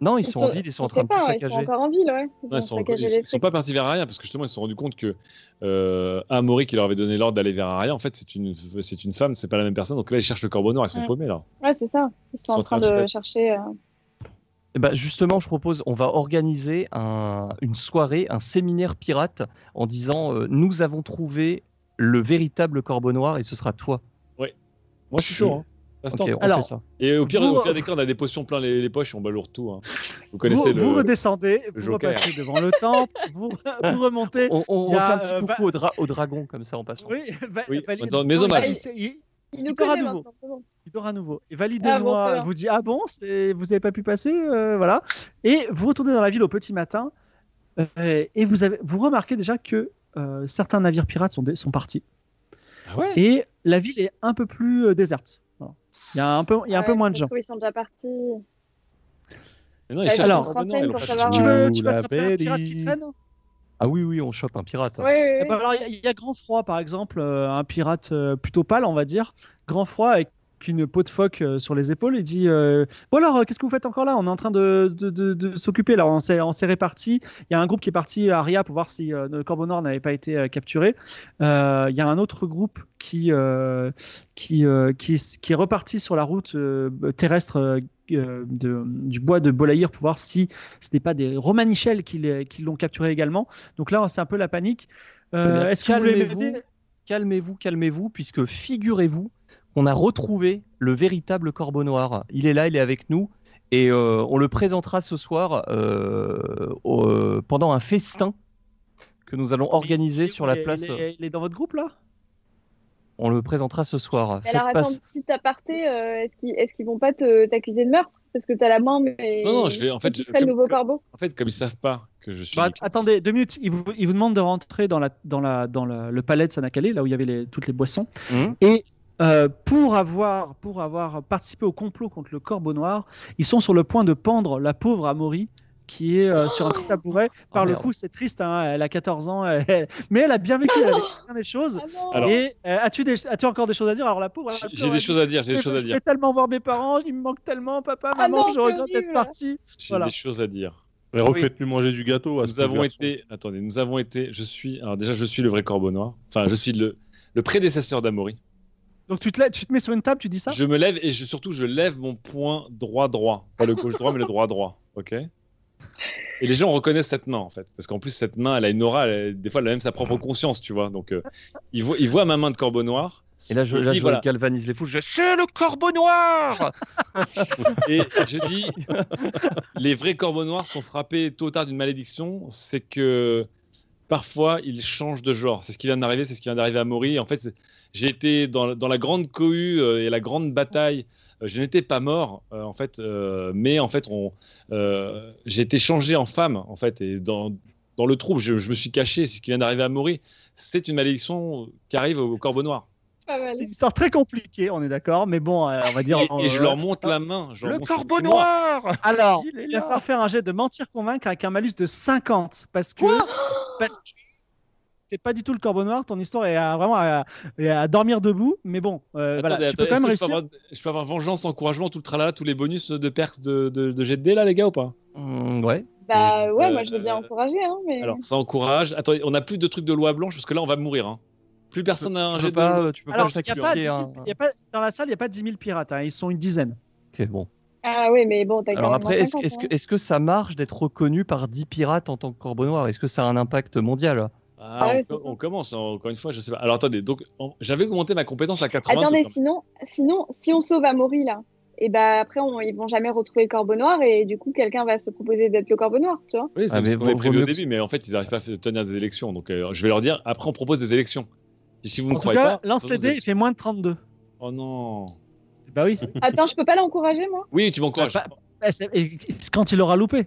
Speaker 3: Non, ils sont en ville, ils sont
Speaker 4: on
Speaker 3: en train
Speaker 4: sait
Speaker 3: de tout
Speaker 4: pas, Ils sont
Speaker 3: saccager.
Speaker 4: encore en ville, ouais. Ils
Speaker 2: Ouais,
Speaker 4: ont
Speaker 2: ils sont,
Speaker 4: saccagé
Speaker 2: ils-
Speaker 4: les
Speaker 2: ils sont
Speaker 4: trucs.
Speaker 2: pas partis vers Aria parce que justement ils se sont rendus compte que euh, Amaury qui leur avait donné l'ordre d'aller vers Aria en fait c'est une c'est une femme c'est pas la même personne donc là ils cherchent le corbeau noir ils sont
Speaker 4: Mm.
Speaker 2: paumés là
Speaker 4: Ouais, c'est ça. Ils sont, en train
Speaker 2: de
Speaker 4: de
Speaker 2: faire.
Speaker 4: chercher. euh,
Speaker 3: Eh ben, justement, je propose, on va organiser un- une soirée, un séminaire pirate en disant euh, nous avons trouvé le véritable corbeau noir et ce sera toi.
Speaker 2: moi je suis
Speaker 1: Mm.
Speaker 2: chaud hein. Ça se
Speaker 3: Ok,
Speaker 2: tente.
Speaker 3: on
Speaker 1: Alors,
Speaker 3: fait ça.
Speaker 2: et au pire,
Speaker 1: vous-
Speaker 2: au
Speaker 4: euh,
Speaker 2: pire des cas on a des potions plein les, les poches et on balourde tout hein. vous
Speaker 1: Vous,
Speaker 2: connaissez
Speaker 1: vous
Speaker 2: le
Speaker 1: redescendez, vous
Speaker 2: Joker.
Speaker 1: repassez devant le temple, vous, vous remontez.
Speaker 3: On, on
Speaker 1: il y a,
Speaker 3: refait un petit
Speaker 1: euh,
Speaker 3: coucou au, dra- au dragon comme ça en passant.
Speaker 1: Oui, va-
Speaker 2: Oui,
Speaker 1: valide-
Speaker 2: attends, mes
Speaker 1: non, il-
Speaker 2: hommages.
Speaker 1: il- il-
Speaker 4: Ils nous
Speaker 1: Il t'aura
Speaker 4: connaissent
Speaker 1: nouveau.
Speaker 4: maintenant. c'est bon.
Speaker 1: Il dort à nouveau. Et validez
Speaker 4: Ah bon,
Speaker 1: moi
Speaker 4: très bien.
Speaker 1: vous dit ah bon, c'est- vous n'avez pas pu passer, euh, voilà. Et vous retournez dans la ville au petit matin euh, et vous avez, vous remarquez déjà que euh, certains navires pirates sont, dé- sont partis
Speaker 2: Ah ouais
Speaker 1: et la ville est un peu plus euh, déserte. Voilà. Il y a un peu, il y a un
Speaker 4: Ouais,
Speaker 1: peu moins de
Speaker 4: ça se
Speaker 1: gens.
Speaker 4: trouve, Ils sont déjà partis.
Speaker 2: Mais non, ils
Speaker 4: Bah,
Speaker 2: cherchent
Speaker 1: alors,
Speaker 2: le
Speaker 4: on se
Speaker 2: corbeau noir, ils l'ont
Speaker 4: renseigne
Speaker 2: pas
Speaker 4: pour
Speaker 2: cherché.
Speaker 1: Tu veux, tu
Speaker 5: Ouh,
Speaker 1: veux
Speaker 5: la
Speaker 1: attraper un pirate qui
Speaker 5: Belly.
Speaker 1: traîne
Speaker 3: Ah oui, oui, on chope un pirate. hein.
Speaker 4: Ouais, ouais,
Speaker 1: Eh
Speaker 4: ouais.
Speaker 1: ben alors, Il y, a- il y a Grand Froid, par exemple, euh, un pirate euh, plutôt pâle, on va dire. Grand Froid avec une peau de phoque euh, sur les épaules. Il dit euh, Bon, alors, euh, qu'est-ce que vous faites encore là On est en train de, de- de- de s'occuper. Là, on s'est, on s'est répartis. Il y a un groupe qui est parti à Aria pour voir si euh, le Corbeau Noir n'avait pas été euh, capturé. Euh, il y a un autre groupe qui, euh, qui, euh, qui, s- qui est reparti sur la route euh, terrestre. euh, euh, de- du bois de Bolaïr pour voir si ce n'est pas des Romanichels qui, les- qui l'ont capturé également. Donc là, c'est un peu la panique.
Speaker 3: Très bien.
Speaker 1: Euh, Est-ce que vous voulez
Speaker 3: Calmez-vous.
Speaker 1: m'aider
Speaker 3: calmez-vous, calmez-vous, puisque figurez-vous qu'on a retrouvé le véritable corbeau noir. Il est là, il est avec nous, et euh, on le présentera ce soir euh, au- pendant un festin que nous allons organiser sur la
Speaker 1: Il est-
Speaker 3: place.
Speaker 1: Il est, il est dans votre groupe là
Speaker 3: On le présentera ce soir.
Speaker 4: Mais
Speaker 3: Faites
Speaker 4: alors,
Speaker 3: pas-
Speaker 4: attends, petit aparté, euh, est-ce qu'ils est vont pas te- t'accuser de meurtre Parce que t'as la main, mais.
Speaker 2: Non, non, je vais- en fait,
Speaker 4: Tu
Speaker 2: je-
Speaker 4: serais le
Speaker 2: comme-
Speaker 4: nouveau
Speaker 2: comme-
Speaker 4: corbeau.
Speaker 2: En fait, comme ils savent pas que je suis.
Speaker 1: Bah,
Speaker 2: Nicolas,
Speaker 1: Attendez deux minutes. Il vous, il vous demande de rentrer dans, la, dans, la, dans la- le palais de Sanakale, là où il y avait les- toutes les boissons.
Speaker 2: Mmh.
Speaker 3: Hmm
Speaker 1: Et euh, pour, avoir, pour avoir participé au complot contre le Corbeau Noir, ils sont sur le point de pendre la pauvre Amaury qui est euh, sur un petit tabouret.
Speaker 2: Oh,
Speaker 1: Par le
Speaker 3: merde.
Speaker 1: coup, c'est triste, hein, elle a 14 ans, elle- mais elle a bien vécu, elle a vécu bien des choses.
Speaker 4: Ah non.
Speaker 2: Alors-
Speaker 1: Et euh, as-tu des- as-tu encore des choses à dire Alors la pauvre, elle a
Speaker 2: J'ai-
Speaker 1: la
Speaker 2: J'ai
Speaker 1: pauvre,
Speaker 2: des
Speaker 1: elle
Speaker 2: choses à dire,
Speaker 1: dit,
Speaker 2: j'ai des
Speaker 1: je
Speaker 2: choses à
Speaker 1: vais- je
Speaker 2: dire.
Speaker 1: vais tellement voir mes parents, il me manque tellement, papa,
Speaker 4: Ah
Speaker 1: maman,
Speaker 4: non,
Speaker 1: je
Speaker 4: c'est
Speaker 1: regrette d'être
Speaker 4: horrible.
Speaker 1: parti.
Speaker 2: J'ai
Speaker 1: Voilà.
Speaker 2: des choses à dire.
Speaker 5: Et refaites-lui manger du gâteau. À ce
Speaker 2: Nous avons
Speaker 5: garçon.
Speaker 2: été, attendez, nous avons été, je suis, alors déjà, je suis le vrai corbeau noir. Enfin, je suis le, le prédécesseur d'Amaury.
Speaker 1: Donc tu te, lèves- tu te mets sur une table, tu dis ça
Speaker 2: Je me lève et je- surtout, je lève mon poing droit droit, pas le gauche droit, mais le droit droit, ok. Et les gens reconnaissent cette main en fait, parce qu'en plus cette main, elle a une aura, elle- des fois, elle a même sa propre conscience, tu vois. Donc, euh, ils, voient, ils voient ma main de corbeau noir
Speaker 3: Et là, je,
Speaker 2: Et
Speaker 3: là,
Speaker 2: puis,
Speaker 3: je
Speaker 2: voilà.
Speaker 3: galvanise les fous. Je c'est le corbeau noir.
Speaker 2: et je dis, les vrais corbeaux noirs sont frappés tôt ou tard d'une malédiction, c'est que parfois ils changent de genre. C'est ce qui vient d'arriver, c'est ce qui vient d'arriver à Maury. En fait, c'est- j'ai été dans, dans la grande cohue euh, et la grande bataille. Euh, je n'étais pas mort, euh, en fait, euh, mais en fait, on, euh, j'ai été changé en femme, en fait, et dans, dans le trouble, je, je me suis caché. C'est ce qui vient d'arriver à Maury. C'est une malédiction qui arrive au corbeau noir.
Speaker 4: Pas mal.
Speaker 1: C'est une histoire très compliquée, on est d'accord, mais bon, euh, on va dire.
Speaker 2: Et,
Speaker 1: en-
Speaker 2: et je leur monte la main. je leur
Speaker 3: le
Speaker 2: montre, c'est-
Speaker 3: corbeau
Speaker 2: c'est moi.
Speaker 3: noir.
Speaker 1: Alors,
Speaker 3: Il est
Speaker 1: il va
Speaker 3: là.
Speaker 1: falloir faire un jet de mentir convaincre avec un malus de 50 parce que parce que t'es pas du tout le corbeau noir, ton histoire est à- vraiment à, est à dormir debout, mais bon, euh, voilà,
Speaker 2: Attendez,
Speaker 1: tu peux
Speaker 2: attendez,
Speaker 1: quand même
Speaker 2: est-ce que
Speaker 1: réussir.
Speaker 2: je, peux avoir, je peux avoir vengeance, encouragement, tout le tralala, tous les bonus de perks de, de, de jet de dés, là, les gars, ou pas
Speaker 3: Hmm, ouais.
Speaker 4: Bah ouais,
Speaker 2: Euh,
Speaker 4: moi je veux bien
Speaker 2: euh,
Speaker 4: encourager, hein, mais
Speaker 2: Alors, ça encourage. Attendez, on n'a plus de trucs de loi blanche parce que là, on va mourir. hein. Plus personne n'a un
Speaker 3: Tu
Speaker 2: jet
Speaker 3: peux
Speaker 2: de.
Speaker 3: pas, tu peux
Speaker 1: Alors,
Speaker 3: pas
Speaker 1: y a pas
Speaker 3: sacrifier
Speaker 1: 10 000
Speaker 3: un-
Speaker 2: hein.
Speaker 1: y a pas- dans la salle, il n'y a pas 10 000 pirates, hein, ils sont une dizaine.
Speaker 3: Ok, bon.
Speaker 4: ah ouais, mais bon, t'as quand
Speaker 3: Alors
Speaker 4: même
Speaker 3: après, est-ce
Speaker 4: 50,
Speaker 3: est-ce que,
Speaker 4: hein.
Speaker 3: est-ce que ça marche d'être reconnu par 10 pirates en tant que corbeau noir Est-ce que ça a un impact mondial
Speaker 2: Ah,
Speaker 4: Ah
Speaker 2: on
Speaker 4: ouais,
Speaker 2: co-
Speaker 4: c'est ça.
Speaker 2: on, commence, hein, encore une fois, je sais pas. Alors, attendez, donc, en- j'avais augmenté ma compétence à 80.
Speaker 4: Attendez,
Speaker 2: tout le temps.
Speaker 4: sinon, sinon, si on sauve Amaury là, et bah après on, ils vont jamais retrouver le Corbeau Noir et du coup quelqu'un va se proposer d'être le Corbeau Noir, tu vois.
Speaker 2: Oui, c'est
Speaker 3: Ah,
Speaker 2: ce
Speaker 3: mais
Speaker 2: qu'on
Speaker 3: vaut-
Speaker 2: avait prévu
Speaker 3: vaut
Speaker 2: au
Speaker 3: mieux que-
Speaker 2: début, mais en fait, ils n'arrivent pas à tenir des élections. Donc, euh, je vais leur dire, après, on propose des élections. Et si vous ne
Speaker 1: En tout
Speaker 2: croyez
Speaker 1: cas,
Speaker 2: pas.
Speaker 1: lance les
Speaker 2: vous
Speaker 1: dés,
Speaker 2: êtes-
Speaker 1: il fait moins de 32.
Speaker 2: Oh non.
Speaker 1: Bah oui.
Speaker 4: Attends, je peux pas l'encourager moi
Speaker 2: Oui, tu m'encourages.
Speaker 1: Bah, pas- bah, c'est- et quand il aura loupé,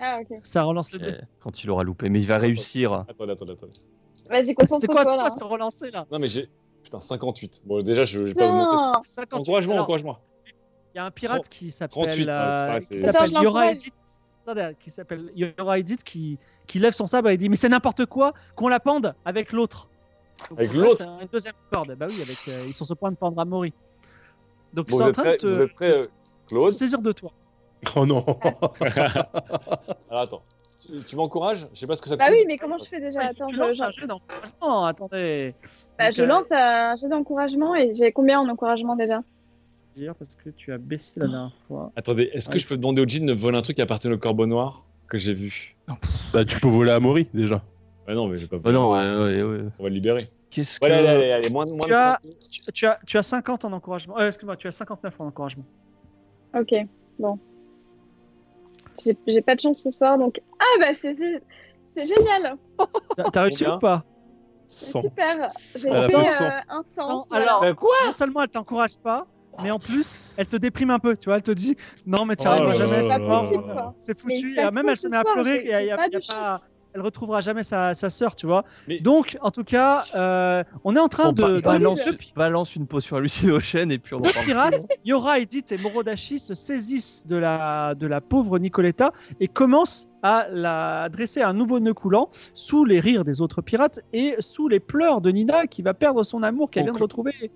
Speaker 4: Ah ok.
Speaker 1: ça relance les
Speaker 2: Eh.
Speaker 3: euh,
Speaker 1: dés.
Speaker 3: Quand il aura loupé, mais il va réussir.
Speaker 2: Attendez, attendez, attendez.
Speaker 4: Vas-y,
Speaker 1: C'est
Speaker 4: concentre-toi
Speaker 1: quoi, c'est
Speaker 4: là.
Speaker 1: quoi se relancer là
Speaker 2: Non, mais j'ai. Putain, 58. Bon, déjà, je ne vais pas vous montrer.
Speaker 4: Non,
Speaker 1: 50.
Speaker 2: Encouragement,
Speaker 1: Alors,
Speaker 2: encouragement.
Speaker 1: Il y a un pirate qui
Speaker 2: 38,
Speaker 1: s'appelle
Speaker 2: ouais, c'est vrai,
Speaker 1: euh,
Speaker 2: c'est-
Speaker 1: qui
Speaker 4: Attends,
Speaker 1: s'appelle
Speaker 4: je l'encourage.
Speaker 1: Yora Edith. Attendez, qui s'appelle Yora Edith qui qui lève son sabre et dit mais c'est n'importe quoi qu'on la pende avec l'autre. Donc,
Speaker 2: Avec
Speaker 1: pour ça,
Speaker 2: l'autre
Speaker 1: c'est Une deuxième corde. Bah oui, avec euh, ils sont sur le point de pendre Amaury. Donc ils
Speaker 2: Bon,
Speaker 1: sont
Speaker 2: vous,
Speaker 1: en
Speaker 2: êtes
Speaker 1: train
Speaker 2: prêts,
Speaker 1: de te
Speaker 2: vous êtes prêts, euh,
Speaker 1: te
Speaker 2: Claude
Speaker 1: saisir de toi.
Speaker 5: Oh non
Speaker 2: Alors attends, tu, tu m'encourages Je sais pas ce que ça
Speaker 4: bah
Speaker 2: coûte.
Speaker 4: oui, mais comment je fais déjà
Speaker 1: Ouais,
Speaker 4: Attends,
Speaker 1: tu
Speaker 4: je,
Speaker 1: lances
Speaker 4: je-
Speaker 1: un jet d'encouragement. Attendez.
Speaker 4: bah,
Speaker 1: Donc,
Speaker 4: je
Speaker 1: euh,
Speaker 4: lance un jet d'encouragement et j'ai combien en encouragement déjà
Speaker 1: dire parce que tu as baissé la dernière fois.
Speaker 2: Attendez, est-ce que je peux demander au Jean de voler un truc qui appartient au corbeau noir que j'ai vu
Speaker 5: Bah, tu peux voler à Maury déjà.
Speaker 2: Ah non, mais je vais pas.
Speaker 3: Oh non, Euh, ouais, ouais, ouais.
Speaker 2: On va le libérer.
Speaker 3: Qu'est-ce que.
Speaker 2: Voilà, allez, allez, allez, moins, de- moins
Speaker 1: Tu as-
Speaker 2: de 30.
Speaker 1: Tu, tu as tu as 50 en encouragement. Euh, excuse-moi, tu as 59 en encouragement.
Speaker 4: Ok, bon. J'ai- J'ai pas de chance ce soir, donc ah bah c'est c'est- c'est génial,
Speaker 1: T'as- T'as réussi
Speaker 2: Combien
Speaker 1: ou pas
Speaker 4: C'est
Speaker 5: 100.
Speaker 4: super. J'ai
Speaker 5: Elle a
Speaker 4: fait
Speaker 5: fait
Speaker 4: euh,
Speaker 5: cent.
Speaker 4: un
Speaker 1: Non,
Speaker 4: sens.
Speaker 1: alors,
Speaker 3: Euh, quoi
Speaker 1: non seulement elle t'encourage pas, mais en plus, elle te déprime un peu. Tu vois, elle te dit non, mais tu
Speaker 5: Oh
Speaker 1: arriveras
Speaker 5: là
Speaker 1: jamais,
Speaker 5: là
Speaker 1: c'est
Speaker 5: là
Speaker 1: mort, euh,
Speaker 5: là là.
Speaker 4: quoi.
Speaker 1: c'est
Speaker 4: Mais il se
Speaker 1: foutu. Et
Speaker 4: passe
Speaker 1: même
Speaker 4: quoi
Speaker 1: elle se
Speaker 4: ce
Speaker 1: met à
Speaker 4: soir
Speaker 1: pleurer
Speaker 4: J'ai-
Speaker 1: et y a-
Speaker 4: j'ai
Speaker 1: y a-
Speaker 4: pas
Speaker 1: y a
Speaker 4: de
Speaker 1: pas- elle retrouvera jamais sa, sa sœur, tu vois.
Speaker 2: Mais-
Speaker 1: Donc, en tout cas, euh, on est en train
Speaker 3: Bon,
Speaker 1: de.
Speaker 3: ba-
Speaker 5: bah,
Speaker 3: balance,
Speaker 1: de-
Speaker 3: balance une potion à hallucinogène et puis on en
Speaker 1: Deux
Speaker 3: parle.
Speaker 1: pirates, Yora, Edith et Morodashi se saisissent de la, de la pauvre Nicoletta et commencent à la à dresser un nouveau nœud coulant sous les rires des autres pirates et sous les pleurs de Nina qui va perdre son amour qu'elle
Speaker 3: Oh,
Speaker 1: vient de
Speaker 3: que-
Speaker 1: retrouver.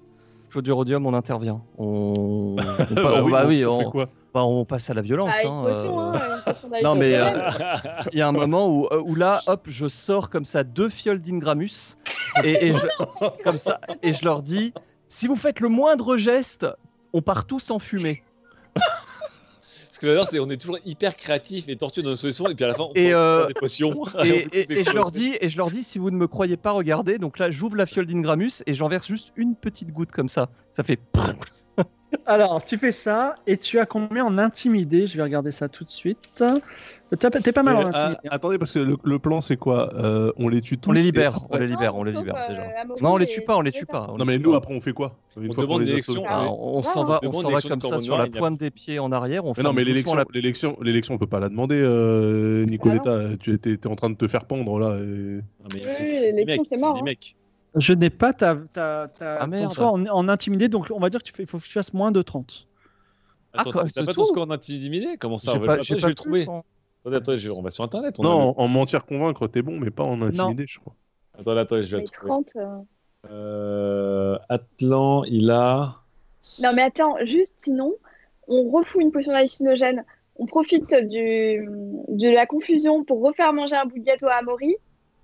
Speaker 3: Claude Rhodium, on intervient. On. on pa-
Speaker 5: Bah
Speaker 3: on- bah oui,
Speaker 5: on fait
Speaker 3: on,
Speaker 5: quoi
Speaker 3: bah, on passe à la violence.
Speaker 4: Bah,
Speaker 3: hein,
Speaker 4: une potion,
Speaker 3: euh.
Speaker 4: hein, une potion
Speaker 3: Non, mais, euh,
Speaker 4: d'alcool.
Speaker 3: Il y a un moment où, euh, où là, hop, je sors comme ça deux fioles d'Ingramus et, et je, comme ça, et je leur dis si vous faites le moindre geste, on part tous en fumée.
Speaker 2: Ce que j'adore, c'est qu'on est toujours hyper créatif et tortueux dans nos solutions, et puis à la Ah, fin, on
Speaker 3: Et,
Speaker 2: sort- on
Speaker 3: euh,
Speaker 2: sort des potions.
Speaker 3: Et, et- et je leur
Speaker 2: dis.
Speaker 3: dis, et je leur dis, si vous ne me croyez pas, regardez. Donc là, j'ouvre la fiole d'Ingramus et j'en verse juste une petite goutte comme ça. Ça fait.
Speaker 1: Alors, tu fais ça et tu as combien en intimidé Je vais regarder ça tout de suite. Euh, T'as- T'es pas mal en hein.
Speaker 5: Euh,
Speaker 1: intimidé.
Speaker 5: ah, attendez, parce que le, le plan, c'est quoi Euh, On les tue tous
Speaker 3: On les
Speaker 5: et
Speaker 3: libère,
Speaker 5: après-
Speaker 3: on les libère, on les
Speaker 4: Sauf,
Speaker 3: libère
Speaker 4: euh,
Speaker 3: déjà.
Speaker 4: Amaury
Speaker 3: Non, on les
Speaker 4: et- hein.
Speaker 3: tue pas, on les tue pas. on
Speaker 5: Non,
Speaker 3: les
Speaker 5: mais
Speaker 3: tue
Speaker 5: nous,
Speaker 3: pas.
Speaker 5: après, on fait quoi Une
Speaker 2: On
Speaker 5: fois qu'on
Speaker 2: demande
Speaker 5: les a
Speaker 2: l'élection.
Speaker 5: sauvés-
Speaker 3: Ah, on on s'en va,
Speaker 2: Le
Speaker 3: on
Speaker 2: bon
Speaker 3: s'en va
Speaker 2: élection
Speaker 3: comme
Speaker 2: de
Speaker 3: ça
Speaker 2: Corbeau
Speaker 3: sur
Speaker 2: Noir,
Speaker 3: la
Speaker 2: il y a-
Speaker 3: pointe des pieds en arrière. On
Speaker 5: Mais non,
Speaker 3: ferme
Speaker 5: mais
Speaker 3: doucement
Speaker 5: l'élection,
Speaker 3: la-
Speaker 5: l'élection, l'élection, on peut pas la demander, euh, Nicoletta. Tu étais, étais en train de te faire pendre là. et-
Speaker 4: Oui, oui, les cons, c'est mort, hein.
Speaker 1: Je n'ai pas ta, ta, ta-
Speaker 3: Ah,
Speaker 1: ton
Speaker 3: merde.
Speaker 1: score en, en intimidé, donc on va dire qu'il faut que tu fasses moins de 30.
Speaker 3: Ah,
Speaker 2: Attends,
Speaker 3: quoi,
Speaker 2: t'as
Speaker 3: c'est
Speaker 2: pas ton
Speaker 3: tout
Speaker 2: score d'intimidé Comment ça
Speaker 3: J'ai
Speaker 2: on va-
Speaker 3: pas-
Speaker 2: attends,
Speaker 3: j'ai
Speaker 2: je
Speaker 3: pas
Speaker 2: vais le
Speaker 3: plus,
Speaker 2: trouver.
Speaker 3: hein.
Speaker 2: Attendez, attendez, je- on va sur internet. on
Speaker 5: Non, en, en mentir, convaincre, t'es bon, mais pas en intimider, je crois.
Speaker 2: a le- Attendez, attendez, je vais
Speaker 4: Mais
Speaker 2: la trouver.
Speaker 4: 30. euh,
Speaker 2: Euh, Atlan, il a.
Speaker 4: Non, mais attends, juste sinon, on refout une potion hallucinogène. On profite du, de la confusion pour refaire manger un bout de gâteau à Amaury.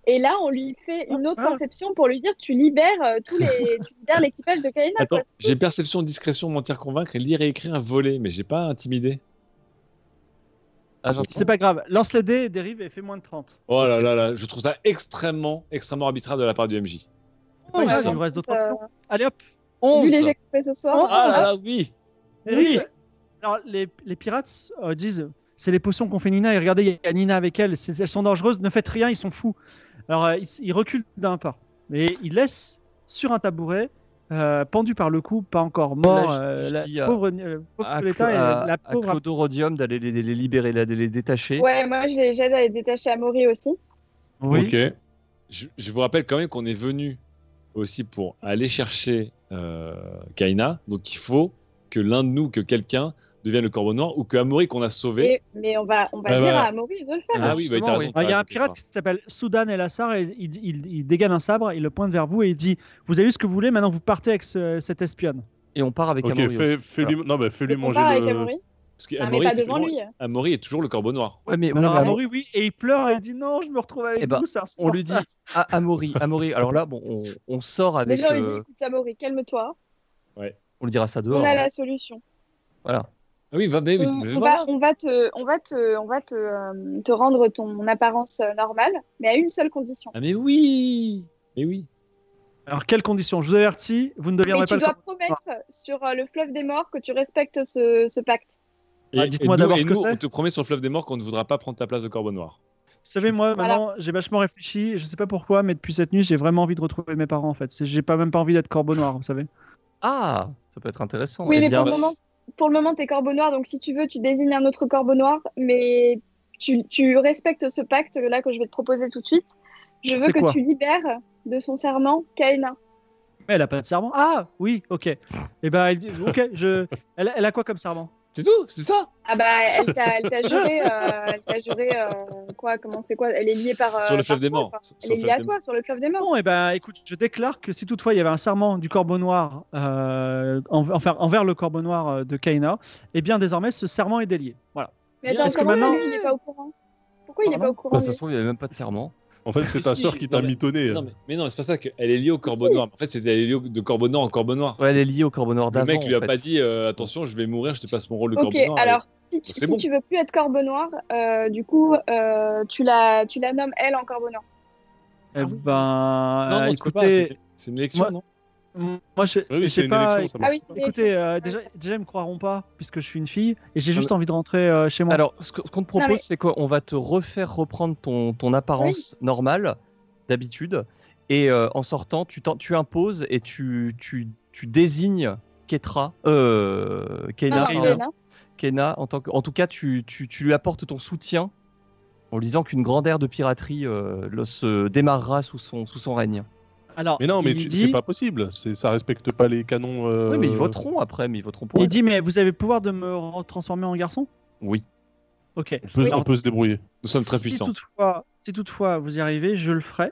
Speaker 4: Et là, on lui fait une autre
Speaker 1: Ah.
Speaker 4: inception pour lui dire tu libères euh, tous les, tu libères l'équipage de Kaina.
Speaker 2: Attends,
Speaker 4: quoi.
Speaker 2: j'ai perception, discrétion, mentir, convaincre et lire et écrire un volet, mais j'ai pas intimidé.
Speaker 3: Ah, j'entends.
Speaker 1: C'est pas grave. Lance les dés, dérive et fais moins de 30.
Speaker 2: Oh là là là, je trouve ça extrêmement, extrêmement arbitraire de la part du MJ.
Speaker 1: Pas grave,
Speaker 4: ouais,
Speaker 1: il nous reste d'autres
Speaker 4: euh,
Speaker 1: options. Allez hop,
Speaker 4: Vu
Speaker 2: 11
Speaker 4: les jets que j'ai fait ce soir.
Speaker 2: Ah
Speaker 4: euh,
Speaker 2: là là, oui
Speaker 1: dérive. Alors, les, les pirates euh, disent c'est les potions qu'on fait Nina, et regardez, il y a Nina avec elle, C'est- elles sont dangereuses, ne faites rien, ils sont fous. Alors, euh, ils, ils reculent d'un pas. Et ils laissent sur un tabouret, euh, pendu par le cou, pas encore mort,
Speaker 3: Là, je-
Speaker 1: euh,
Speaker 3: je
Speaker 1: la,
Speaker 3: dis à-
Speaker 1: pauvre, euh, pauvre
Speaker 3: à,
Speaker 1: Coletta et
Speaker 3: à-
Speaker 1: la
Speaker 3: à
Speaker 1: pauvre
Speaker 3: Clodo Rhodium d'aller les, les libérer, là, de les détacher.
Speaker 4: Ouais, moi, je les j'aide à les détacher Amaury aussi.
Speaker 1: Oui.
Speaker 5: Ok.
Speaker 2: je, je vous rappelle quand même qu'on est venu aussi pour aller chercher euh, Kaina, donc il faut que l'un de nous, que quelqu'un, devienne le corbeau noir ou que Amaury qu'on a sauvé.
Speaker 4: Et- mais on va, on va
Speaker 2: Ah
Speaker 4: dire
Speaker 2: bah.
Speaker 4: à Amaury de le faire.
Speaker 2: Ah oui, bah,
Speaker 3: Justement,
Speaker 2: t'as
Speaker 3: oui.
Speaker 2: raison, t'as
Speaker 1: Ah, Il y a
Speaker 2: raison,
Speaker 1: un pirate
Speaker 2: t'as
Speaker 1: qui s'appelle Soudan El Assar et il, il- il dégaine un sabre, il le pointe vers vous et il dit Vous avez vu ce que vous voulez, maintenant vous partez avec ce- cet espionne.
Speaker 3: Et on part avec
Speaker 5: Ok,
Speaker 3: Amaury
Speaker 5: fais,
Speaker 3: aussi.
Speaker 5: fais-lui non, bah, fais-lui
Speaker 4: On
Speaker 5: manger
Speaker 4: part avec
Speaker 5: le.
Speaker 4: Amaury.
Speaker 2: Parce que
Speaker 4: Ah, mais
Speaker 2: Amaury,
Speaker 4: pas
Speaker 2: c'est
Speaker 4: devant
Speaker 2: toujours-
Speaker 4: lui.
Speaker 2: Amaury est toujours le corbeau noir.
Speaker 3: Voilà. Ouais, mais,
Speaker 1: Alors
Speaker 3: ouais, mais
Speaker 1: Amaury, Ah, oui, et il pleure et il dit Non, je me retrouve avec
Speaker 3: Eh ben,
Speaker 1: vous, c'est un
Speaker 3: on lui dit
Speaker 1: sport.
Speaker 3: ah, Amaury, Amaury. Alors là, bon, on, on sort avec.
Speaker 4: Déjà, on lui dit
Speaker 3: euh,
Speaker 4: écoute, Amaury, calme-toi.
Speaker 3: on lui dira ça dehors.
Speaker 4: On a la solution.
Speaker 3: Voilà.
Speaker 2: Ah oui, va, mais, oui,
Speaker 4: on,
Speaker 2: mais
Speaker 4: on va, on va te, on va te, on va te, euh, te rendre ton apparence euh, normale, mais à une seule condition.
Speaker 2: Ah mais oui Mais oui
Speaker 1: Alors, quelles conditions Je vous avertis, vous ne
Speaker 4: Mais
Speaker 1: deviendrez pas
Speaker 4: tu
Speaker 1: le
Speaker 4: dois
Speaker 1: corbeau
Speaker 4: promettre sur euh, le fleuve des morts que tu respectes ce, ce pacte.
Speaker 1: Ah, dites-moi d'abord ce que
Speaker 2: nous,
Speaker 1: c'est.
Speaker 2: On te promet sur le fleuve des morts qu'on ne voudra pas prendre ta place de corbeau noir.
Speaker 1: Vous savez, moi,
Speaker 4: Voilà.
Speaker 1: maintenant, j'ai vachement réfléchi. Je sais pas pourquoi, mais depuis cette nuit, j'ai vraiment envie de retrouver mes parents, en fait. C'est- J'ai pas même pas envie d'être corbeau noir, vous savez.
Speaker 3: Ah, ça peut être intéressant.
Speaker 4: Oui,
Speaker 3: Eh
Speaker 4: mais
Speaker 3: bien,
Speaker 4: pour le moment, pour le moment, t'es corbeau noir, donc si tu veux, tu désignes un autre corbeau noir, mais tu, tu respectes ce pacte là que je vais te proposer tout de suite. Je veux
Speaker 1: C'est quoi
Speaker 4: que tu libères de son serment Kaina.
Speaker 1: Mais elle a pas de serment. Ah, oui, ok. Et ben, elle dit Ok, je... elle, elle a quoi comme serment
Speaker 2: C'est tout C'est ça
Speaker 4: Ah bah, elle t'a, elle t'a juré, euh, elle t'a juré euh, quoi Comment c'est quoi Elle est liée par. euh,
Speaker 2: Sur le fleuve
Speaker 4: par
Speaker 2: des
Speaker 4: toi,
Speaker 2: morts.
Speaker 4: quoi.
Speaker 2: Sur-
Speaker 4: Elle
Speaker 2: sur le
Speaker 4: est liée
Speaker 2: fleuve
Speaker 4: à
Speaker 2: des
Speaker 4: toi sur le fleuve des morts.
Speaker 1: Bon, et ben, écoute, je déclare que si toutefois il y avait un serment du Corbeau Noir euh, en- enfin, envers le Corbeau Noir euh, de Kaina, eh bien désormais ce serment est délié. Voilà.
Speaker 4: Mais attends,
Speaker 1: Est-ce que
Speaker 4: comment
Speaker 1: maintenant-
Speaker 4: lui, il est pas au courant Pourquoi il est
Speaker 1: Pardon
Speaker 4: pas au courant
Speaker 3: bah, ça
Speaker 4: lui
Speaker 3: se trouve, il n'y avait même pas de serment.
Speaker 5: En fait, c'est
Speaker 2: Mais
Speaker 5: ta
Speaker 2: si,
Speaker 5: sœur qui t'a
Speaker 2: non, mais-
Speaker 5: mitonné.
Speaker 2: Non, mais, mais non, c'est pas ça qu'elle est liée au corbeau
Speaker 4: Si.
Speaker 2: noir. En fait, c'est elle est liée au- de corbeau noir en corbeau noir.
Speaker 3: Ouais, elle est liée au corbeau noir
Speaker 2: le
Speaker 3: d'avant.
Speaker 2: mec lui
Speaker 3: en
Speaker 2: a
Speaker 3: fait.
Speaker 2: pas dit euh, attention, je vais mourir, je te passe mon rôle de
Speaker 4: Ok,
Speaker 2: corbeau noir.
Speaker 4: alors
Speaker 3: euh,
Speaker 4: si, tu,
Speaker 2: C'est
Speaker 4: si
Speaker 2: bon.
Speaker 4: tu veux plus être Corbe Noir, euh, du coup, euh, tu la, tu la nommes elle en Corbe Noir. Ah
Speaker 1: Eh
Speaker 2: oui.
Speaker 1: ben,
Speaker 2: Non, non,
Speaker 1: euh,
Speaker 2: tu peux pas, c'est-
Speaker 1: écoutez,
Speaker 2: c'est une élection,
Speaker 1: moi-
Speaker 2: non
Speaker 1: moi je
Speaker 5: Oui, oui,
Speaker 1: je
Speaker 5: c'est
Speaker 1: sais
Speaker 5: une
Speaker 1: pas.
Speaker 5: élection, ça
Speaker 4: Ah
Speaker 5: marche.
Speaker 4: oui, mais-
Speaker 1: Écoutez, euh, déjà, déjà ils me croiront pas puisque je suis une fille et j'ai juste envie de rentrer euh, chez moi.
Speaker 3: Alors, ce que- ce qu'on te propose,
Speaker 4: mais-
Speaker 3: c'est qu'on va te refaire reprendre ton, ton apparence normale d'habitude. Et euh, en sortant, tu, t'en- tu imposes et tu, tu, tu désignes Ketra, euh, Kena,
Speaker 4: Non,
Speaker 1: Kaina.
Speaker 4: non,
Speaker 3: pardon,
Speaker 4: Kaina.
Speaker 3: Kena en, tant que, en tout cas, tu, tu, tu lui apportes ton soutien en lui disant qu'une grande ère de piraterie euh, le- se démarrera sous son, sous son règne.
Speaker 1: Alors,
Speaker 5: Mais non, mais
Speaker 1: il
Speaker 5: tu-
Speaker 1: dit-
Speaker 5: c'est pas possible. C'est, ça respecte pas les canons. euh,
Speaker 3: Oui, mais ils voteront après, mais ils voteront pour
Speaker 1: Il
Speaker 3: elle.
Speaker 1: dit mais vous avez le pouvoir de me transformer en garçon
Speaker 3: Oui.
Speaker 1: Ok.
Speaker 5: On peut, on peut se débrouiller.
Speaker 2: Nous sommes très
Speaker 1: si
Speaker 2: puissants.
Speaker 1: Toutefois, si toutefois vous y arrivez, je le ferai.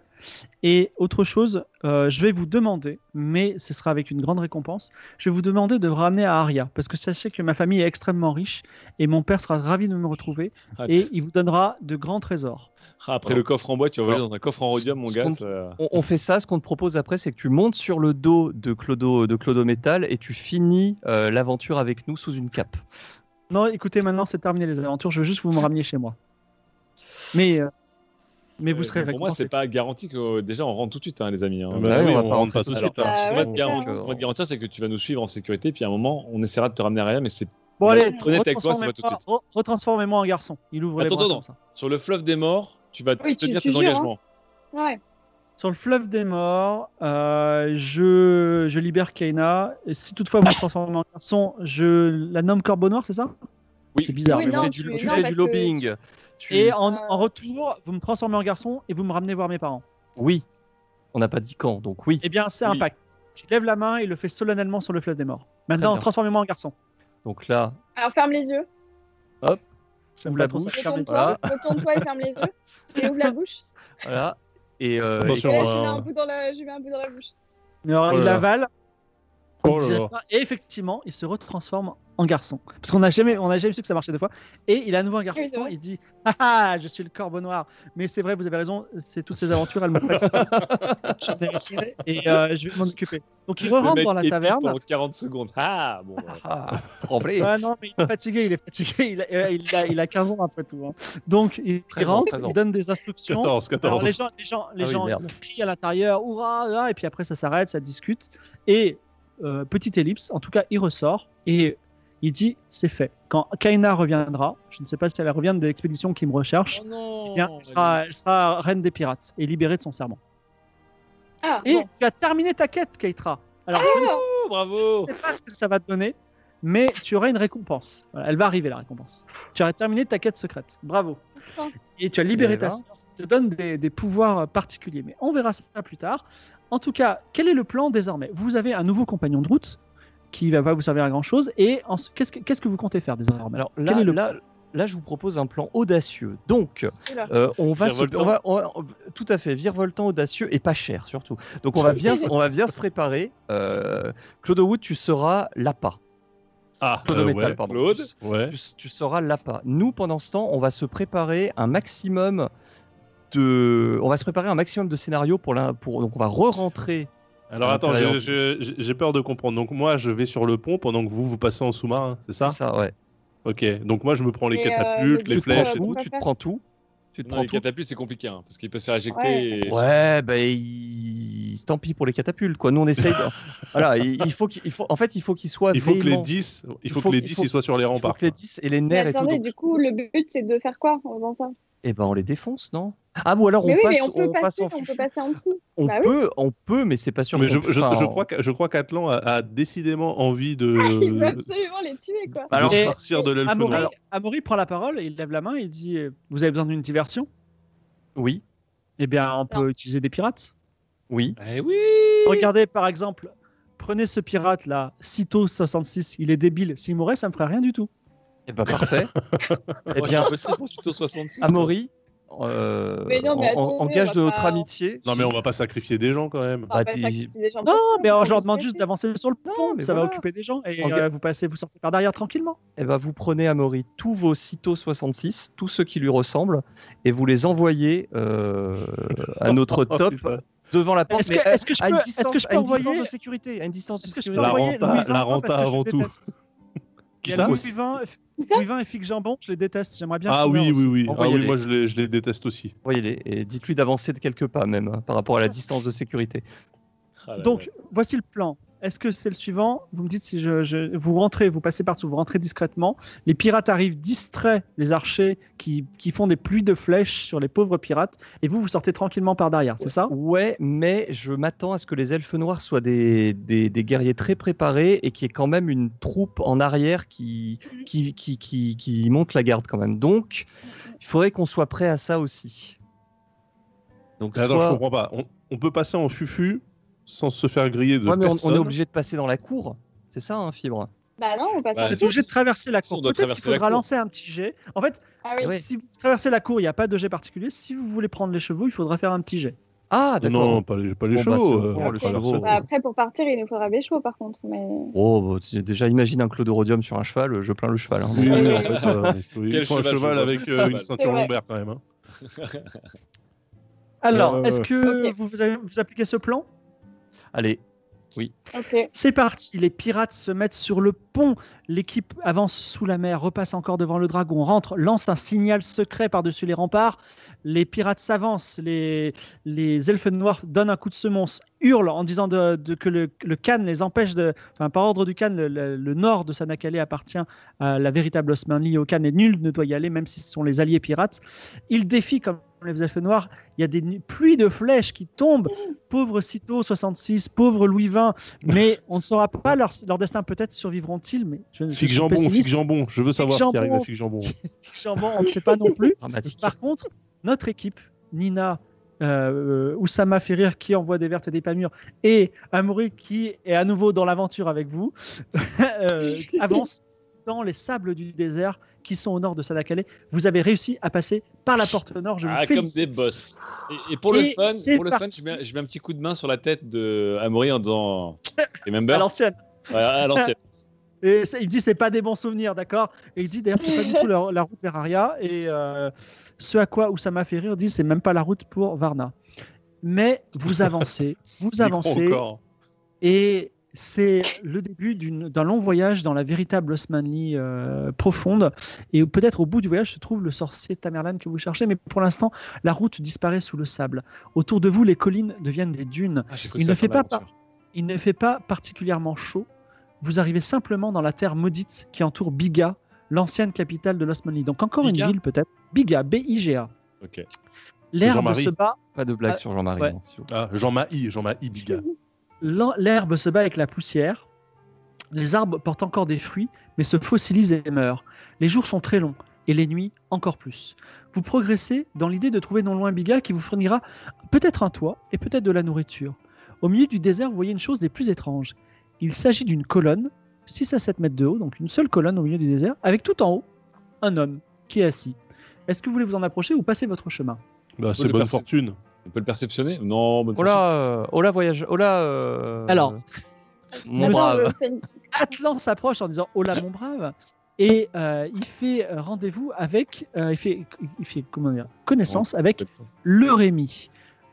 Speaker 1: Et autre chose, euh, je vais vous demander, mais ce sera avec une grande récompense, je vais vous demander de me ramener à Aria, parce que sachez que ma famille est extrêmement riche et mon père sera ravi de me retrouver
Speaker 2: Ah,
Speaker 1: et il vous donnera de grands trésors.
Speaker 2: ah, après le coffre en bois, tu vas voler dans un coffre en rhodium, mon
Speaker 3: Ce
Speaker 2: gars.
Speaker 3: qu'on-
Speaker 2: ça-
Speaker 3: On, on fait ça, ce qu'on te propose après, c'est que tu montes sur le dos de Clodo, de Clodo Metal et tu finis euh, l'aventure avec nous sous une cape.
Speaker 5: Ah
Speaker 1: Non, écoutez, maintenant c'est terminé les aventures, je veux juste que vous me rameniez chez moi. Mais, euh, mais vous
Speaker 2: Euh,
Speaker 1: serez
Speaker 2: Pour moi,
Speaker 1: récompensé.
Speaker 2: c'est pas garanti que déjà on rentre tout de suite, hein, les amis. hein.
Speaker 5: Bah
Speaker 3: bah oui,
Speaker 5: oui,
Speaker 3: on va pas
Speaker 5: on rentre
Speaker 3: rentrer
Speaker 5: pas tout de
Speaker 3: tout
Speaker 5: suite.
Speaker 4: à l'heure.
Speaker 5: hein,
Speaker 4: Ah,
Speaker 2: Ce qu'on
Speaker 5: sinon-
Speaker 2: va
Speaker 4: ouais,
Speaker 2: te garantir,
Speaker 3: donc,
Speaker 2: ce qu'on va te
Speaker 3: euh,
Speaker 2: garantir, c'est que tu vas nous suivre en sécurité, puis à un moment, on essaiera de te ramener à rien, mais c'est
Speaker 1: Bon
Speaker 2: on va
Speaker 1: allez,
Speaker 2: être honnête avec toi, ça va tout de
Speaker 1: retransformez-moi- re- retransformez-moi en garçon. Il ouvre
Speaker 2: Attends,
Speaker 1: les bras
Speaker 2: attends,
Speaker 1: comme ça.
Speaker 2: sur le fleuve des morts, tu vas
Speaker 4: Oui, tu-
Speaker 2: tenir
Speaker 4: tu
Speaker 2: tes
Speaker 4: jures, hein.
Speaker 2: engagements.
Speaker 4: Ouais.
Speaker 1: Sur le fleuve des morts, euh, je, je libère Kaina. Et Si toutefois vous me transformez en garçon, je la nomme Corbeau Noir, c'est ça
Speaker 2: Oui.
Speaker 1: C'est bizarre.
Speaker 4: Oui,
Speaker 3: tu
Speaker 4: non,
Speaker 3: fais du,
Speaker 4: tu-
Speaker 3: tu
Speaker 4: non,
Speaker 3: fais
Speaker 4: parce
Speaker 3: du
Speaker 4: que-
Speaker 3: lobbying. Tu-
Speaker 1: Et en, en retour, vous me transformez en garçon et vous me ramenez voir mes parents.
Speaker 3: Oui. On n'a pas dit quand, donc oui.
Speaker 1: Eh bien, c'est
Speaker 2: Oui.
Speaker 1: un pacte. Il lève la main et il le fait solennellement sur le fleuve des morts. Maintenant,
Speaker 3: bien.
Speaker 1: transformez-moi en garçon.
Speaker 3: Donc là,
Speaker 4: Alors ferme les yeux.
Speaker 1: J'aime
Speaker 3: Ou la
Speaker 1: pas trop ça.
Speaker 3: bouche.
Speaker 4: Retourne-toi, retourne-toi et ferme les yeux. Et ouvre la bouche.
Speaker 3: Voilà. Et, euh,
Speaker 4: Et
Speaker 5: Attention,
Speaker 4: là,
Speaker 5: Genre,
Speaker 4: je lui mets
Speaker 5: euh,
Speaker 4: un bout dans la, je lui mets un bout dans la bouche.
Speaker 1: Mais alors,
Speaker 5: Oh là
Speaker 1: il
Speaker 5: là.
Speaker 1: avale,
Speaker 5: Oh
Speaker 1: il
Speaker 5: là là.
Speaker 1: digère ça, et effectivement, il se retransforme en garçon. Parce qu'on n'a jamais, on n'a jamais su que ça marchait deux fois. Et il a à nouveau un garçon.
Speaker 4: Oui, c'est vrai.
Speaker 1: il dit Ah ah, je suis le corbeau noir. Mais c'est vrai, vous avez raison, c'est toutes ces aventures, elles m'ont fait J'en ai essayé et euh, je vais m'en occuper. Donc il rentre
Speaker 2: mec
Speaker 1: dans la
Speaker 2: épique
Speaker 1: taverne.
Speaker 2: Pendant 40 secondes. Ah, bon. voilà.
Speaker 3: ah, tremblé.
Speaker 1: Ouais, non, mais il est fatigué, il est fatigué. Il a, euh, il a, il a 15 ans après tout. hein. Donc il, il
Speaker 3: 13 ans,
Speaker 1: rentre,
Speaker 3: 13 ans.
Speaker 1: il donne des instructions.
Speaker 5: 14,
Speaker 1: Alors,
Speaker 5: 14.
Speaker 1: les gens, les gens, les
Speaker 3: Ah oui,
Speaker 1: gens
Speaker 3: merde.
Speaker 1: crient à l'intérieur, hurrah, hurrah, et puis après ça s'arrête, ça discute. Et euh, petite ellipse, en tout cas, il ressort et il dit c'est fait. Quand Kaina reviendra, je ne sais pas si elle revient de l'expédition qui me recherche,
Speaker 2: Oh non
Speaker 1: eh bien, elle, sera, elle sera reine des pirates et libérée de son serment.
Speaker 4: Ah,
Speaker 1: Et
Speaker 4: bon.
Speaker 1: tu as terminé ta quête, Keitra. Alors je ne
Speaker 2: Oh, bravo
Speaker 1: sais pas ce que ça va te donner, mais tu auras une récompense. Voilà, elle va arriver la récompense. Tu auras terminé ta quête secrète. Bravo. et tu as libéré
Speaker 3: Et
Speaker 1: ta
Speaker 3: là
Speaker 1: sœur. Ça te donne des, des pouvoirs particuliers. Mais on verra ça plus tard. En tout cas, quel est le plan désormais Vous avez un nouveau compagnon de route qui va pas vous servir à grand chose. Et en- qu'est-ce que- qu'est-ce que vous comptez faire désormais
Speaker 3: Alors
Speaker 1: Quel
Speaker 3: là,
Speaker 1: est le
Speaker 3: là, là, je vous propose un plan audacieux. Donc,
Speaker 4: Oula.
Speaker 3: euh, on va, se-
Speaker 2: Virevoltant.
Speaker 3: on va- on va- on- tout à fait virevoltant, audacieux et pas cher surtout. Donc, on va bien, se- on va bien se préparer. Euh, Claude Wood, tu seras l'appât.
Speaker 5: Ah,
Speaker 3: Claude
Speaker 5: euh,
Speaker 3: Métal,
Speaker 5: ouais,
Speaker 3: pardon.
Speaker 2: Claude.
Speaker 3: Tu-
Speaker 5: Ouais.
Speaker 3: Tu, tu seras l'appât. Nous, pendant ce temps, on va se préparer un maximum de, on va se préparer un maximum de scénarios pour la, pour donc on va re-rentrer.
Speaker 5: Alors
Speaker 3: À
Speaker 5: attends,
Speaker 3: l'intérieur.
Speaker 5: je- je- je- j'ai peur de comprendre. Donc moi, je vais sur le pont pendant que vous, vous passez en sous-marin, c'est ça
Speaker 3: C'est ça, ouais.
Speaker 5: Ok, donc moi, je me prends les
Speaker 4: Et, euh,
Speaker 5: catapultes,
Speaker 4: le
Speaker 5: les
Speaker 3: tu te prends
Speaker 5: flèches.
Speaker 4: euh,
Speaker 5: et tout.
Speaker 3: tout, tu te prends tout, tu te
Speaker 2: Non,
Speaker 3: prends
Speaker 2: les
Speaker 3: tout.
Speaker 2: catapultes, c'est compliqué, hein, parce qu'il peut se faire éjecter.
Speaker 4: Ouais.
Speaker 2: et-
Speaker 3: Ouais, ben il- tant pis pour les catapultes, quoi. Nous, on essaye. de- voilà, il il faut qu'il il faut. En fait, il faut qu'ils soient.
Speaker 5: Il faut que les
Speaker 3: véhéments.
Speaker 5: 10, il
Speaker 3: Il
Speaker 5: faut
Speaker 3: faut-
Speaker 5: que les
Speaker 3: il
Speaker 5: 10
Speaker 3: faut-
Speaker 5: ils soient sur les
Speaker 3: Il faut
Speaker 5: remparts.
Speaker 3: que les 10 et les
Speaker 4: Mais
Speaker 3: nerfs et tout.
Speaker 4: attendez,
Speaker 3: donc-
Speaker 4: du coup, le but, c'est de faire quoi en faisant ça
Speaker 3: Eh ben, on les défonce, non Ah, ou alors on
Speaker 4: Mais oui,
Speaker 3: passe.
Speaker 4: mais on peut
Speaker 3: passe
Speaker 4: passer,
Speaker 3: en
Speaker 4: on
Speaker 3: fufu.
Speaker 4: peut passer en dessous.
Speaker 3: On
Speaker 4: Bah oui.
Speaker 3: peut, on peut, mais c'est pas sûr.
Speaker 5: Mais je,
Speaker 3: qu'on-
Speaker 5: je-
Speaker 3: enfin,
Speaker 5: je
Speaker 3: on-
Speaker 5: crois que- je crois qu'Atlan a, a décidément envie de,
Speaker 3: Euh,
Speaker 4: Il veut
Speaker 5: de
Speaker 4: absolument les tuer, quoi.
Speaker 3: Alors,
Speaker 1: Et-
Speaker 5: sortir de l'elfe
Speaker 1: Amaury,
Speaker 5: noir.
Speaker 1: Amaury prend la parole et il lève la main et il dit euh, Vous avez besoin d'une diversion
Speaker 3: Oui,
Speaker 1: Eh bien, on peut utiliser des pirates.
Speaker 3: oui.
Speaker 2: Eh oui
Speaker 1: Regardez par exemple, prenez ce pirate là, Cito 66, il est débile. S'il mourait, ça me ferait rien du tout.
Speaker 3: Eh ben, parfait. eh
Speaker 2: Moi,
Speaker 3: bien,
Speaker 2: je suis un peu 66.
Speaker 3: Amaury, euh,
Speaker 4: Mais non, mais
Speaker 3: en- en-
Speaker 4: attendez,
Speaker 3: en
Speaker 4: on
Speaker 3: gage
Speaker 4: va
Speaker 3: de notre
Speaker 4: pas-
Speaker 3: amitié.
Speaker 5: Non mais on va pas sacrifier des gens quand même.
Speaker 4: On va
Speaker 3: bah,
Speaker 4: pas
Speaker 3: dis-
Speaker 4: sacrifier des gens
Speaker 1: Non,
Speaker 4: pour ça,
Speaker 1: mais
Speaker 4: on
Speaker 1: alors,
Speaker 4: peut
Speaker 1: je leur
Speaker 4: juste
Speaker 1: demande juste
Speaker 4: laisser.
Speaker 1: d'avancer sur le
Speaker 3: Non,
Speaker 1: pont,
Speaker 3: mais
Speaker 1: ça va
Speaker 3: voilà.
Speaker 1: occuper des gens et
Speaker 3: Ok.
Speaker 1: euh, vous passez, vous sortez par derrière tranquillement.
Speaker 3: Eh ben, vous prenez Amaury tous vos Cito 66, tous ceux qui lui ressemblent, et vous les envoyez euh, à notre
Speaker 5: Oh,
Speaker 3: top
Speaker 5: putain.
Speaker 3: devant la porte.
Speaker 1: Est-ce
Speaker 3: mais
Speaker 1: que,
Speaker 3: à-
Speaker 1: est-ce que je
Speaker 3: à
Speaker 1: peux,
Speaker 3: une
Speaker 1: est-ce que
Speaker 3: distance-
Speaker 1: je
Speaker 3: à
Speaker 1: peux
Speaker 3: une distance
Speaker 1: envoyer,
Speaker 3: de sécurité, à une distance de
Speaker 1: est-ce que je
Speaker 3: sécurité.
Speaker 1: peux
Speaker 5: La
Speaker 1: envoyer
Speaker 5: renta-
Speaker 1: Louis
Speaker 5: la
Speaker 1: Vuitton parce
Speaker 5: renta
Speaker 1: que je
Speaker 5: avant
Speaker 1: les
Speaker 5: tout.
Speaker 1: déteste. Il y
Speaker 5: Ça
Speaker 1: a Louis Vuitton, Louis Vuitton et Fig Jambon, je les déteste. J'aimerais bien.
Speaker 5: Ah
Speaker 1: qu'ils
Speaker 5: oui
Speaker 1: meurent aussi.
Speaker 5: oui oui. Ah oui
Speaker 3: Envoyez-les.
Speaker 5: moi je les, je les déteste aussi.
Speaker 3: Voyez-les et dites-lui d'avancer de quelques pas même hein, par rapport à la distance de sécurité.
Speaker 2: Ah là là.
Speaker 1: Donc voici le plan. Est-ce que c'est le suivant Vous me dites si je, je- vous rentrez, vous passez partout, vous rentrez discrètement. Les pirates arrivent distraits, les archers qui, qui font des pluies de flèches sur les pauvres pirates, et vous vous sortez tranquillement par derrière, c'est
Speaker 3: Ah.
Speaker 1: ça
Speaker 3: Ouais, mais je m'attends à ce que les elfes noirs soient des, des, des guerriers très préparés et qu'il y ait quand même une troupe en arrière qui, qui, qui, qui, qui monte la garde quand même. Donc, il faudrait qu'on soit prêt à ça aussi. Donc,
Speaker 5: Mais Attends
Speaker 3: soit-
Speaker 5: Ah je comprends pas. On, on peut passer en fufu sans se faire griller de
Speaker 3: Ouais, mais on- on,
Speaker 5: personne.
Speaker 3: est obligé de passer dans la cour. C'est ça, hein, Fibre
Speaker 4: Bah non, on passe
Speaker 2: Bah,
Speaker 1: Vous
Speaker 4: en
Speaker 1: êtes
Speaker 4: dessous.
Speaker 1: obligé de traverser la
Speaker 2: Si on
Speaker 1: cour.
Speaker 2: doit
Speaker 1: Peut-être qu'il
Speaker 2: traverser la
Speaker 1: faudra
Speaker 2: cour.
Speaker 1: lancer un petit jet. En fait,
Speaker 4: Ah oui.
Speaker 3: Eh Ouais.
Speaker 1: si vous traversez la cour, il n'y a pas de jet particulier. Si vous voulez prendre les chevaux, il faudra faire un petit jet.
Speaker 3: Ah, d'accord.
Speaker 5: Non pas les, pas les
Speaker 3: Bon, bah,
Speaker 5: chevaux.
Speaker 3: c'est
Speaker 5: euh,
Speaker 3: bon,
Speaker 5: on
Speaker 4: le
Speaker 5: traverse
Speaker 3: chevaux.
Speaker 5: ça.
Speaker 4: Bah, après, pour partir, il nous faudra des chevaux, par contre. Mais...
Speaker 3: Oh, bah, tu- déjà, imagine un Claude Rhodium sur un cheval, euh, je plains le cheval. hein.
Speaker 5: Oui,
Speaker 3: Donc,
Speaker 5: oui,
Speaker 4: Ouais.
Speaker 5: en fait, euh, il faut- il
Speaker 2: Quel
Speaker 5: faut un
Speaker 2: cheval,
Speaker 5: cheval
Speaker 2: je
Speaker 5: avec
Speaker 2: vois.
Speaker 5: euh, une
Speaker 2: Cheval.
Speaker 5: ceinture
Speaker 4: C'est vrai.
Speaker 5: lombaire quand même. hein.
Speaker 1: Alors,
Speaker 5: Ouais, ouais,
Speaker 1: est-ce
Speaker 5: ouais.
Speaker 1: que
Speaker 4: Ok.
Speaker 1: vous, vous avez- vous appliquez ce plan
Speaker 3: Allez,
Speaker 4: Ok.
Speaker 1: C'est parti, les pirates se mettent sur le pont, l'équipe avance sous la mer, repasse encore devant le dragon, rentre, lance un signal secret par-dessus les remparts, les pirates s'avancent, les, les elfes noirs donnent un coup de semonce, hurlent en disant de- de- que le, le Khan les empêche de... Enfin, par ordre du Khan, le, le- le nord de Sanakale appartient à la véritable Osmanli au Khan et nul ne doit y aller, même si ce sont les alliés pirates. Ils défient comme les elfes noirs, il y a des nu- pluies de flèches qui tombent, pauvre Cito 66, pauvre Louis XX, mais on ne saura pas leur, leur destin. Peut-être survivront-ils, mais je ne je
Speaker 5: Figue
Speaker 1: suis
Speaker 5: jambon,
Speaker 1: pessimiste.
Speaker 5: figue jambon. Je veux savoir ce qui
Speaker 1: jambon.
Speaker 5: arrive à figue jambon.
Speaker 1: Figue jambon, on ne sait pas non plus.
Speaker 3: dramatique.
Speaker 1: Par contre, notre équipe, Nina, euh, Oussama Ferrir qui envoie des vertes et des pas mûres, et Amoury qui est à nouveau dans l'aventure avec vous, euh, avance dans les sables du désert qui sont au nord de Sadakale. Vous avez réussi à passer par la porte nord. Je vous
Speaker 2: Ah, comme des
Speaker 1: félicite.
Speaker 2: boss. Et, et pour le
Speaker 1: Et
Speaker 2: fun,
Speaker 1: c'est
Speaker 2: pour le fun
Speaker 1: parti.
Speaker 2: je, mets, je mets un petit coup de main sur la tête de Amaury en disant Remember
Speaker 1: À l'ancienne.
Speaker 2: Ouais, à l'ancienne.
Speaker 1: Et ça, il dit c'est pas des bons souvenirs, d'accord Et il dit d'ailleurs c'est pas du tout la, la route vers Aria. Et euh, ce à quoi Oussama fait rire dit c'est même pas la route pour Varna. Mais vous avancez, vous avancez,
Speaker 2: Encore.
Speaker 1: et c'est le début d'une- d'un long voyage dans la véritable Osmanli euh, profonde. Et peut-être au bout du voyage se trouve le sorcier Tamerlan que vous cherchez. Mais pour l'instant, la route disparaît sous le sable. Autour de vous, les collines deviennent des dunes.
Speaker 2: Ah, j'ai cru
Speaker 1: Il
Speaker 2: que ça
Speaker 1: ne fait
Speaker 2: parlait
Speaker 1: pas
Speaker 2: d'aventure.
Speaker 1: Il ne fait pas particulièrement chaud. Vous arrivez simplement dans la terre maudite qui entoure Biga, l'ancienne capitale de l'Osmanli. Donc encore
Speaker 2: Biga
Speaker 1: une ville peut-être. Biga, B-I-G-A.
Speaker 2: Ok.
Speaker 1: L'herbe
Speaker 5: Jean-Marie.
Speaker 1: se bat.
Speaker 3: Pas de blague
Speaker 1: Ah,
Speaker 3: sur Jean-Marie.
Speaker 1: ouais.
Speaker 3: hein, s'il vous plaît.
Speaker 5: Ah, Jean Mahi, Jean Mahi Biga.
Speaker 1: l'en- L'herbe se bat avec la poussière. Les arbres portent encore des fruits, mais se fossilisent et meurent. Les jours sont très longs et les nuits encore plus. Vous progressez dans l'idée de trouver non loin Biga qui vous fournira peut-être un toit et peut-être de la nourriture. Au milieu du désert, vous voyez une chose des plus étranges. Il s'agit d'une colonne, 6 à 7 mètres de haut, donc une seule colonne au milieu du désert, avec tout en haut un homme qui est assis. Est-ce que vous voulez vous en approcher ou passer votre chemin
Speaker 5: Bah,
Speaker 2: le
Speaker 5: c'est bonne
Speaker 2: percer.
Speaker 5: fortune.
Speaker 2: On peut le perceptionner Non, bonne
Speaker 3: Oh là, euh, oh là, voyage. Oh là. euh,
Speaker 1: Alors,
Speaker 3: mon
Speaker 1: je-
Speaker 3: brave.
Speaker 4: je fais une-
Speaker 1: Atlan s'approche en disant Hola mon brave et euh, il fait euh, rendez-vous avec euh, il fait il fait comment dire connaissance avec
Speaker 2: fortune.
Speaker 1: le Rémi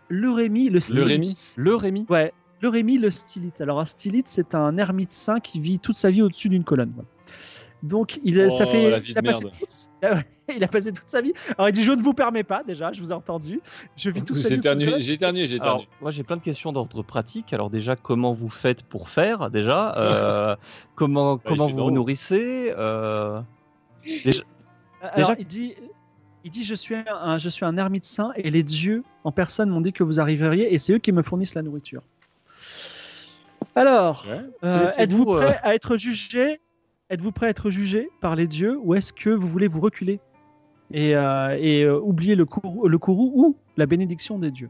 Speaker 1: le Rémi le stylite
Speaker 2: Rémi
Speaker 3: Le Rémi.
Speaker 1: ouais le Rémi le stylite alors un stylite c'est un ermite saint qui vit toute sa vie au-dessus d'une colonne voilà. donc il a- ça
Speaker 2: Oh,
Speaker 1: fait
Speaker 2: la vie
Speaker 1: il a,
Speaker 2: de
Speaker 1: passé
Speaker 2: merde.
Speaker 1: toute, il a passé toute sa vie alors il dit je ne vous permets pas déjà je vous ai entendu je vis toute sa vie au-dessus
Speaker 2: J'ai
Speaker 1: d'une
Speaker 2: éternué,
Speaker 1: colonne.
Speaker 2: j'ai éternué, j'ai
Speaker 3: Alors,
Speaker 2: éternué.
Speaker 3: moi j'ai plein de questions d'ordre pratique. Alors déjà, comment vous faites pour faire déjà Euh, Comment comment
Speaker 2: il fait
Speaker 3: vous
Speaker 2: dans
Speaker 3: vous
Speaker 2: l'eau.
Speaker 3: nourrissez Euh,
Speaker 1: Euh, Alors,
Speaker 3: Déjà-
Speaker 1: il dit, il dit je suis un, un- je suis un ermite saint et les dieux en personne m'ont dit que vous arriveriez et c'est eux qui me fournissent la nourriture. Alors,
Speaker 2: Ouais.
Speaker 1: euh,
Speaker 3: Laissez-vous,
Speaker 1: êtes-vous
Speaker 3: euh,
Speaker 1: prêt à être jugé Êtes-vous prêt à être jugé par les dieux ou est-ce que vous voulez vous reculer et, euh, et, euh, oublier le courroux, le courroux ou la bénédiction des dieux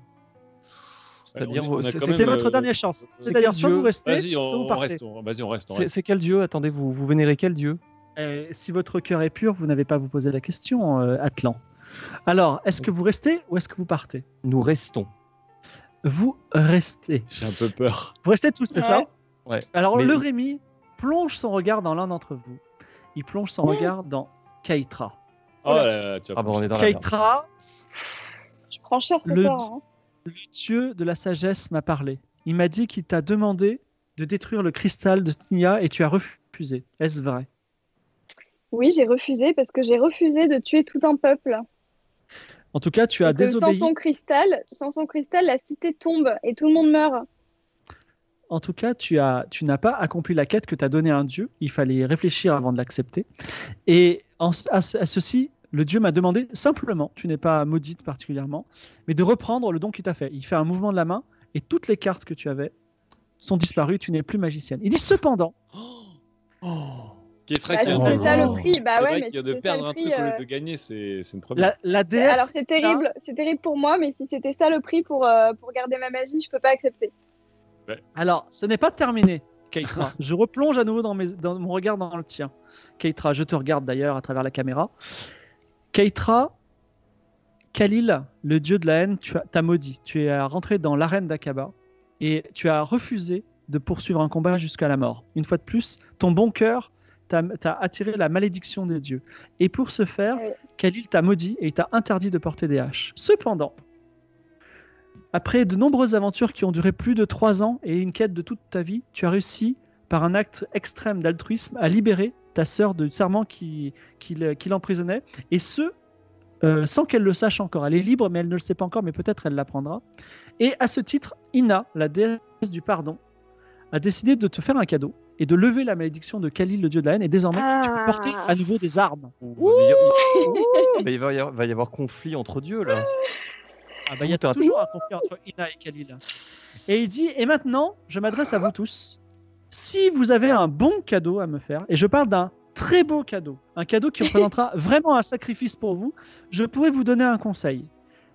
Speaker 3: C'est-à-dire,
Speaker 2: on est- on a
Speaker 3: c'est-
Speaker 2: quand
Speaker 1: C'est
Speaker 2: même,
Speaker 1: c'est votre
Speaker 2: euh,
Speaker 1: dernière chance.
Speaker 3: c'est
Speaker 1: C'est-à-dire,
Speaker 3: quel
Speaker 1: soit vous
Speaker 3: dieu
Speaker 1: restez,
Speaker 2: Vas-y, on,
Speaker 1: soit vous
Speaker 2: on
Speaker 1: partez.
Speaker 2: reste. on- Vas-y, on reste. on
Speaker 3: c'est
Speaker 2: reste.
Speaker 3: c'est quel dieu Attendez, vous vous vénérez quel dieu
Speaker 1: Euh, si votre cœur est pur, vous n'avez pas à vous poser la question, euh, Atlan. Alors, est-ce que vous restez ou est-ce que vous partez
Speaker 3: Nous restons.
Speaker 1: vous restez.
Speaker 2: J'ai un peu peur.
Speaker 1: Vous restez tous, c'est
Speaker 4: Ouais.
Speaker 1: ça
Speaker 3: Ouais.
Speaker 1: Alors,
Speaker 3: Mais-
Speaker 1: le Rémi plonge son regard dans l'un d'entre vous. Il plonge
Speaker 4: Mmh.
Speaker 1: son regard dans Kaitra.
Speaker 2: Oh là là, tu vas
Speaker 3: Ah bon, on est dans la merde.
Speaker 1: Kaitra,
Speaker 4: Je prends cher ce
Speaker 1: Le-
Speaker 4: soir. hein.
Speaker 1: le dieu de la sagesse m'a parlé. Il m'a dit qu'il t'a demandé de détruire le cristal de Tnia et tu as refusé. Est-ce vrai
Speaker 4: Oui, j'ai refusé parce que j'ai refusé de tuer tout un peuple.
Speaker 1: En tout cas, tu as
Speaker 4: Et que sans
Speaker 1: désobéi.
Speaker 4: son cristal, sans son cristal, la cité tombe et tout le monde meurt.
Speaker 1: En tout cas, tu as, tu n'as pas accompli la quête que t'a donnée un dieu. Il fallait réfléchir avant de l'accepter. Et en ce- à, ce- à ceci, le dieu m'a demandé simplement, tu n'es pas maudite particulièrement, mais de reprendre le don qu'il t'a fait. Il fait un mouvement de la main et toutes les cartes que tu avais sont disparues. Tu n'es plus magicienne. Il dit cependant,
Speaker 2: Qui est
Speaker 4: Bah,
Speaker 2: traqué.
Speaker 4: si
Speaker 5: Oh
Speaker 4: c'est
Speaker 5: là
Speaker 4: ça
Speaker 5: là.
Speaker 4: le prix. Bah
Speaker 2: C'est
Speaker 4: ouais,
Speaker 2: vrai
Speaker 4: mais
Speaker 2: qu'il y a
Speaker 4: si
Speaker 2: de
Speaker 4: c'est
Speaker 2: perdre
Speaker 4: ça
Speaker 2: un
Speaker 4: le
Speaker 2: truc
Speaker 4: prix,
Speaker 2: au lieu
Speaker 4: euh,
Speaker 2: de gagner, c'est c'est une première.
Speaker 1: la, la déesse.
Speaker 4: Alors c'est terrible, c'est terrible pour moi, mais si c'était ça le prix pour, euh, pour garder ma magie, je peux pas accepter.
Speaker 1: Alors, ce n'est pas terminé, Keitra. je replonge à nouveau dans, mes- dans mon regard dans le tien. Keitra, je te regarde d'ailleurs à travers la caméra. Keitra, Khalil, le dieu de la haine, tu as- t'as maudit. Tu es rentré dans l'arène d'Akaba et tu as refusé de poursuivre un combat jusqu'à la mort. Une fois de plus, ton bon cœur t'a t'a attiré la malédiction des dieux. Et pour ce faire,
Speaker 4: Ouais.
Speaker 1: Khalil t'a maudit et il t'a interdit de porter des haches. Cependant, après de nombreuses aventures qui ont duré plus de trois ans et une quête de toute ta vie, tu as réussi, par un acte extrême d'altruisme, à libérer ta sœur du serment qui, qui, le- qui l'emprisonnait, et ce, euh, sans qu'elle le sache encore. Elle est libre, mais elle ne le sait pas encore, mais peut-être elle l'apprendra. Et à ce titre, Ina, la déesse du pardon, a décidé de te faire un cadeau et de lever la malédiction de Khalil, le dieu de la haine, et désormais, tu peux porter
Speaker 4: Ah.
Speaker 1: à nouveau des armes.
Speaker 3: Ouh, mais il y a- Ouh, mais il va y avoir, va y avoir conflit entre dieux là.
Speaker 1: Ah bah, il y a
Speaker 3: Tout un-
Speaker 1: toujours un conflit entre Ina et Khalil. Et il dit Et maintenant, je m'adresse à vous tous. Si vous avez un bon cadeau à me faire, et je parle d'un très beau cadeau, un cadeau qui représentera vraiment un sacrifice pour vous, je pourrais vous donner un conseil.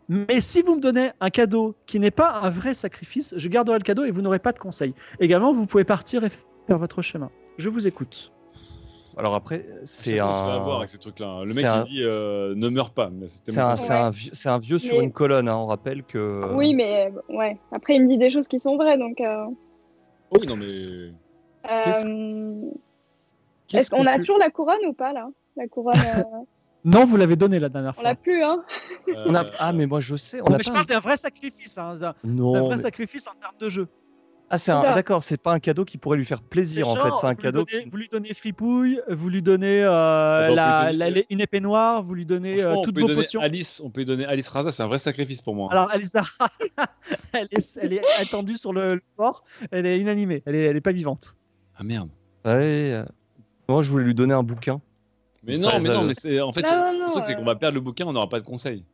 Speaker 1: Mais si vous me donnez un cadeau qui n'est pas un vrai sacrifice, je garderai le cadeau et vous n'aurez pas de conseil. Également, vous pouvez partir et faire votre chemin. Je vous écoute.
Speaker 3: Alors après, c'est
Speaker 2: Chacun
Speaker 3: un.
Speaker 2: se fait avoir avec ces trucs-là. hein. Le
Speaker 3: c'est
Speaker 2: mec,
Speaker 3: un-
Speaker 2: il dit euh, ne meurs pas. mais c'était
Speaker 3: C'est
Speaker 2: mon
Speaker 3: un,
Speaker 2: conseil.
Speaker 3: c'est un vieux, c'est un vieux sur
Speaker 4: Mais-
Speaker 3: une colonne, hein, on rappelle que.
Speaker 4: Oui, mais euh, ouais. Après, il me dit des choses qui sont vraies, donc. euh,
Speaker 2: Oh, oui, non, mais.
Speaker 3: Qu'est-ce-
Speaker 4: euh,
Speaker 3: Qu'est-ce
Speaker 4: Est-ce qu'on a
Speaker 3: peut-
Speaker 4: toujours la couronne ou pas là La couronne, euh,
Speaker 1: Non, vous l'avez donné la dernière
Speaker 4: on
Speaker 1: fois.
Speaker 4: l'a plus, hein
Speaker 2: euh,
Speaker 3: on a- Ah, mais moi je sais. On
Speaker 1: Mais
Speaker 3: a
Speaker 1: je
Speaker 3: pas-
Speaker 1: parle d'un vrai sacrifice, hein, d'un d'un
Speaker 3: Non.
Speaker 1: vrai
Speaker 3: mais-
Speaker 1: sacrifice en termes de jeu.
Speaker 3: Ah, c'est un...
Speaker 4: Oula.
Speaker 3: d'accord, c'est pas un cadeau qui pourrait lui faire plaisir en
Speaker 1: genre,
Speaker 3: fait. C'est un
Speaker 1: vous lui
Speaker 3: cadeau.
Speaker 1: donnez-
Speaker 3: qui-
Speaker 1: Vous lui donnez fripouille, vous lui donnez, euh,
Speaker 2: Bon,
Speaker 1: la-
Speaker 2: Ah bah, on peut lui
Speaker 1: la-
Speaker 2: donner-
Speaker 1: une épée noire, vous lui donnez
Speaker 2: franchement,
Speaker 1: euh,
Speaker 2: on
Speaker 1: toutes
Speaker 2: peut lui
Speaker 1: vos
Speaker 2: donner
Speaker 1: potions.
Speaker 2: Alice, on peut lui donner Alice Raza, c'est un vrai sacrifice pour moi. hein.
Speaker 1: Alors, Alissa, elle est, elle est attendue sur le, le port, elle est inanimée, elle est, elle est pas vivante.
Speaker 2: Ah merde.
Speaker 3: Ouais, euh, Moi je voulais lui donner un bouquin.
Speaker 2: Mais
Speaker 3: Ça,
Speaker 2: non, mais
Speaker 3: ça,
Speaker 2: non,
Speaker 3: je-
Speaker 2: mais c'est en fait.
Speaker 4: Non, non,
Speaker 2: Le
Speaker 4: non,
Speaker 2: truc, c'est
Speaker 4: euh,
Speaker 2: qu'on va perdre le bouquin, on n'aura pas de conseils.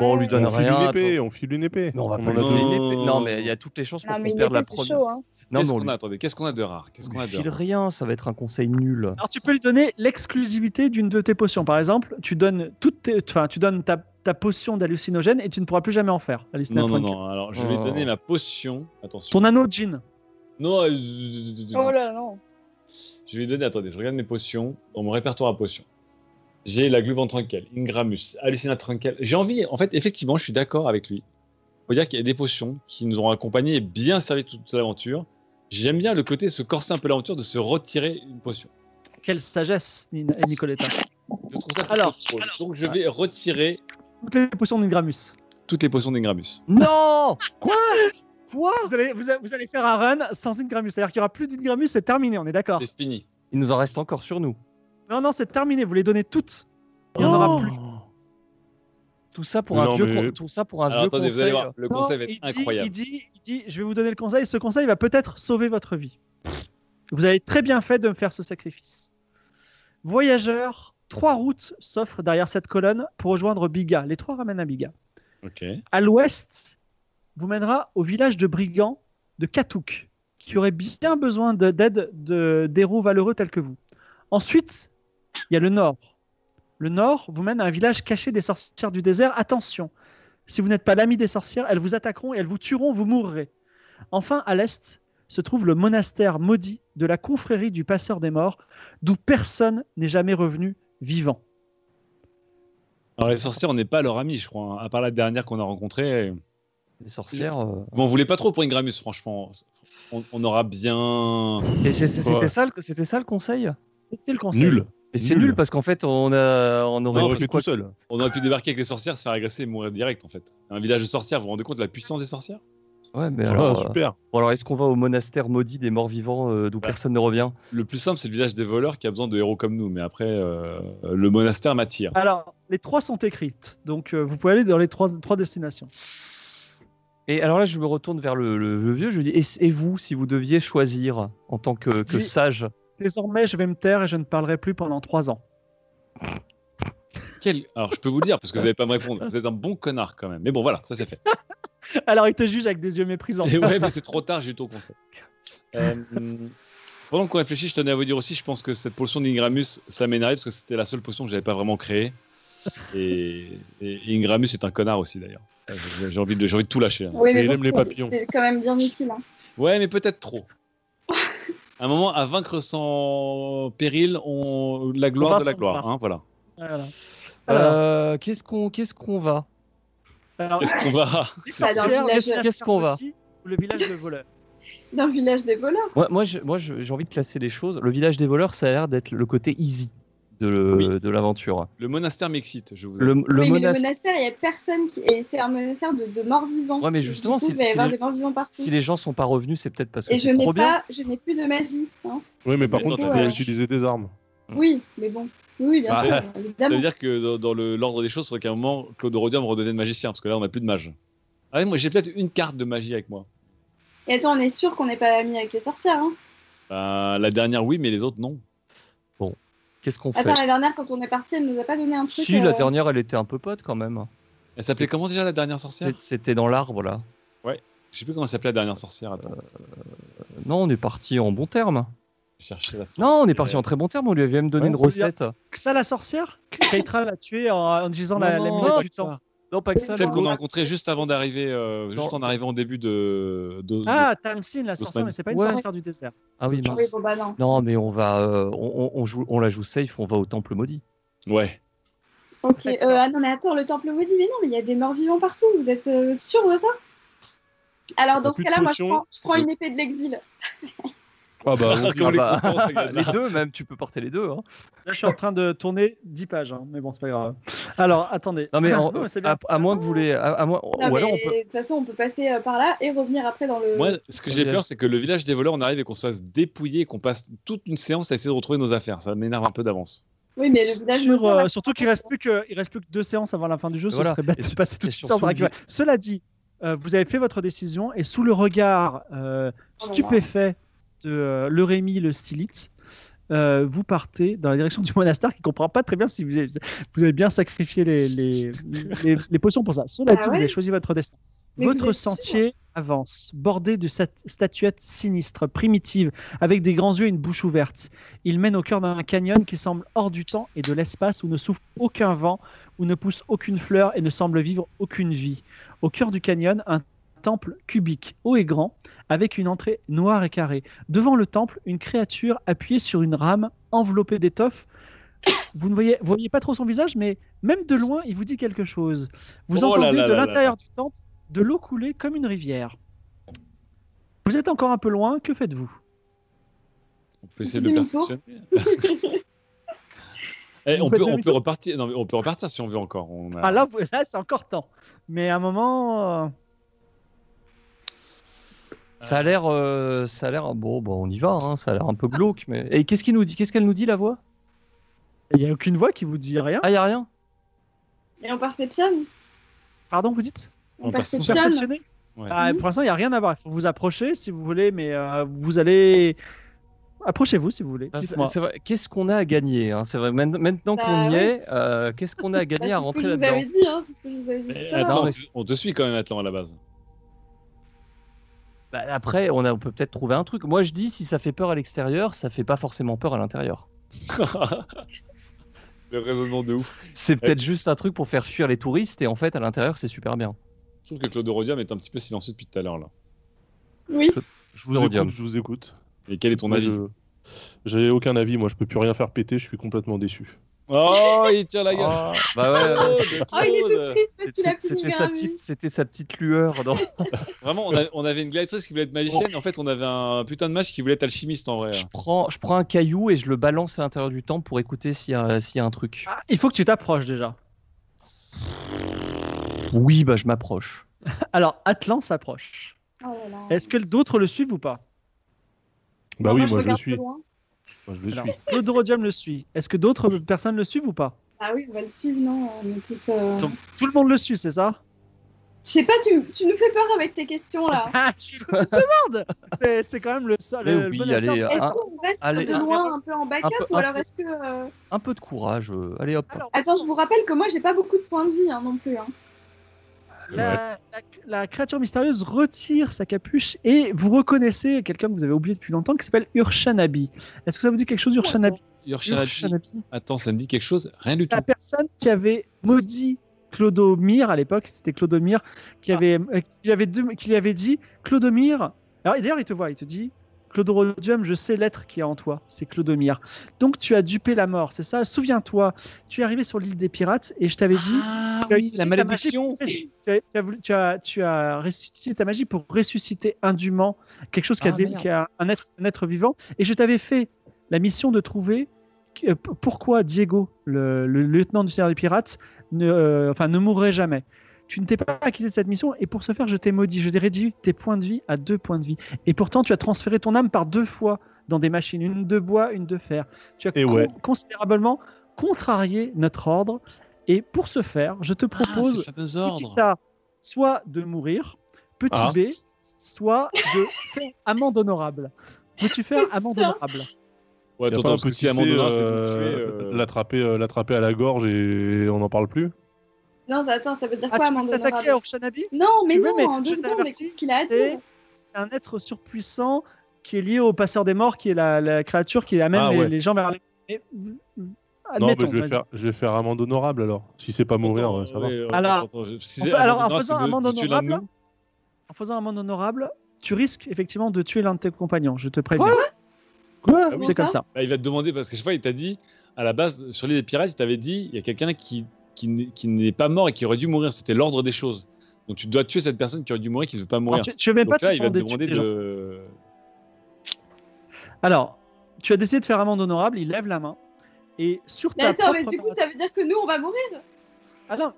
Speaker 3: Bon, on
Speaker 4: ouais,
Speaker 3: lui
Speaker 4: ouais.
Speaker 3: donne
Speaker 5: on file
Speaker 3: rien.
Speaker 5: une épée,
Speaker 3: attends.
Speaker 5: on file une épée.
Speaker 3: Non, on va
Speaker 5: On
Speaker 3: pas
Speaker 5: en
Speaker 3: lui
Speaker 5: a
Speaker 3: donner
Speaker 5: deux.
Speaker 3: une épée. Non,
Speaker 2: Ah, Non.
Speaker 3: mais il y a toutes les chances
Speaker 4: Non,
Speaker 3: qu'on
Speaker 4: mais il
Speaker 3: perde la
Speaker 4: était c'est
Speaker 3: première.
Speaker 4: chaud, hein.
Speaker 3: Non, mais
Speaker 2: Qu'est-ce
Speaker 3: on
Speaker 2: qu'on
Speaker 3: lui-
Speaker 2: a Attendez, qu'est-ce qu'on a de rare Qu'est-ce
Speaker 3: on
Speaker 2: qu'on
Speaker 3: lui
Speaker 2: a de
Speaker 3: file
Speaker 2: rare
Speaker 3: rien, ça va être un conseil nul.
Speaker 1: Alors, tu peux lui donner l'exclusivité d'une de tes potions. Par exemple, tu donnes, toutes tes- enfin, tu donnes ta, ta potion d'hallucinogène et tu ne pourras plus jamais en faire.
Speaker 2: Non, non,
Speaker 1: hallucinatronic.
Speaker 2: non. Alors, je vais
Speaker 3: Oh.
Speaker 2: donner ma potion. Attention.
Speaker 1: Ton anneau de jean.
Speaker 2: Non, euh,
Speaker 4: Oh là, non.
Speaker 2: je vais lui donner. Attendez, je regarde mes potions dans mon répertoire à potions. J'ai la Gluvant Tranquille, Ingramus, Hallucinat Tranquille. J'ai envie, en fait, effectivement, je suis d'accord avec lui. Faut dire qu'il y a des potions qui nous ont accompagnés et bien servi toute l'aventure. J'aime bien le côté se corser un peu l'aventure, de se retirer une potion.
Speaker 1: Quelle sagesse, Nina- Nicoletta.
Speaker 2: Je trouve ça plutôt
Speaker 1: Alors,
Speaker 2: drôle. donc je vais retirer
Speaker 1: Toutes les potions d'Ingramus.
Speaker 2: toutes les potions d'Ingramus.
Speaker 3: Non
Speaker 1: Quoi vous allez, vous, a- vous allez faire un run sans Ingramus. C'est-à-dire qu'il n'y aura plus d'Ingramus, c'est terminé, on est d'accord
Speaker 2: C'est fini.
Speaker 3: Il nous en reste encore sur nous.
Speaker 1: Non, non, c'est terminé, vous les donnez toutes. Il n'y en
Speaker 3: Oh
Speaker 1: aura plus.
Speaker 3: Tout ça pour
Speaker 5: Mais
Speaker 3: un
Speaker 5: non,
Speaker 3: vieux,
Speaker 5: mais-
Speaker 3: con- tout ça pour un
Speaker 2: Alors
Speaker 3: vieux
Speaker 2: attendez, vous allez
Speaker 3: conseil.
Speaker 2: voir, le conseil va
Speaker 1: Non,
Speaker 2: être
Speaker 1: il dit-
Speaker 2: incroyable.
Speaker 1: Il dit, il dit, je vais vous donner le conseil, ce conseil va peut-être sauver votre vie. Vous avez très bien fait de me faire ce sacrifice. Voyageurs, trois routes s'offrent derrière cette colonne pour rejoindre Biga. Les trois ramènent à Biga.
Speaker 2: Ok.
Speaker 1: À l'ouest, vous mènera au village de brigands de Katouk, qui aurait bien besoin de- d'aide de- d'héros valeureux tels que vous. Ensuite, il y a le nord. Le nord vous mène à un village caché des sorcières du désert. Attention, si vous n'êtes pas l'ami des sorcières, elles vous attaqueront et elles vous tueront, vous mourrez. Enfin, à l'est, se trouve le monastère maudit de la confrérie du passeur des morts, d'où personne n'est jamais revenu vivant.
Speaker 2: Alors les sorcières, on n'est pas leur ami, je crois. hein. À part la dernière qu'on a rencontrée.
Speaker 3: Les sorcières. euh,
Speaker 2: Bon, on voulait pas trop pour Ingramus, franchement. On, on aura bien.
Speaker 3: Et c'est- c'est- c'était
Speaker 5: Ouais.
Speaker 3: ça, le- c'était ça le conseil
Speaker 1: C'était le conseil.
Speaker 5: Nul.
Speaker 3: Mais c'est
Speaker 5: Nul.
Speaker 3: nul parce qu'en fait on a on aurait
Speaker 5: On
Speaker 2: Non,
Speaker 5: aurait
Speaker 2: parce
Speaker 5: fait
Speaker 3: eu
Speaker 5: tout
Speaker 3: quoi
Speaker 5: seul.
Speaker 2: On aurait pu débarquer avec les sorcières, se faire agresser et mourir direct, en fait. Un village de sorcières, vous vous rendez compte de la puissance des sorcières
Speaker 3: Ouais, mais
Speaker 5: Ah,
Speaker 3: alors, euh,
Speaker 5: super.
Speaker 3: bon, alors, est-ce qu'on va au monastère maudit des morts vivants euh, d'où personne ne revient
Speaker 2: Le plus simple, c'est le village des voleurs qui a besoin de héros comme nous. Mais après, euh, le monastère m'attire.
Speaker 1: Alors, les trois sont écrites, donc euh, vous pouvez aller dans les trois, trois destinations.
Speaker 3: Et alors là, je me retourne vers le, le- le vieux, je lui dis et, et vous, si vous deviez choisir en tant que, que
Speaker 1: Dis-
Speaker 3: sage
Speaker 1: Désormais, je vais me taire et je ne parlerai plus pendant trois ans.
Speaker 2: Quel- Alors, je peux vous le dire, parce que vous n'allez pas me répondre. Vous êtes un bon connard, quand même. Mais bon, voilà, ça c'est fait.
Speaker 1: Alors, il te juge avec des yeux méprisants.
Speaker 2: Et ouais, mais c'est trop tard, j'ai eu ton conseil. Euh, pendant qu'on réfléchit, je tenais à vous dire aussi, je pense que cette potion d'Ingramus, ça m'énerve parce que c'était la seule potion que j'avais pas vraiment créée. Et, et Ingramus est un connard aussi d'ailleurs. Euh, j'ai- J'ai envie, de- j'ai envie de tout lâcher. hein.
Speaker 4: Oui,
Speaker 5: il
Speaker 4: bon,
Speaker 5: aime
Speaker 4: c'était-
Speaker 5: les papillons.
Speaker 4: C'était quand même bien utile. hein.
Speaker 2: Ouais, mais peut-être trop. À un moment, à vaincre sans péril, on... la gloire
Speaker 1: va
Speaker 2: de la
Speaker 1: sans
Speaker 2: gloire.
Speaker 1: gloire.
Speaker 2: hein, voilà.
Speaker 1: Voilà. Alors,
Speaker 3: euh, qu'est-ce qu'on qu'est-ce qu'on va
Speaker 1: alors,
Speaker 2: Est-ce qu'on va
Speaker 1: les
Speaker 4: Bah, dans le
Speaker 1: sorcières,
Speaker 4: village-
Speaker 1: les
Speaker 3: Qu'est-ce qu'on va
Speaker 1: sorcières ou Le village de voleurs.
Speaker 4: Dans le village des voleurs.
Speaker 3: Moi, moi, je- moi, je- j'ai envie de classer les choses. Le village des voleurs, ça a l'air d'être le côté easy de, le-
Speaker 2: Oui.
Speaker 3: de l'aventure.
Speaker 2: Le monastère m'excite, je vous
Speaker 3: Le, le
Speaker 4: oui, mais le
Speaker 3: monastère.
Speaker 4: monastère, il n'y a personne qui. Et c'est un monastère de, de morts vivants.
Speaker 3: Ouais, mais
Speaker 4: Du
Speaker 3: justement,
Speaker 4: coup,
Speaker 3: si-
Speaker 4: il va y
Speaker 3: si
Speaker 4: avoir
Speaker 3: les-
Speaker 4: des morts vivants partout.
Speaker 3: Si les gens sont pas revenus, c'est peut-être parce que
Speaker 4: Et je
Speaker 3: c'est
Speaker 4: n'ai
Speaker 3: trop bien.
Speaker 4: pas, je n'ai plus de magie. hein.
Speaker 5: Oui, mais par
Speaker 2: Mais
Speaker 5: contre,
Speaker 4: attends,
Speaker 5: tu
Speaker 4: t'as-
Speaker 5: peux utiliser des armes.
Speaker 3: Mm.
Speaker 4: Oui, mais bon. Oui, bien
Speaker 2: Bah,
Speaker 4: sûr,
Speaker 2: Ça veut
Speaker 4: évidemment.
Speaker 2: dire que dans, dans le- l'ordre des choses, il faudrait qu'à un moment, Claude Rodium redevienne magicien, parce que là, on n'a plus de mage. Ah oui, moi, j'ai peut-être une carte de magie avec moi.
Speaker 4: Et attends, on est sûr qu'on n'est pas amis avec les sorcières. hein.
Speaker 2: Bah, la dernière, oui, mais les autres, non.
Speaker 3: Qu'est-ce qu'on fait
Speaker 4: Attends, la dernière, quand on est parti, elle nous a pas donné un truc.
Speaker 3: Si la
Speaker 4: euh,
Speaker 3: dernière, elle était un peu pote quand même.
Speaker 2: Elle s'appelait comment déjà la dernière sorcière
Speaker 3: C'est- C'était dans l'arbre là.
Speaker 2: Je sais plus comment elle s'appelait la dernière sorcière. Attends,
Speaker 3: Euh, Non, on est parti en bon terme.
Speaker 2: je cherchais la sorcière.
Speaker 3: Non, on est parti en très bon terme. On lui avait même donné
Speaker 1: Ouais,
Speaker 3: une
Speaker 1: on peut dire-
Speaker 3: recette.
Speaker 1: Que ça, la sorcière Que Keitra l'a tuée en, en utilisant la, la
Speaker 2: Non,
Speaker 1: minute
Speaker 2: pas
Speaker 1: du
Speaker 2: que ça.
Speaker 1: temps.
Speaker 3: Non, pas que ça.
Speaker 2: Celle
Speaker 3: mais
Speaker 2: qu'on a
Speaker 3: l'autre.
Speaker 2: rencontrée juste avant d'arriver, euh,
Speaker 3: Dans-
Speaker 2: juste en arrivant au début de. de-
Speaker 1: Ah, Tamsin, la sorcière,
Speaker 2: Haussmann.
Speaker 1: mais c'est pas une
Speaker 3: Ouais.
Speaker 1: sorcière du désert.
Speaker 3: Ah oui,
Speaker 4: Oui,
Speaker 3: mince.
Speaker 4: bon, bah non.
Speaker 3: Non, mais on va, euh, on, on- on joue, on la joue safe, on va au temple maudit.
Speaker 2: de- Ouais.
Speaker 4: Ok, euh, ah non, mais attends, le temple maudit, mais non, mais il y a des morts vivants partout, vous êtes euh, sûr de ça Alors, dans ce
Speaker 5: Plus de
Speaker 4: cas-là, moi, je
Speaker 5: potions,
Speaker 4: prends, je prends
Speaker 5: je-
Speaker 4: une épée de l'exil.
Speaker 2: Ah,
Speaker 5: Ah bah,
Speaker 2: comme
Speaker 3: Ah
Speaker 2: les
Speaker 3: bah,
Speaker 2: contents, ces gars-là.
Speaker 3: les deux, même, tu peux porter les deux. hein.
Speaker 1: Là, je suis en train de tourner 10 pages, hein, mais bon, c'est pas grave. Alors, attendez.
Speaker 3: Non, mais en-
Speaker 1: Ah, Non, mais c'est bien.
Speaker 3: à, à moins que vous voulez. À, à moins,
Speaker 4: Non,
Speaker 3: ou
Speaker 4: mais
Speaker 3: alors on peut.
Speaker 4: de toute façon, on peut passer euh, par là et revenir après dans le.
Speaker 2: Moi, ce que
Speaker 3: le
Speaker 2: j'ai
Speaker 3: village.
Speaker 2: peur, c'est que le village des voleurs, on arrive et qu'on se fasse dépouiller et qu'on passe toute une séance à essayer de retrouver nos affaires. Ça m'énerve un peu d'avance.
Speaker 4: Oui, mais le village.
Speaker 1: Sur,
Speaker 4: vampire,
Speaker 1: euh,
Speaker 4: là,
Speaker 1: surtout qu'il reste plus que il reste plus que deux séances avant la fin du jeu, ce
Speaker 3: Voilà.
Speaker 1: serait
Speaker 3: Et
Speaker 1: bête de
Speaker 3: sur-
Speaker 1: passer toute
Speaker 3: et
Speaker 1: une
Speaker 3: surtout
Speaker 1: séance dans la
Speaker 3: le-
Speaker 1: cuvette. Cela dit, euh, vous avez fait votre décision et sous le regard euh,
Speaker 4: Oh là là.
Speaker 1: stupéfait de euh, le Rémi le Stylitz, euh, vous partez dans la direction du monastère qui comprend pas très bien si vous avez, vous avez bien sacrifié les, les, les- les potions pour ça. Cela
Speaker 4: Ah
Speaker 1: dit, vous
Speaker 4: ouais
Speaker 1: avez choisi votre destin.
Speaker 4: Mais vous
Speaker 1: votre
Speaker 4: êtes sûr
Speaker 1: sentier avance, bordé de sat- statuettes sinistres, primitives, avec des grands yeux et une bouche ouverte. Il mène au cœur d'un canyon qui semble hors du temps et de l'espace où ne souffle aucun vent, où ne pousse aucune fleur et ne semble vivre aucune vie. Au cœur du canyon, un temple cubique, haut et grand, avec une entrée noire et carrée. Devant le temple, une créature appuyée sur une rame, enveloppée d'étoffe. Vous ne voyez, vous voyez pas trop son visage, mais même de loin, il vous dit quelque chose. Vous
Speaker 2: Oh là
Speaker 1: entendez
Speaker 2: là
Speaker 1: de
Speaker 2: là là
Speaker 1: l'intérieur du temple de l'eau couler comme une rivière. Vous êtes encore un peu loin, que faites-vous
Speaker 2: On peut essayer de
Speaker 4: Petit
Speaker 2: le
Speaker 4: demi-tour.
Speaker 2: perfectionner. Eh,
Speaker 1: Vous
Speaker 2: on, peut,
Speaker 1: faites
Speaker 2: on, peut
Speaker 1: demi-tour.
Speaker 2: repartir, non, mais on peut repartir si on veut encore. On a-
Speaker 1: Ah là, vous- là c'est encore temps. Mais à un moment, euh,
Speaker 3: Ça a l'air, euh, ça a l'air. Bon, bon, on y va. hein, ça a l'air un peu glauque, mais. Et qu'est-ce qu'il nous dit Qu'est-ce qu'elle nous dit la voix
Speaker 1: il n'y a aucune voix qui vous dit rien.
Speaker 3: Ah, y a rien.
Speaker 4: Et on perceptionne.
Speaker 1: Pardon, vous dites
Speaker 4: On,
Speaker 2: On perceptionne.
Speaker 4: perceptionne.
Speaker 1: Perceptionner
Speaker 2: Ouais.
Speaker 1: Ah, Pour l'instant, il n'y a rien à voir. Il faut vous approcher si vous voulez, mais euh, vous allez. Approchez-vous si vous voulez.
Speaker 3: Bah, c'est-
Speaker 1: Dites-moi.
Speaker 3: c'est vrai, Qu'est-ce qu'on a à gagner hein, C'est vrai. main- Maintenant
Speaker 4: Bah,
Speaker 3: qu'on y
Speaker 4: ouais.
Speaker 3: est, euh, qu'est-ce qu'on a à
Speaker 4: Bah,
Speaker 3: gagner
Speaker 4: c'est
Speaker 3: à
Speaker 4: ce que
Speaker 3: rentrer
Speaker 4: je vous
Speaker 3: là-dedans
Speaker 4: avais dit, hein, c'est ce que je vous avais dit.
Speaker 2: Eh,
Speaker 4: tout à l'heure.
Speaker 2: attends,
Speaker 3: Ah, mais-
Speaker 2: on te- on te suit quand même, Atlan, à la base.
Speaker 3: Bah, Après, on, a, on peut peut-être trouver un truc. Moi, je dis, si ça fait peur à l'extérieur, ça fait pas forcément peur à l'intérieur.
Speaker 2: le raisonnement de ouf.
Speaker 3: C'est peut-être juste un truc pour faire fuir les touristes, et en fait, à l'intérieur, c'est super bien.
Speaker 2: Je trouve que Claude Rodium est un petit peu silencieux depuis tout à l'heure. là.
Speaker 4: Oui,
Speaker 5: je vous
Speaker 3: Hérodium.
Speaker 5: écoute, je vous écoute.
Speaker 2: Et quel est ton
Speaker 5: Moi,
Speaker 2: avis
Speaker 5: je- J'ai aucun avis, moi je peux plus rien faire péter, je suis complètement déçu.
Speaker 2: Oh, il tire la gueule.
Speaker 3: Ah, bah
Speaker 5: euh,
Speaker 3: ouais, ouais.
Speaker 4: oh, il est tout triste parce qu'il a
Speaker 3: C'était
Speaker 4: plus
Speaker 3: c'était sa,
Speaker 4: de
Speaker 3: petite- c'était sa petite lueur. Dans...
Speaker 2: Vraiment, on, a- on avait une gladiatrice qui voulait être magicienne. En fait, on avait un putain de match qui voulait être alchimiste en vrai.
Speaker 3: Je, prends, je prends un caillou et je le balance à l'intérieur du temple pour écouter s'il y, a- s'il y a un truc.
Speaker 1: Ah, il faut que tu t'approches déjà.
Speaker 3: Oui, bah je m'approche.
Speaker 1: Alors, Atlan s'approche.
Speaker 4: Oh là là.
Speaker 1: Est-ce que d'autres le suivent ou pas
Speaker 5: Bah
Speaker 4: Non,
Speaker 5: oui,
Speaker 4: je
Speaker 5: moi je le
Speaker 4: regarde
Speaker 5: suis.
Speaker 4: de loin.
Speaker 5: Moi, je le
Speaker 1: Alors,
Speaker 5: suis.
Speaker 1: Claude Rodium le suit. Est-ce que d'autres personnes le suivent ou pas
Speaker 4: Ah oui, on va le suivre, non on est tous, euh,
Speaker 1: Donc, Tout le monde le suit, c'est ça
Speaker 4: Je sais pas, tu, tu nous fais peur avec tes questions là.
Speaker 1: Ah, je vous le demande C'est- C'est quand même le seul.
Speaker 3: Mais
Speaker 1: le
Speaker 3: oui,
Speaker 1: bon instinct.
Speaker 3: allez,
Speaker 4: Est-ce
Speaker 3: un,
Speaker 5: hein.
Speaker 4: qu'on reste
Speaker 3: allez,
Speaker 4: de
Speaker 3: un-
Speaker 4: loin un peu en backup
Speaker 3: un peu-
Speaker 4: ou
Speaker 3: un
Speaker 4: alors
Speaker 3: peu-
Speaker 4: est-ce que. euh,
Speaker 3: un peu de courage. euh, Allez hop.
Speaker 1: Alors,
Speaker 4: Attends, je vous rappelle que moi j'ai pas beaucoup de points de vie hein, non plus. hein.
Speaker 1: la, la- la créature mystérieuse retire sa capuche et vous reconnaissez quelqu'un que vous avez oublié depuis longtemps qui s'appelle Urshanabi. Est-ce que ça vous dit quelque chose, Urshanabi
Speaker 2: Urshanabi. Attends, ça me dit quelque chose Rien du tout.
Speaker 1: La personne qui avait maudit Clodomir à l'époque, c'était Clodomir, qui
Speaker 2: Ah.
Speaker 1: avait, euh, qui lui avait, dem- qui lui avait dit Clodomir. Alors, et d'ailleurs, il te voit, il te dit Clodorodium, je sais l'être qui est en toi, c'est Clodomir. Donc, tu as dupé la mort, c'est ça Souviens-toi, tu es arrivé sur l'île des pirates et je t'avais dit
Speaker 2: Ah
Speaker 1: Tu as utilisé ta magie pour ressusciter- Tu as, tu as voulu- tu as- tu as ressuscité ta magie pour ressusciter indûment quelque chose qui a,
Speaker 3: Ah,
Speaker 1: dé-
Speaker 3: merde.
Speaker 1: qui a un, être, un être vivant. Et je t'avais fait la mission de trouver que- euh, p- pourquoi Diego, le, le lieutenant du Seigneur des Pirates, ne, euh, enfin, ne mourrait jamais. Tu ne t'es pas acquitté de cette mission et pour ce faire, je t'ai maudit. Je t'ai réduit tes points de vie à deux points de vie. Et pourtant, tu as transféré ton âme par deux fois dans des machines, une de bois, une de fer. Tu as
Speaker 5: Eh
Speaker 1: con-
Speaker 5: ouais.
Speaker 1: considérablement contrarié notre ordre. Et pour ce faire, je
Speaker 3: Ah,
Speaker 5: Ah,
Speaker 1: te propose
Speaker 2: fameux
Speaker 1: petit A, soit de mourir, petit
Speaker 5: Ah.
Speaker 1: B, soit de faire amende honorable. Veux-tu faire amende
Speaker 4: Putain.
Speaker 1: honorable
Speaker 2: Ouais,
Speaker 5: Y a
Speaker 2: attends,
Speaker 5: pas un
Speaker 2: parce que
Speaker 5: petit
Speaker 2: si
Speaker 5: C,
Speaker 2: Amanda Honorable, c'est
Speaker 5: euh,
Speaker 2: pour tuer, euh,
Speaker 5: l'attraper, euh, l'attraper à la gorge et on n'en parle plus.
Speaker 4: Non, ça- attends, ça veut dire
Speaker 1: Ah,
Speaker 4: quoi,
Speaker 1: tu
Speaker 4: amende
Speaker 1: veux t'attaquer à
Speaker 4: honorable
Speaker 1: Urshanabi
Speaker 4: Non,
Speaker 1: si
Speaker 4: mais
Speaker 1: tu veux,
Speaker 4: non,
Speaker 1: mais
Speaker 4: en
Speaker 1: je
Speaker 4: deux secondes,
Speaker 1: t'avertis,
Speaker 4: écoute ce qu'il a à
Speaker 1: c'est-
Speaker 4: dire.
Speaker 1: C'est un être surpuissant qui est lié au passeur des morts, qui est la, la créature qui amène
Speaker 5: Ah
Speaker 1: les,
Speaker 5: ouais.
Speaker 1: les gens vers les... Mais
Speaker 5: Non, mais
Speaker 1: Admettons,
Speaker 5: je vais,
Speaker 1: vas-y.
Speaker 5: faire, je vais faire amende honorable alors. Si c'est pas mourir,
Speaker 2: Attends,
Speaker 5: euh, ça va.
Speaker 2: ouais, ouais,
Speaker 1: Alors,
Speaker 2: attends, attends, si
Speaker 1: En
Speaker 2: c'est
Speaker 1: fait- alors, en
Speaker 2: honorable,
Speaker 1: faisant
Speaker 2: c'est de-
Speaker 1: amende
Speaker 2: de tuer l'un de
Speaker 1: honorable, en faisant amende honorable, tu risques effectivement de tuer l'un de tes compagnons. Je te préviens.
Speaker 5: Quoi
Speaker 4: Comment
Speaker 1: c'est comme ça.
Speaker 2: Bah, il va te demander parce que chaque fois il t'a dit à la base sur l'île des pirates il t'avait dit il y a quelqu'un qui qui n'est- qui n'est pas mort et qui aurait dû mourir c'était l'ordre des choses donc tu dois tuer cette personne qui aurait dû mourir qui ne veut pas mourir
Speaker 1: Alors, tu, tu veux même
Speaker 2: donc
Speaker 1: pas
Speaker 2: là
Speaker 1: te
Speaker 2: il va te
Speaker 1: demander de tuer
Speaker 2: demander
Speaker 1: des gens.
Speaker 2: de
Speaker 1: Alors, tu as décidé de faire amende honorable. Il lève la main et sur
Speaker 4: Mais
Speaker 1: ta
Speaker 4: attends,
Speaker 1: propre
Speaker 4: mais du coup,
Speaker 1: maladie-
Speaker 4: ça veut dire que nous, on va mourir
Speaker 1: Ah non.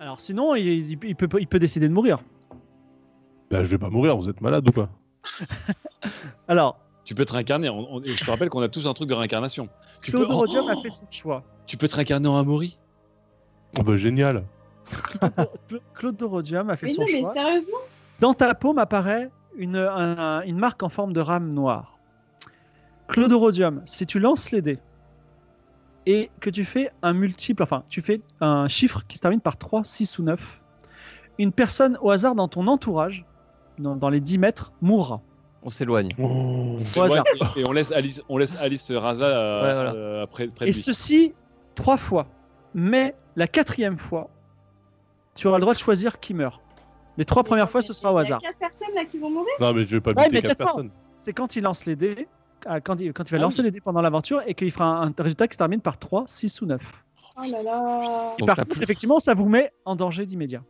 Speaker 1: Alors sinon, il, il- il peut, il peut décider de mourir.
Speaker 5: Bah, je vais pas mourir, vous êtes malade ou quoi
Speaker 1: Alors,
Speaker 2: tu peux te réincarner On- on- et je te rappelle qu'on a tous un truc de réincarnation tu peux
Speaker 1: Claude Rodium a
Speaker 2: Oh
Speaker 1: fait son choix.
Speaker 2: tu peux te réincarner en Amaury
Speaker 5: Oh, bah, Génial
Speaker 1: Cla- Claude Rodium a fait
Speaker 4: Mais
Speaker 1: son
Speaker 4: non, mais
Speaker 1: choix.
Speaker 4: sérieusement
Speaker 1: Dans ta paume apparaît une, un- une marque en forme de rame noire. Claude Rodium, si tu lances les dés et que tu fais un multiple, enfin, tu fais un chiffre qui se termine par 3, 6 ou 9, une personne au hasard dans ton entourage, dans, dans les 10 mètres, mourra.
Speaker 3: On s'éloigne.
Speaker 5: Oh.
Speaker 2: C'est
Speaker 1: Au
Speaker 2: vrai,
Speaker 1: hasard.
Speaker 2: et, et on laisse Alice on laisse Alice Raza euh,
Speaker 3: Ouais, voilà.
Speaker 2: euh, près, près de
Speaker 1: Et
Speaker 2: lui.
Speaker 1: ceci trois fois. Mais la quatrième fois, tu auras le droit de choisir qui meurt. Les trois premières fois, ce sera au hasard.
Speaker 4: Il y a quatre personnes là qui vont mourir
Speaker 5: Non, mais je vais pas
Speaker 1: Ouais,
Speaker 5: buter
Speaker 1: mais
Speaker 5: quatre
Speaker 1: quatre
Speaker 5: personnes.
Speaker 1: C'est quand il lance les dés, ah, quand il, quand il va
Speaker 2: Ah
Speaker 1: lancer les dés pendant l'aventure et qu'il fera un résultat qui se termine par 3, 6 ou 9.
Speaker 4: Oh là là
Speaker 1: Et
Speaker 3: Donc,
Speaker 1: par
Speaker 3: t'as
Speaker 1: contre,
Speaker 3: plus-
Speaker 1: effectivement, ça vous met en danger d'immédiat.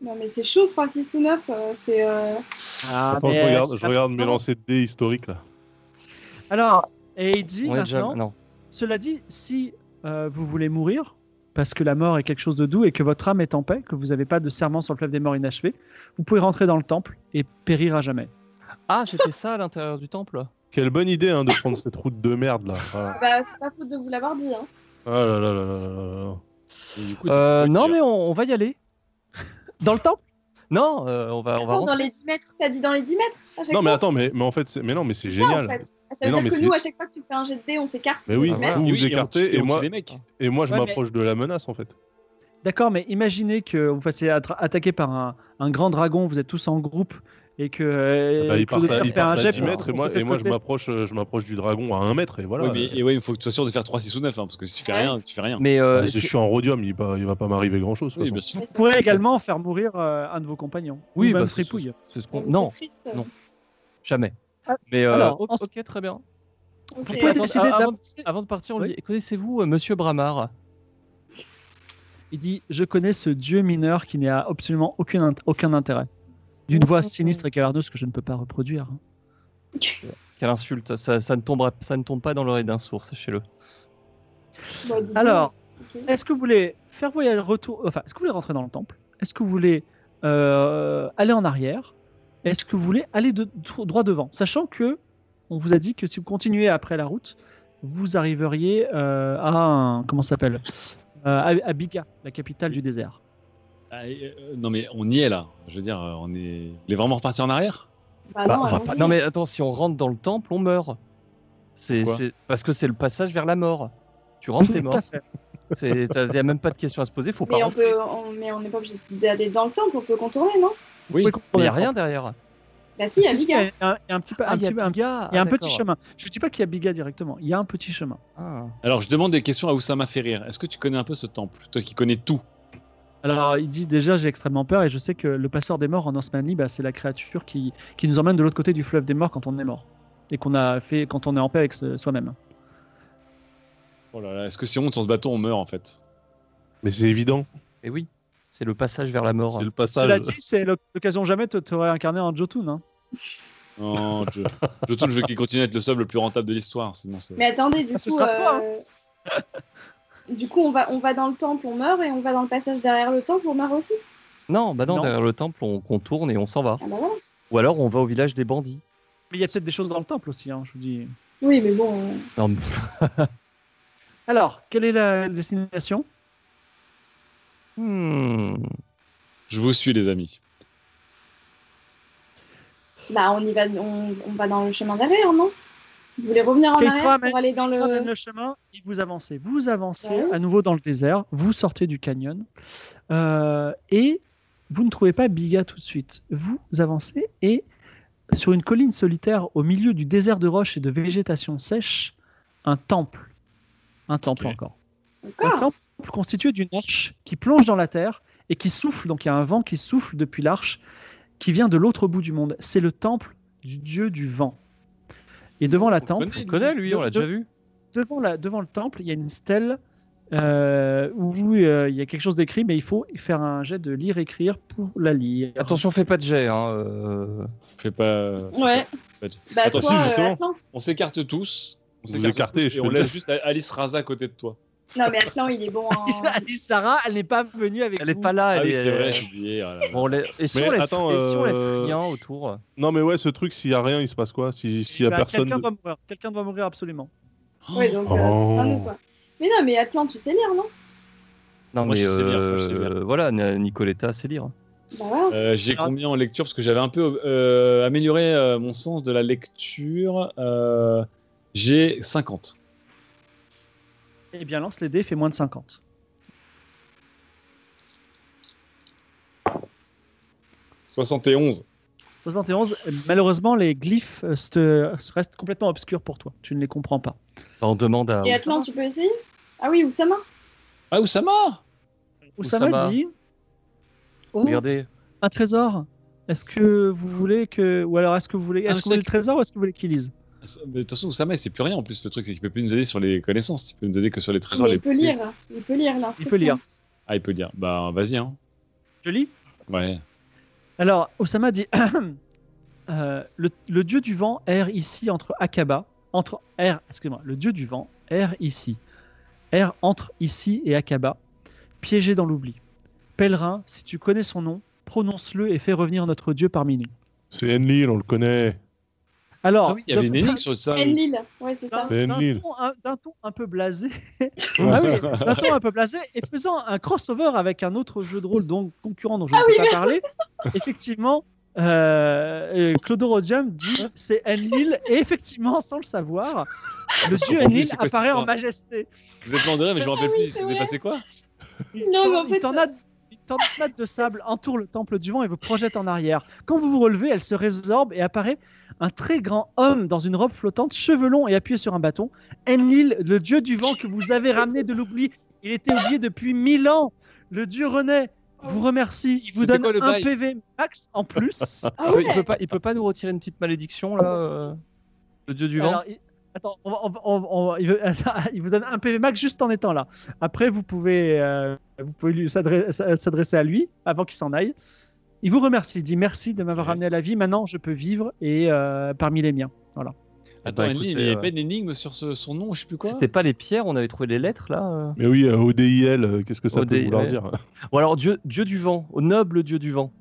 Speaker 4: Non, mais c'est chaud, 3, 6 ou 9. C'est. euh,
Speaker 1: Ah,
Speaker 3: Ah,
Speaker 5: Attends, je regarde, je regarde mes lancers de dés historiques là.
Speaker 1: Alors, et il dit
Speaker 3: On est déjà-
Speaker 1: maintenant,
Speaker 3: Non.
Speaker 1: cela dit, si euh, vous voulez mourir, parce que la mort est quelque chose de doux et que votre âme est en paix, que vous n'avez pas de serment sur le fleuve des morts inachevé, vous pouvez rentrer dans le temple et périr à jamais.
Speaker 3: Ah, c'était ça à l'intérieur du temple
Speaker 5: Quelle bonne idée hein, de prendre cette route de merde là. Ah,
Speaker 4: Bah, c'est pas faute de vous l'avoir dit, hein.
Speaker 5: Ah là là là là là là.
Speaker 2: Et du coup,
Speaker 3: Euh,
Speaker 2: tu peux
Speaker 3: Non,
Speaker 2: dire-
Speaker 3: mais on, on va y aller.
Speaker 1: Dans le temple
Speaker 3: Non, euh, on va, on va
Speaker 4: Attends, dans
Speaker 3: rentrer.
Speaker 4: les 10 mètres, t'as dit dans les 10 mètres à chaque
Speaker 5: Non, mais
Speaker 4: fois,
Speaker 5: attends, mais, mais en fait, c'est- mais non, mais c'est
Speaker 4: c'est ça,
Speaker 5: génial.
Speaker 4: en fait. Ah, Ça
Speaker 5: Mais
Speaker 4: veut
Speaker 5: non, mais
Speaker 4: dire que
Speaker 5: c'est-
Speaker 4: nous, à chaque fois que tu fais un jet de dés, on s'écarte.
Speaker 5: Mais oui,
Speaker 4: de
Speaker 3: Ah,
Speaker 4: 10
Speaker 3: voilà.
Speaker 4: mètres.
Speaker 5: vous
Speaker 2: Et
Speaker 5: vous
Speaker 2: oui, et on tue-
Speaker 5: écartez
Speaker 2: et
Speaker 5: et
Speaker 2: on tue
Speaker 5: moi,
Speaker 2: les mecs.
Speaker 5: et moi je
Speaker 1: Ouais,
Speaker 5: m'approche de la menace en fait.
Speaker 1: D'accord, mais imaginez que vous fassiez attra- attaquer par un, un grand dragon, vous êtes tous en groupe et que euh,
Speaker 5: Bah, il part
Speaker 1: Claude
Speaker 5: à,
Speaker 1: Audiard
Speaker 5: il
Speaker 1: fait
Speaker 5: part
Speaker 1: un
Speaker 5: à
Speaker 1: jet
Speaker 5: 10
Speaker 1: pour-
Speaker 5: mètres et
Speaker 1: pour
Speaker 5: moi,
Speaker 1: sauter
Speaker 5: et
Speaker 1: de
Speaker 5: moi je
Speaker 1: côté.
Speaker 5: m'approche euh, je m'approche du dragon à 1 mètre
Speaker 1: Oh
Speaker 5: et voilà.
Speaker 2: Ouais, mais, et ouais, il faut que tu sois sûr de faire 3, 6 ou 9, hein, parce que si tu fais
Speaker 4: Ouais.
Speaker 2: rien, tu fais rien.
Speaker 3: Mais euh,
Speaker 5: Bah, je
Speaker 3: c'est-
Speaker 5: suis en rhodium, il va, il va pas m'arriver grand chose.
Speaker 2: Oui, bien sûr.
Speaker 4: Mais
Speaker 1: Vous
Speaker 4: ça-
Speaker 1: pourrez également faire mourir euh, un de vos compagnons.
Speaker 3: oui,
Speaker 1: ou même
Speaker 3: bah, c'est-
Speaker 1: Fripouille.
Speaker 3: c'est ce qu'on-
Speaker 4: mais
Speaker 3: Non,
Speaker 4: c'est triste.
Speaker 3: non. jamais.
Speaker 1: Ah,
Speaker 3: Mais euh,
Speaker 1: alors,
Speaker 3: ok,
Speaker 1: en-
Speaker 3: ok, très bien.
Speaker 4: Ok.
Speaker 1: Vous pouvez
Speaker 3: attends, ah,
Speaker 1: décider
Speaker 3: avant-
Speaker 1: d'avancer.
Speaker 3: Avant de partir, on
Speaker 1: Oui.
Speaker 3: lui dit connaissez-vous euh, Monsieur Bramar
Speaker 1: Il dit Je connais ce dieu mineur qui n'a absolument aucun, int- aucun intérêt. D'une voix sinistre et caverneuse que je ne peux pas reproduire.
Speaker 3: Quelle insulte ça, ça ne tombera, ça ne tombe pas dans l'oreille d'un sourd, sachez-le.
Speaker 4: Bon, dis donc.
Speaker 1: Alors,
Speaker 4: Ok.
Speaker 1: est-ce que vous voulez faire voyager retour Enfin, est-ce que vous voulez rentrer dans le temple Est-ce que vous voulez euh, aller en arrière Est-ce que vous voulez aller de, dro- droit devant Sachant que on vous a dit que si vous continuez après la route, vous arriveriez euh, à un- comment ça s'appelle Euh, à, à Biga, la capitale du désert.
Speaker 2: Ah, et, euh, non, mais on y est là. Je veux dire, euh, on est. Il est vraiment reparti en arrière
Speaker 4: Bah,
Speaker 3: Bah,
Speaker 4: non,
Speaker 3: on va
Speaker 4: allons-y.
Speaker 3: pas- Non mais attends, si on rentre dans le temple, on meurt. C'est
Speaker 2: Pourquoi
Speaker 3: c'est- parce que c'est le passage vers la mort. Tu rentres, t'es mort. Il n'y a même pas de question à se poser, faut pas
Speaker 4: Mais on,
Speaker 3: rentrer.
Speaker 4: peut, on- mais on n'est pas obligé d'aller dans le temple, on peut contourner, non
Speaker 2: Oui.
Speaker 3: Mais il n'y a rien derrière.
Speaker 4: Bah si, il y a
Speaker 1: Si, si,
Speaker 4: Biga.
Speaker 1: il y a un- il y a un petit, pa-
Speaker 3: Ah,
Speaker 1: un
Speaker 3: il y a
Speaker 1: petit- un petit-
Speaker 3: Biga.
Speaker 1: il y a
Speaker 3: Ah,
Speaker 1: un petit
Speaker 3: d'accord.
Speaker 1: chemin. Je ne dis pas qu'il y a Biga directement. Il y a un petit chemin.
Speaker 3: Ah.
Speaker 2: Alors, je demande des questions à Oussama Ferrir. Est-ce que tu connais un peu ce temple Toi qui connais tout.
Speaker 1: Alors, il dit déjà, j'ai extrêmement peur et je sais que le passeur des morts en Osmanie, bah, c'est la créature qui, qui nous emmène de l'autre côté du fleuve des morts quand on est mort et qu'on a fait quand on est en paix avec ce- soi-même.
Speaker 2: Oh là là, est-ce que si on monte sur ce bateau, on meurt en fait
Speaker 5: Mais c'est évident,
Speaker 3: Et eh oui, c'est le passage vers la mort.
Speaker 5: c'est le
Speaker 1: Cela
Speaker 5: passage.
Speaker 1: dit, c'est l'oc- l'occasion jamais de te réincarner en Jotun. Hein.
Speaker 2: Non, je, je tourne, je veux qu'il continue à être le somme le plus rentable de l'histoire. Sinon, c'est.
Speaker 4: Mais attendez, du
Speaker 1: Ah,
Speaker 4: coup,
Speaker 1: ce sera toi,
Speaker 4: euh, du coup, on va, on va dans le temple, on meurt, et on va dans le passage derrière le temple, on meurt aussi.
Speaker 3: Non, bah non,
Speaker 1: Non.
Speaker 3: derrière le temple, on contourne et on s'en va.
Speaker 4: Ah bah voilà.
Speaker 3: Ou alors on va au village des bandits.
Speaker 1: Mais il y a peut-être des choses dans le temple aussi, hein, je vous dis.
Speaker 4: Oui, mais bon, euh,
Speaker 3: Non, mais-
Speaker 1: Alors, quelle est la destination
Speaker 3: Hmm.
Speaker 2: Je vous suis, les amis.
Speaker 4: bah on y va, on, on va dans le chemin derrière, non Vous voulez revenir en
Speaker 1: Keitra
Speaker 4: arrière
Speaker 1: amène-
Speaker 4: pour aller dans
Speaker 1: Ils ramènent
Speaker 4: le...
Speaker 1: le chemin et vous avancez. Vous avancez
Speaker 4: Ouais.
Speaker 1: à nouveau dans le désert, vous sortez du canyon euh, et vous ne trouvez pas Biga tout de suite. Vous avancez et sur une colline solitaire au milieu du désert de roches et de végétation sèche, un temple. Un temple
Speaker 2: Ok.
Speaker 1: encore. Un
Speaker 4: Encore
Speaker 1: temple constitué d'une arche qui plonge dans la terre et qui souffle. Donc il y a un vent qui souffle depuis l'arche qui vient de l'autre bout du monde. C'est le temple du dieu du vent. Et devant la temple,
Speaker 3: On le connaît, lui, on l'a déjà vu.
Speaker 1: devant, la, devant le temple, il y a une stèle euh, où euh, il y a quelque chose d'écrit, mais il faut faire un jet de lire-écrire pour la lire.
Speaker 3: Attention, fais pas de jet. Hein, euh,
Speaker 2: Fais pas.
Speaker 4: Ouais. Bah,
Speaker 2: Attends, si,
Speaker 4: toi, euh,
Speaker 2: justement.
Speaker 4: Aslan.
Speaker 2: On s'écarte tous. On
Speaker 5: Vous
Speaker 2: s'écarte
Speaker 5: écartez,
Speaker 2: tous
Speaker 5: je
Speaker 2: et
Speaker 5: fais
Speaker 2: on
Speaker 5: le-
Speaker 2: laisse juste Alice Raza à côté de toi.
Speaker 4: Non, mais Aslan, il est bon en.
Speaker 1: Alice Sarah, elle n'est pas venue avec
Speaker 3: Elle est
Speaker 1: vous.
Speaker 3: pas là.
Speaker 2: Ah
Speaker 3: elle
Speaker 2: oui,
Speaker 3: est-
Speaker 2: c'est vrai, j'ai oublié. oh là là.
Speaker 3: Bon, on la- et, si
Speaker 5: Mais
Speaker 3: on laisse,
Speaker 5: attends,
Speaker 3: et si on laisse
Speaker 5: euh,
Speaker 3: rien autour
Speaker 5: Non, mais ouais, ce truc, s'il y a rien, il se passe quoi Si- S'il y a
Speaker 1: Bah,
Speaker 5: personne.
Speaker 1: Quelqu'un
Speaker 5: de-
Speaker 1: doit mourir. Quelqu'un doit mourir absolument.
Speaker 4: Ouais, donc euh,
Speaker 5: Oh.
Speaker 4: c'est un nous, quoi. Mais non, mais Atlan, tu sais lire, non
Speaker 3: Non,
Speaker 2: Moi,
Speaker 3: mais
Speaker 2: je sais lire, moi, je sais
Speaker 3: euh,
Speaker 2: lire.
Speaker 3: voilà, Na- Nicoletta sait lire. hein.
Speaker 4: Bah voilà.
Speaker 2: Euh, j'ai combien en lecture Parce que j'avais un peu euh, amélioré euh, mon sens de la lecture. Euh, j'ai 50.
Speaker 1: Eh bien, lance les dés, fait moins de 50.
Speaker 2: soixante et onze
Speaker 1: 71, malheureusement, les glyphes euh, se- se restent complètement obscurs pour toi. Tu ne les comprends pas.
Speaker 3: Enfin, on demande à.
Speaker 4: Et Atlan, tu peux essayer Ah oui, Oussama
Speaker 2: Ah, Oussama
Speaker 1: Oussama
Speaker 3: Oussama.
Speaker 1: dit Oh,
Speaker 3: Regardez,
Speaker 1: un trésor. Est-ce que vous voulez que. Ou alors, est-ce que vous voulez.
Speaker 2: Un
Speaker 1: Est-ce que vous voulez le
Speaker 2: sac.
Speaker 1: trésor ou est-ce que vous voulez qu'il lise
Speaker 2: Mais De toute façon, Oussama, il sait plus rien en plus. Le truc, c'est qu'il peut plus nous aider sur les connaissances. Il peut nous aider que sur les trésors.
Speaker 4: Mais
Speaker 2: les
Speaker 4: Il peut
Speaker 2: plus-
Speaker 4: lire. Il peut lire l'inscription.
Speaker 1: Il peut lire.
Speaker 2: Ah, il peut dire. Bah, vas-y. Hein.
Speaker 1: Je lis
Speaker 2: Ouais.
Speaker 1: Alors, Osama dit euh, le, le dieu du vent erre ici entre Akaba, entre erre, excusez-moi, le dieu du vent erre ici, erre entre ici et Akaba, piégé dans l'oubli. Pèlerin, si tu connais son nom, prononce-le et fais revenir notre dieu parmi nous.
Speaker 5: C'est Enlil, on le connaît.
Speaker 4: Oh,
Speaker 1: Alors,
Speaker 2: Ah oui, il y avait une
Speaker 1: d'un-
Speaker 2: énigme sur ça.
Speaker 4: Enlil, ouais, c'est ça.
Speaker 1: d'un- d'un
Speaker 5: Enlil.
Speaker 1: ton un- d'un ton un peu blasé, Ah oui, d'un ton un peu blasé, et faisant un crossover avec un autre jeu de rôle dont concurrent dont je ne
Speaker 4: Ah
Speaker 1: peux
Speaker 4: oui,
Speaker 1: pas parler, effectivement, euh, euh, Clodo Rodium dit c'est Enlil, et effectivement, sans le savoir, le dieu
Speaker 2: comprends plus,
Speaker 1: Enlil
Speaker 2: c'est quoi cette
Speaker 1: apparaît en
Speaker 2: histoire
Speaker 1: majesté.
Speaker 2: Vous êtes mandé, mais je me rappelle plus. Il
Speaker 4: Ah c'est
Speaker 2: s'est
Speaker 4: vrai.
Speaker 2: dépassé quoi
Speaker 1: Une
Speaker 4: Non, mais en
Speaker 1: torn-
Speaker 4: fait,
Speaker 1: une tornade, une tornade de sable entoure le temple du vent et vous projette en arrière. Quand vous vous relevez, elle se résorbe et apparaît un très grand homme dans une robe flottante, cheveux longs et appuyé sur un bâton. Enlil, le dieu du vent que vous avez ramené de l'oubli. Il était oublié depuis mille ans. Le dieu renaît. Vous remercie. Il vous
Speaker 2: C'était
Speaker 1: donne
Speaker 2: quoi le
Speaker 1: un
Speaker 2: bail
Speaker 1: PV max en plus.
Speaker 4: Ah
Speaker 3: il, peut
Speaker 4: ouais
Speaker 3: pas, il peut pas nous retirer une petite malédiction là, euh, le dieu du vent.
Speaker 1: Alors, il- Attends, on va- on va- on va- on va- il, veut- il vous donne un PV max juste en étant là. Après, vous pouvez, euh, vous pouvez lui s'adre- s'adresser à lui avant qu'il s'en aille. Il vous remercie, il dit merci de m'avoir
Speaker 2: Ouais.
Speaker 1: ramené à la vie. Maintenant, je peux vivre et euh, parmi les miens.
Speaker 2: Attends,
Speaker 3: écoutez,
Speaker 2: Enlil, il n'y avait
Speaker 3: ouais.
Speaker 2: pas une énigme sur ce- son nom, je sais plus quoi.
Speaker 3: C'était pas les pierres, on avait trouvé les lettres là. euh.
Speaker 5: Mais oui, euh, ODIL, euh, qu'est-ce que ça peut
Speaker 3: ODIL.
Speaker 5: vouloir dire
Speaker 3: Ou alors dieu, dieu du vent, au noble dieu du vent.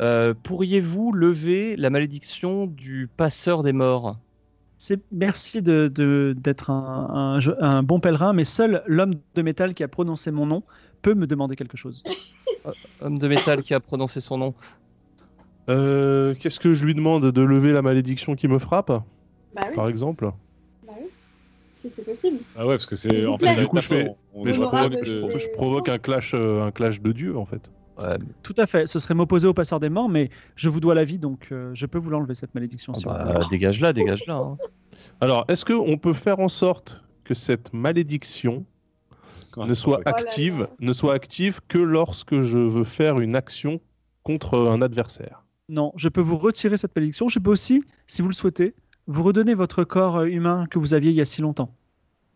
Speaker 3: euh, Pourriez-vous lever la malédiction du passeur des morts
Speaker 1: C'est merci de- de- d'être un, un je- un bon pèlerin, mais seul l'homme de métal qui a prononcé mon nom peut me demander quelque chose.
Speaker 3: Homme de métal qui a prononcé son nom.
Speaker 5: Euh, Qu'est-ce que je lui demande de lever la malédiction qui me frappe,
Speaker 4: Bah oui,
Speaker 5: par exemple
Speaker 4: bah oui. Si c'est possible.
Speaker 2: Ah ouais, parce que c'est. En fait,
Speaker 4: Du coup,
Speaker 2: la métaphore,
Speaker 5: je fais-
Speaker 2: on-
Speaker 5: Mais je
Speaker 2: on-
Speaker 4: Honorable,
Speaker 5: provoque, je
Speaker 4: c'est-
Speaker 5: pro- je provoque un clash, euh, un clash de dieu en fait.
Speaker 1: Tout à fait, ce serait m'opposer au passeur des morts, mais je vous dois la vie, donc euh, je peux vous l'enlever, cette malédiction. si vous
Speaker 3: bah,
Speaker 1: voulez.
Speaker 3: Ah, dégage-la, dégage-la. hein.
Speaker 5: Alors, est-ce qu'on peut faire en sorte que cette malédiction
Speaker 2: Ah,
Speaker 5: ne soit
Speaker 4: là
Speaker 5: active,
Speaker 4: Oh là.
Speaker 5: ne soit active que lorsque je veux faire une action contre un adversaire
Speaker 1: Non, je peux vous retirer cette malédiction. Je peux aussi, si vous le souhaitez, vous redonner votre corps euh, humain que vous aviez il y a si longtemps.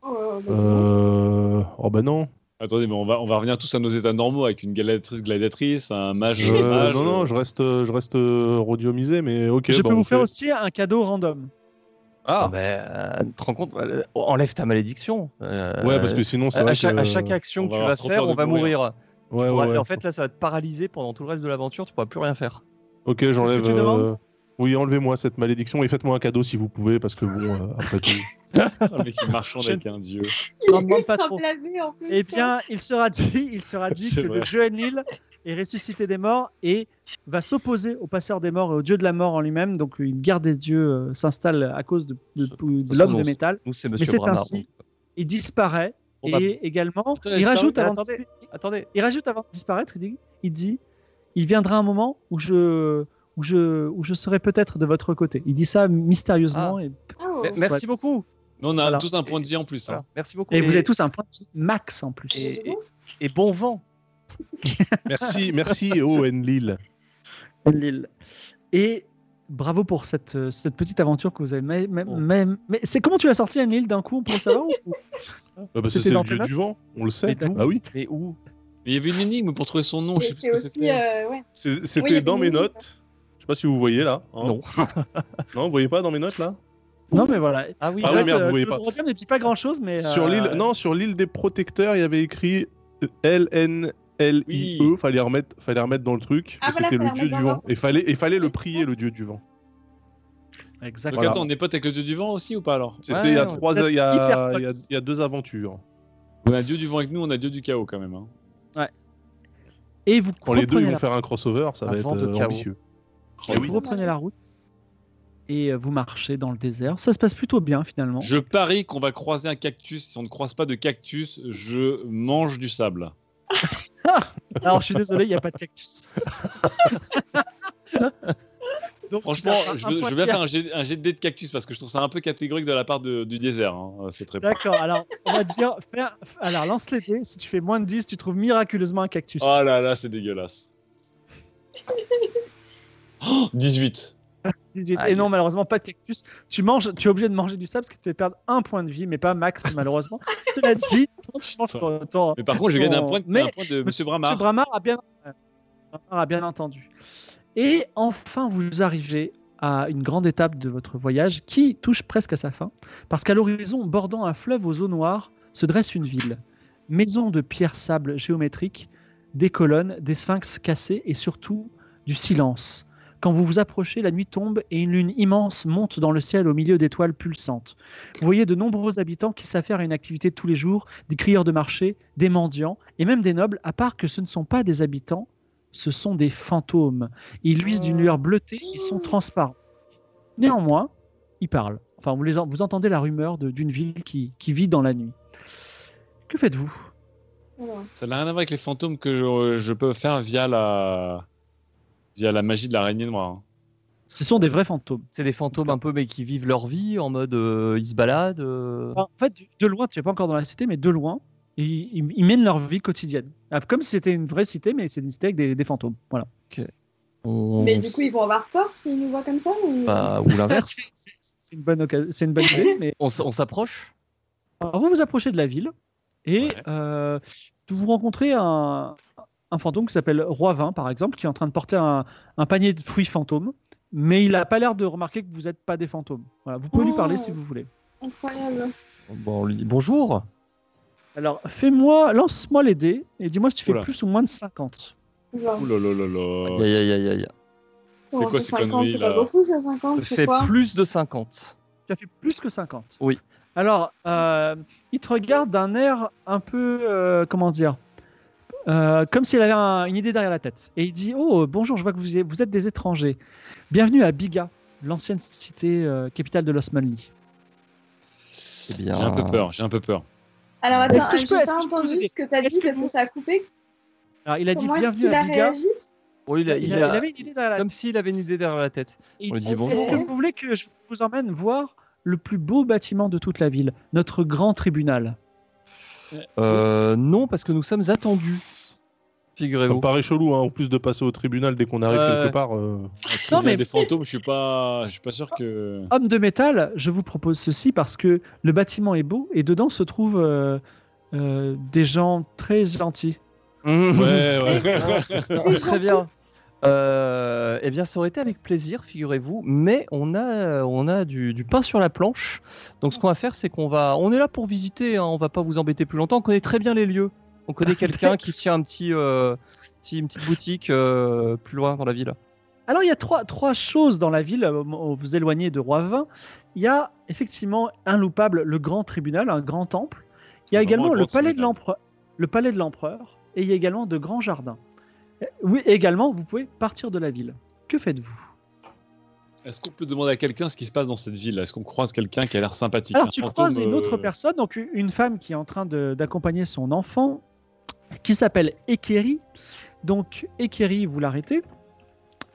Speaker 4: Oh, bah,
Speaker 5: euh... Oh bah non.
Speaker 2: Attendez, mais on va, on va revenir tous à nos états normaux avec une galatrice gladiatrice, un mage.
Speaker 5: Euh,
Speaker 2: mage,
Speaker 5: non, non,
Speaker 2: euh,
Speaker 5: je reste, euh, je reste euh, rodiomisé, mais ok.
Speaker 1: je
Speaker 5: bah,
Speaker 1: peux
Speaker 5: on
Speaker 1: vous faire
Speaker 5: fait-
Speaker 1: aussi un cadeau random.
Speaker 5: Ah,
Speaker 3: mais euh, tu te rends compte, euh, enlève ta malédiction. Euh,
Speaker 5: ouais, parce que sinon, c'est
Speaker 3: à,
Speaker 5: vrai
Speaker 3: à chaque,
Speaker 5: que-
Speaker 3: à chaque action
Speaker 2: on
Speaker 3: que
Speaker 2: va
Speaker 3: tu
Speaker 2: avoir
Speaker 3: vas
Speaker 2: trop
Speaker 3: faire,
Speaker 2: peur de
Speaker 3: on va
Speaker 2: mourir.
Speaker 3: mourir.
Speaker 5: Ouais,
Speaker 3: Ouais,
Speaker 5: ouais,
Speaker 3: En fait, là, ça va te paralyser pendant tout le reste de l'aventure. Tu pourras plus rien faire.
Speaker 5: Ok, j'enlève.
Speaker 1: tu demandes
Speaker 5: euh, Oui, enlevez-moi cette malédiction et faites-moi un cadeau si vous pouvez, parce que bon, euh, après tout.
Speaker 2: le mec qui marchande avec un dieu.
Speaker 4: Il
Speaker 1: N'en
Speaker 4: est
Speaker 1: demande pas
Speaker 4: ultra
Speaker 1: trop.
Speaker 4: blasé, en plus.
Speaker 1: Eh bien, il sera dit, il sera dit
Speaker 2: C'est
Speaker 1: que le
Speaker 2: vrai.
Speaker 1: dieu Enlil est ressuscité des morts et va s'opposer au passeur des morts et au dieu de la mort en lui-même. Donc une guerre des dieux euh, s'installe à cause de, de- de
Speaker 3: façon,
Speaker 1: l'homme de
Speaker 3: on-
Speaker 1: métal.
Speaker 3: Nous, c'est
Speaker 1: Mais
Speaker 3: Monsieur
Speaker 1: c'est
Speaker 3: Bramard,
Speaker 1: ainsi.
Speaker 3: donc.
Speaker 1: Il disparaît
Speaker 3: On
Speaker 1: et
Speaker 3: va-
Speaker 1: également,
Speaker 2: Attends,
Speaker 1: il
Speaker 2: il
Speaker 1: rajoute
Speaker 2: disparaît,
Speaker 1: avant de-
Speaker 3: attendez. Attendez,
Speaker 1: Il rajoute avant de disparaître, il dit, il dit, il viendra un moment où je, où
Speaker 3: Ah.
Speaker 1: je, où je serai peut-être de votre côté. Il dit ça mystérieusement. Et...
Speaker 4: Oh.
Speaker 3: Mais- merci beaucoup.
Speaker 2: Non, on a
Speaker 3: Voilà.
Speaker 2: tous un point de vie en plus. hein.
Speaker 3: Voilà. Merci beaucoup.
Speaker 1: Et vous avez tous un point de vie max en plus.
Speaker 3: et- et- et bon vent.
Speaker 5: Merci, merci oh, Owen Lille.
Speaker 1: Lille. Et bravo pour cette, euh, cette petite aventure que vous avez. Mais, mais,
Speaker 3: Bon.
Speaker 1: mais, mais c'est comment tu l'as sorti, Anil, d'un coup, on peut le savoir ou- ou-
Speaker 5: Ah, parce que
Speaker 1: C'était
Speaker 5: c'est
Speaker 1: dans
Speaker 5: le
Speaker 1: tes
Speaker 5: dieu
Speaker 1: notes
Speaker 5: du vent, on le sait.
Speaker 3: Mais d'où
Speaker 5: Ah oui,
Speaker 3: Mais où
Speaker 2: Mais il y avait une énigme pour trouver son nom, je sais plus ce
Speaker 4: C'est
Speaker 2: que
Speaker 4: aussi.
Speaker 2: c'était.
Speaker 4: euh, ouais.
Speaker 5: C'est-
Speaker 4: Oui, il y
Speaker 5: c'était
Speaker 4: a
Speaker 5: dans
Speaker 4: des
Speaker 5: mes
Speaker 4: lignes.
Speaker 5: notes. Je sais pas si vous voyez là. hein.
Speaker 3: Non.
Speaker 5: Non, vous voyez pas dans mes notes là
Speaker 1: Non, mais voilà.
Speaker 3: Ah oui,
Speaker 5: Ah
Speaker 1: En
Speaker 5: oui,
Speaker 1: fait,
Speaker 5: merde, vous
Speaker 1: euh,
Speaker 5: voyez
Speaker 1: le
Speaker 5: pas.
Speaker 1: programme ne dit pas grand chose, mais.
Speaker 5: Sur
Speaker 1: euh,
Speaker 5: l'île, non, sur l'île des protecteurs, il y avait écrit euh, L N L I E.
Speaker 2: Oui.
Speaker 5: Fallait remettre, fallait remettre dans le truc.
Speaker 4: Ah,
Speaker 5: et
Speaker 4: voilà,
Speaker 5: C'était
Speaker 4: fallait
Speaker 5: le dieu
Speaker 4: remettre
Speaker 5: du
Speaker 4: dans
Speaker 5: vent. Et fallait, et fallait le prier, le dieu du vent.
Speaker 2: Donc
Speaker 1: Exactement.
Speaker 2: attends, on est potes avec le dieu du vent aussi ou pas alors
Speaker 5: C'était
Speaker 3: Ouais,
Speaker 5: il y a
Speaker 3: non,
Speaker 5: trois,
Speaker 1: vous êtes
Speaker 5: il y a-
Speaker 1: hyper potes.
Speaker 5: il y a- il y a deux aventures.
Speaker 2: On a dieu du vent avec nous, on a dieu du chaos quand même. hein.
Speaker 1: Et vous
Speaker 5: Quand les deux
Speaker 1: reprenez
Speaker 5: ils vont
Speaker 1: la-
Speaker 5: faire un crossover, ça va
Speaker 3: Avant
Speaker 5: être
Speaker 3: de
Speaker 5: euh,
Speaker 3: chaos.
Speaker 5: ambitieux.
Speaker 3: Ah
Speaker 2: Oh,
Speaker 5: Ah
Speaker 1: vous reprenez la route et euh, vous marchez dans le désert. Ça se passe plutôt bien finalement.
Speaker 2: Je parie qu'on va croiser un cactus. Si on ne croise pas de cactus, je mange du sable.
Speaker 1: Alors je suis désolé, il n'y a pas de cactus. Donc,
Speaker 2: Franchement,
Speaker 1: un
Speaker 2: je, veux-
Speaker 1: point
Speaker 2: je
Speaker 1: de
Speaker 2: vais
Speaker 1: pierre.
Speaker 2: faire un jet, un jet de dé de cactus parce que je trouve ça un peu catégorique de la part de- du désert. hein, cette réponse.
Speaker 1: D'accord, alors on va dire. faire- Alors lance les dés. Si tu fais moins de 10, tu trouves miraculeusement un cactus.
Speaker 2: Oh là là, c'est dégueulasse. Oh, 18.
Speaker 1: 18.
Speaker 3: Aïe.
Speaker 1: Et non, malheureusement, pas de cactus. Tu manges, tu es obligé de manger du sable parce que tu vas perdre un point de vie, mais pas max, malheureusement. Cela dit, je pense que ton-
Speaker 2: Mais par contre, je gagne un
Speaker 1: Oh,
Speaker 2: point, de-
Speaker 1: mais
Speaker 2: un point de Monsieur Bramar.
Speaker 1: Monsieur Bramard a bien, Bramard a bien entendu. Et enfin, vous arrivez à une grande étape de votre voyage qui touche presque à sa fin, parce qu'à l'horizon, bordant un fleuve aux eaux noires, se dresse une ville. Maison de pierre-sable géométrique, des colonnes, des sphinx cassés et surtout du silence. Quand vous vous approchez, la nuit tombe et une lune immense monte dans le ciel au milieu d'étoiles pulsantes. Vous voyez de nombreux habitants qui s'affairent à une activité de tous les jours, des crieurs de marché, des mendiants et même des nobles, à part que ce ne sont pas des habitants, ce sont des fantômes. Ils luisent d'une lueur bleutée et sont transparents. Néanmoins, ils parlent. Enfin, vous, les en- vous entendez la rumeur de- d'une ville qui, qui vit dans la nuit. Que faites-vous
Speaker 4: Alors,
Speaker 2: Ça n'a rien à voir avec les fantômes que je, je peux faire via la via la magie de l'araignée noire. hein.
Speaker 1: Ce sont des vrais fantômes.
Speaker 3: C'est des fantômes un peu, mais qui vivent leur vie en mode euh, ils se baladent. euh.
Speaker 1: Alors, en fait, de- de loin, tu n'es pas encore dans la cité, mais de loin, ils, ils- ils mènent leur vie quotidienne. Ah, Comme si c'était une vraie cité, mais c'est une cité avec des, des fantômes. Voilà.
Speaker 3: On-
Speaker 4: Mais du coup, ils vont avoir peur s'ils nous voient comme ça ou-
Speaker 3: Bah, ou l'inverse.
Speaker 1: C'est c'est une, bonne occasion- c'est une bonne idée, mais
Speaker 3: On s- on s'approche.
Speaker 1: Alors, vous vous approchez de la ville et
Speaker 2: Ouais.
Speaker 1: euh, vous rencontrez un, un fantôme qui s'appelle Roivin, par exemple, qui est en train de porter un, un panier de fruits fantômes, mais il n'a pas l'air de remarquer que vous n'êtes pas des fantômes. Voilà, vous pouvez lui parler
Speaker 4: Oh.
Speaker 1: si vous voulez.
Speaker 4: Incroyable.
Speaker 3: Bon, on lui dit bonjour.
Speaker 1: Alors, fais-moi, lance-moi les dés et dis-moi si tu fais
Speaker 2: Oula.
Speaker 1: plus ou moins de 50.
Speaker 4: Genre,
Speaker 2: Ouh là là là là.
Speaker 3: Aïe, aïe, aïe, aïe, aïe.
Speaker 2: C'est quoi ces
Speaker 4: 50,
Speaker 2: conneries,
Speaker 4: C'est pas
Speaker 2: là
Speaker 4: beaucoup ça 50,
Speaker 3: Fait
Speaker 4: c'est quoi
Speaker 3: plus de 50.
Speaker 1: Tu as fait plus que 50.
Speaker 3: Oui.
Speaker 1: Alors, euh, il te regarde d'un air un peu, euh, comment dire, euh, comme s'il avait un- une idée derrière la tête. Et il dit, oh, bonjour, je vois que vous, y- vous êtes des étrangers. Bienvenue à Biga, l'ancienne cité euh, capitale de Los Manly.
Speaker 3: C'est
Speaker 2: J'ai
Speaker 3: Eh bien.
Speaker 2: un peu peur, j'ai un peu peur.
Speaker 4: Alors attends,
Speaker 1: Est-ce que je
Speaker 4: j'ai
Speaker 1: peux- est-ce
Speaker 4: pas
Speaker 1: que je peux vous
Speaker 4: entendu
Speaker 1: aider
Speaker 4: ce que t'as
Speaker 1: Est-ce
Speaker 4: dit
Speaker 1: que
Speaker 4: parce
Speaker 1: vous-
Speaker 4: que ça a coupé.
Speaker 1: Alors, il a dit,
Speaker 4: Comment est-ce
Speaker 1: bienvenue
Speaker 4: qu'il a
Speaker 1: à Biga.
Speaker 4: réagi
Speaker 3: Oui, oh, il, a- il
Speaker 1: il
Speaker 3: a-
Speaker 1: avait une idée derrière la
Speaker 3: Comme s'il avait une idée derrière la tête.
Speaker 1: Il
Speaker 3: On lui
Speaker 1: dit,
Speaker 3: dit bonjour.
Speaker 1: Est-ce que vous voulez que je vous emmène voir le plus beau bâtiment de toute la ville, notre grand tribunal
Speaker 3: Euh, non, parce que nous sommes attendus.
Speaker 5: Ça me
Speaker 3: Figurez-vous.
Speaker 5: paraît chelou, hein, en plus de passer au tribunal dès qu'on arrive
Speaker 3: Ouais, ouais.
Speaker 5: quelque part. euh,
Speaker 1: Non,
Speaker 2: Il y a
Speaker 1: mais-
Speaker 2: des fantômes, je suis pas, je suis pas sûr que.
Speaker 1: Homme de métal, je vous propose ceci parce que le bâtiment est beau et dedans se trouvent euh, euh, des gens très gentils.
Speaker 2: Ouais, ouais.
Speaker 3: Très bien. Euh, eh bien, ça aurait été avec plaisir, figurez-vous. Mais on a, on a du, du pain sur la planche. Donc, ce qu'on va faire, c'est qu'on va, on est là pour visiter. hein, on va pas vous embêter plus longtemps. On connaît très bien les lieux. On connaît quelqu'un qui tient un petit, euh, petit- une petite boutique euh, plus loin dans la ville.
Speaker 1: Alors il y a trois, trois choses dans la ville, euh, au- vous éloignez de Roivin. Il y a effectivement un loupable, le grand tribunal, un grand temple. Il y a
Speaker 2: Vraiment un
Speaker 1: également
Speaker 2: grand
Speaker 1: le palais, de
Speaker 2: tribunal.
Speaker 1: l'empereur, le palais de l'empereur et il y a également de grands jardins. Eh, Oui, et également, vous pouvez partir de la ville. Que faites-vous
Speaker 2: Est-ce qu'on peut demander à quelqu'un ce qui se passe dans cette ville Est-ce qu'on croise quelqu'un qui a l'air sympathique
Speaker 1: Alors
Speaker 2: Un
Speaker 1: tu
Speaker 2: fantôme,
Speaker 1: croises une autre
Speaker 2: euh,
Speaker 1: personne, donc u- une femme qui est en train de- d'accompagner son enfant, qui s'appelle Ekeri. Donc Ekeri, vous l'arrêtez.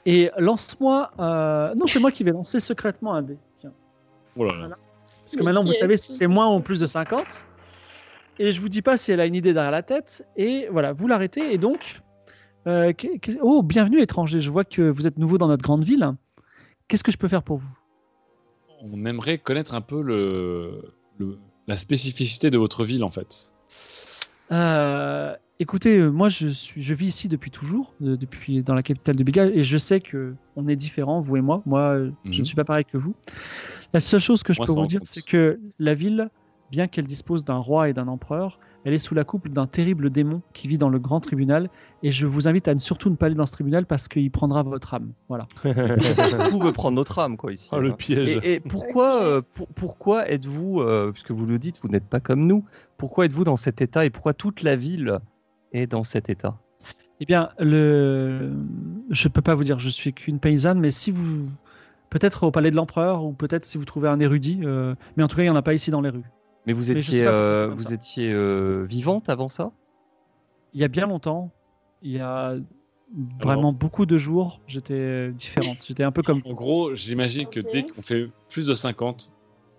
Speaker 1: Et lance-moi... euh, Non, c'est moi qui vais lancer secrètement un dé. Tiens.
Speaker 2: oh là là.
Speaker 1: Parce que maintenant, vous
Speaker 4: Yes.
Speaker 1: savez si c'est moins ou plus de 50. Et je vous dis pas si elle a une idée derrière la tête. Et voilà, vous l'arrêtez. Et donc, euh, qu'est- qu'est- oh, bienvenue étranger. Je vois que vous êtes nouveau dans notre grande ville. Qu'est-ce que je peux faire pour vous
Speaker 2: On aimerait connaître un peu le, le- la spécificité de votre ville, en fait.
Speaker 1: Euh, Écoutez, euh, moi, je, suis, je vis ici depuis toujours, de- depuis dans la capitale de Bigage, et je sais que on est différents, vous et moi. Moi, euh, je
Speaker 2: Mhm.
Speaker 1: ne suis pas pareil que vous. La seule chose que je
Speaker 2: Moi,
Speaker 1: peux
Speaker 2: ça
Speaker 1: vous
Speaker 2: en
Speaker 1: dire,
Speaker 2: compte.
Speaker 1: c'est que la ville, bien qu'elle dispose d'un roi et d'un empereur, elle est sous la couple d'un terrible démon qui vit dans le grand tribunal. Et je vous invite à ne surtout ne pas aller dans ce tribunal parce qu'il prendra votre âme. Voilà.
Speaker 3: Tout veut prendre notre âme, quoi, ici. hein.
Speaker 5: Ah, le piège.
Speaker 3: Et, et pourquoi, euh, pour- pourquoi êtes-vous, euh, puisque vous le dites, vous n'êtes pas comme nous, pourquoi êtes-vous dans cet état et pourquoi toute la ville est dans cet état
Speaker 1: Eh bien, le... je peux pas vous dire, je suis qu'une paysanne, mais si vous. Peut-être au palais de l'empereur, ou peut-être si vous trouvez un érudit, euh, mais en tout cas, il n'y en a pas ici dans les rues.
Speaker 3: Mais vous
Speaker 1: Mais je sais
Speaker 3: étiez,
Speaker 1: pas pourquoi
Speaker 3: euh,
Speaker 1: c'est comme
Speaker 3: vous
Speaker 1: ça.
Speaker 3: étiez euh, vivante avant ça
Speaker 1: Il y a bien longtemps, il y a vraiment
Speaker 5: Ah
Speaker 1: beaucoup de jours, j'étais différente. J'étais un peu comme.
Speaker 2: En gros, j'imagine que dès qu'on fait plus de 50,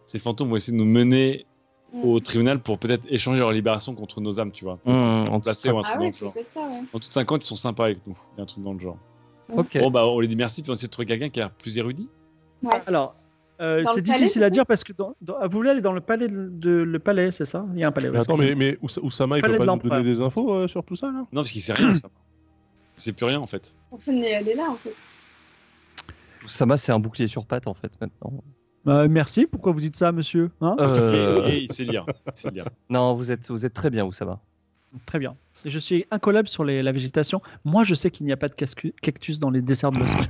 Speaker 2: ces fantômes vont essayer de nous mener
Speaker 4: Hmm.
Speaker 2: au tribunal pour peut-être échanger leur libération contre nos âmes, tu vois.
Speaker 5: Hmm.
Speaker 3: en
Speaker 2: Placer ou un truc
Speaker 4: Ah
Speaker 2: dans le
Speaker 4: ouais, c'est
Speaker 2: genre.
Speaker 4: peut-être ça, ouais.
Speaker 2: En toute 50, ils sont sympas avec nous. Il y a un truc dans le genre.
Speaker 3: Ok.
Speaker 2: Bon, bah, on les dit merci, puis on essaie de trouver quelqu'un qui a l'air plus érudit.
Speaker 1: Alors, euh,
Speaker 4: Dans le
Speaker 1: c'est
Speaker 4: palais,
Speaker 1: difficile
Speaker 4: c'est
Speaker 1: à
Speaker 4: ça
Speaker 1: dire parce que dans, dans- ah, vous voulez aller dans le palais, de, de- le palais, c'est ça Il y a un palais.
Speaker 5: Mais
Speaker 1: ouais,
Speaker 5: attends,
Speaker 1: c'est-
Speaker 5: mais, mais Ous- Oussama, il
Speaker 1: Palais
Speaker 5: peut
Speaker 1: de
Speaker 5: pas nous
Speaker 1: l'Empereur.
Speaker 5: donner des infos euh, sur tout ça, là
Speaker 2: Non, parce qu'il sait rien, ça. Il sait plus rien, en fait.
Speaker 4: Personne n'est allé là, en fait.
Speaker 3: Sama, c'est un bouclier sur pattes, en fait, maintenant.
Speaker 1: Bah, merci. Pourquoi vous dites ça, monsieur Hein
Speaker 3: Euh,
Speaker 2: Et, et il sait lire. Il sait lire.
Speaker 3: non, vous êtes, vous êtes très bien, Oussama.
Speaker 1: Très bien. Et je suis incollable sur les- la végétation. Moi, je sais qu'il n'y a pas de cascu- cactus dans les desserts de Moscou.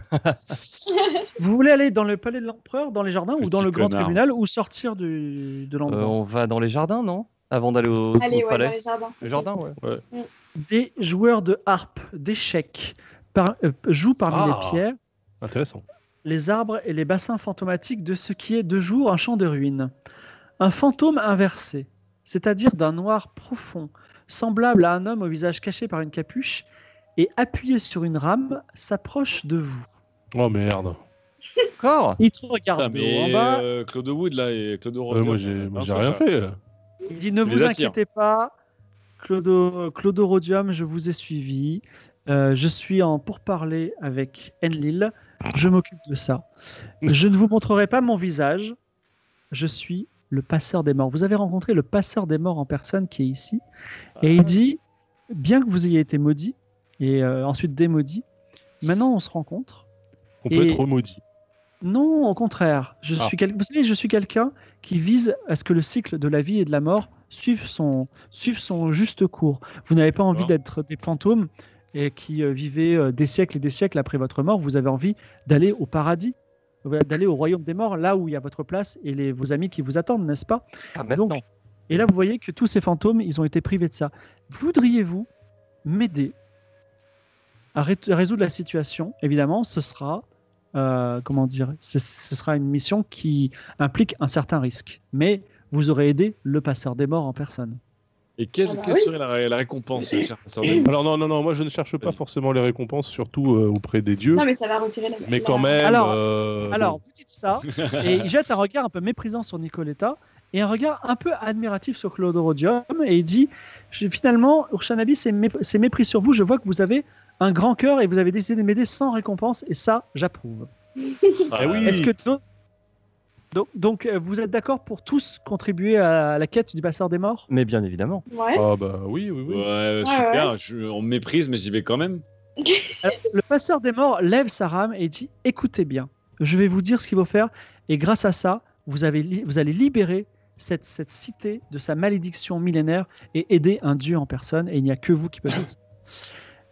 Speaker 1: vous voulez aller dans le palais de l'empereur, dans les jardins, ou
Speaker 2: Petit
Speaker 1: dans le grand
Speaker 2: connard.
Speaker 1: tribunal, ou sortir du, de
Speaker 3: Euh,
Speaker 1: l'endroit
Speaker 3: on va dans les jardins, non Avant d'aller au, au
Speaker 4: Allez, ouais, dans
Speaker 3: palais
Speaker 4: les jardins.
Speaker 3: Le jardin, ouais.
Speaker 1: Des joueurs de harpe, d'échecs, par- euh, jouent parmi
Speaker 5: Ah.
Speaker 1: les pierres,
Speaker 5: Intéressant.
Speaker 1: les arbres et les bassins fantomatiques de ce qui est de jour un champ de ruines. Un fantôme inversé, c'est-à-dire d'un noir profond, semblable à un homme au visage caché par une capuche, et appuyé sur une rame, s'approche de vous.
Speaker 5: Oh merde.
Speaker 3: Encore
Speaker 1: Il te
Speaker 2: Putain,
Speaker 5: Ah,
Speaker 1: regarde de haut en
Speaker 2: mais
Speaker 1: bas.
Speaker 2: euh, Claude Wood, là, et Claude
Speaker 3: Oh,
Speaker 5: Euh, moi, j'ai moi, j'ai rien fait.
Speaker 1: Il dit Ne
Speaker 2: tu les
Speaker 1: vous
Speaker 2: attires.
Speaker 1: inquiétez pas, Clodo, Clodorodium, je vous ai suivi. Euh, je suis en pourparler avec Enlil. Je m'occupe de ça. Je ne vous montrerai pas mon visage. Je suis le passeur des morts. Vous avez rencontré le passeur des morts en personne qui est ici. Et il dit Bien que vous ayez été maudit et euh, ensuite démaudit, maintenant on se rencontre.
Speaker 5: On peut
Speaker 1: Et-
Speaker 5: être maudit.
Speaker 1: Non, au contraire. Je
Speaker 5: Ah.
Speaker 1: suis quel- Vous savez, je suis quelqu'un qui vise à ce que le cycle de la vie et de la mort suive son, suive son juste cours. Vous n'avez pas envie
Speaker 2: D'accord.
Speaker 1: d'être des fantômes et qui euh, vivez euh, des siècles et des siècles après votre mort. Vous avez envie d'aller au paradis, euh, d'aller au royaume des morts, là où il y a votre place et les, vos amis qui vous attendent, n'est-ce pas
Speaker 3: Ah, maintenant.
Speaker 1: Donc, Et là, vous voyez que tous ces fantômes, ils ont été privés de ça. Voudriez-vous m'aider à, ré- à résoudre la situation Évidemment, ce sera, euh, comment dire, ce, ce sera une mission qui implique un certain risque. Mais vous aurez aidé le passeur des morts en personne.
Speaker 2: Et quelle,
Speaker 4: Ah bah
Speaker 2: quelle
Speaker 4: oui.
Speaker 2: serait la, la récompense, cher passeur des morts
Speaker 5: Alors, non, non, non, moi, je ne cherche pas
Speaker 2: Vas-y.
Speaker 5: forcément les récompenses, surtout euh, auprès des dieux.
Speaker 4: Non,
Speaker 5: mais...
Speaker 4: mais ça va retirer la. la-
Speaker 5: quand même.
Speaker 1: Alors-
Speaker 5: euh,
Speaker 1: Alors, vous dites ça, et il jette un regard un peu méprisant sur Nicoletta et un regard un peu admiratif sur Claude Rodium et il dit Je- finalement Urshanabi c'est mép- c'est mépris sur vous je vois que vous avez un grand cœur et vous avez décidé de m'aider sans récompense et ça j'approuve
Speaker 5: Ah oui.
Speaker 1: est-ce que d'autres- donc, donc, euh, vous êtes d'accord pour tous contribuer à la quête du passeur des morts
Speaker 3: Mais bien évidemment.
Speaker 4: Ouais.
Speaker 5: Ah, bah oui, oui, oui.
Speaker 2: Ouais, super, je- on me méprise, mais j'y vais quand même.
Speaker 1: Alors, le passeur des morts lève sa rame et dit Écoutez bien, je vais vous dire ce qu'il faut faire, et grâce à ça, vous, avez li- vous allez libérer cette, cette cité de sa malédiction millénaire et aider un dieu en personne, et il n'y a que vous qui pouvez faire ça.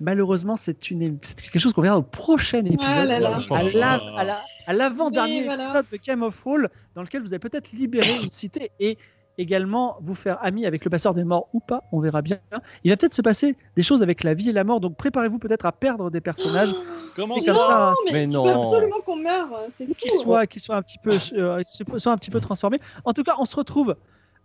Speaker 1: Malheureusement, c'est une- c'est quelque chose qu'on verra au prochain épisode,
Speaker 4: Ah là là.
Speaker 2: Oh
Speaker 1: à
Speaker 2: ah,
Speaker 1: la- à la- à l'avant-dernier
Speaker 4: Oui, voilà.
Speaker 1: épisode de Game of Thrones, dans lequel vous allez peut-être libérer une cité et également vous faire ami avec le passeur des morts ou pas, on verra bien. Il va peut-être se passer des choses avec la vie et la mort, donc préparez-vous peut-être à perdre des personnages
Speaker 2: Comment
Speaker 1: c'est
Speaker 2: ça
Speaker 1: comme ça, hein,
Speaker 3: Mais
Speaker 4: mais il faut
Speaker 3: non.
Speaker 4: absolument qu'on meure, c'est fou.
Speaker 1: qu'ils soient, qu'ils soient un petit peu, euh, se- soient un petit peu transformés. En tout cas, on se retrouve,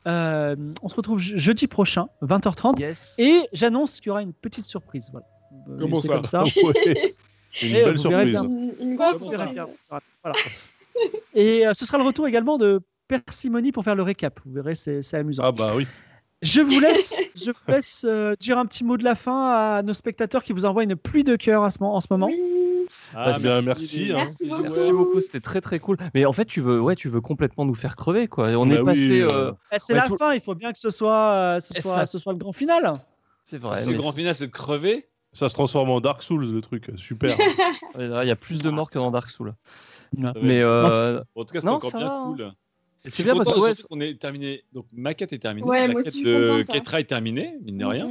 Speaker 1: euh, on se retrouve je- jeudi prochain, 20h30,
Speaker 3: Yes.
Speaker 1: et j'annonce qu'il y aura une petite surprise. Voilà. Euh,
Speaker 2: Comment
Speaker 1: c'est
Speaker 2: ça
Speaker 1: comme ça.
Speaker 5: Ouais. Une
Speaker 1: Eh,
Speaker 5: belle
Speaker 1: vous verrez
Speaker 5: surprise.
Speaker 4: Oh,
Speaker 1: bien.
Speaker 4: Une, une grosse
Speaker 1: Vous verrez
Speaker 4: surprise.
Speaker 1: bien. Voilà. Et euh, ce sera le retour également de persimonie pour faire le récap. Vous verrez, c'est c'est amusant.
Speaker 5: Ah bah oui.
Speaker 1: Je vous laisse, je vous laisse euh, dire un petit mot de la fin à nos spectateurs qui vous envoient une pluie de cœur à ce mo- en ce moment.
Speaker 4: Oui.
Speaker 2: Ah,
Speaker 3: Bah,
Speaker 5: bien, merci, hein.
Speaker 4: Merci beaucoup.
Speaker 3: Merci beaucoup, c'était très très cool. Mais en fait, tu veux, ouais, tu veux complètement nous faire crever, quoi. Et On
Speaker 5: Bah
Speaker 3: est
Speaker 5: oui,
Speaker 3: passé.
Speaker 5: euh,
Speaker 3: euh,
Speaker 1: Eh, c'est
Speaker 3: Ouais,
Speaker 1: la
Speaker 3: tout-
Speaker 1: fin, il faut bien que ce soit, euh, ce
Speaker 3: Et
Speaker 1: soit,
Speaker 3: ça-
Speaker 1: ce soit le grand final.
Speaker 3: C'est vrai.
Speaker 2: Ce
Speaker 3: mais-
Speaker 2: grand final, c'est de crever.
Speaker 5: Ça se transforme en Dark Souls, le truc. Super.
Speaker 3: mais là, Il y a plus de morts que dans Dark Souls.
Speaker 2: Ça va
Speaker 3: Mais
Speaker 2: être-
Speaker 3: euh,
Speaker 2: En tout cas, c'est
Speaker 3: non,
Speaker 2: encore
Speaker 3: ça
Speaker 2: bien
Speaker 3: va, hein.
Speaker 2: cool. Je
Speaker 3: c'est
Speaker 2: suis
Speaker 3: bien parce
Speaker 2: content
Speaker 3: que ouais,
Speaker 2: surtout qu'on est terminé. Donc ma quête est terminée.
Speaker 4: Ouais,
Speaker 2: la
Speaker 4: moi
Speaker 2: quête
Speaker 4: aussi, je suis
Speaker 2: de
Speaker 4: contente, hein.
Speaker 2: Ketra est terminée, mine de rien.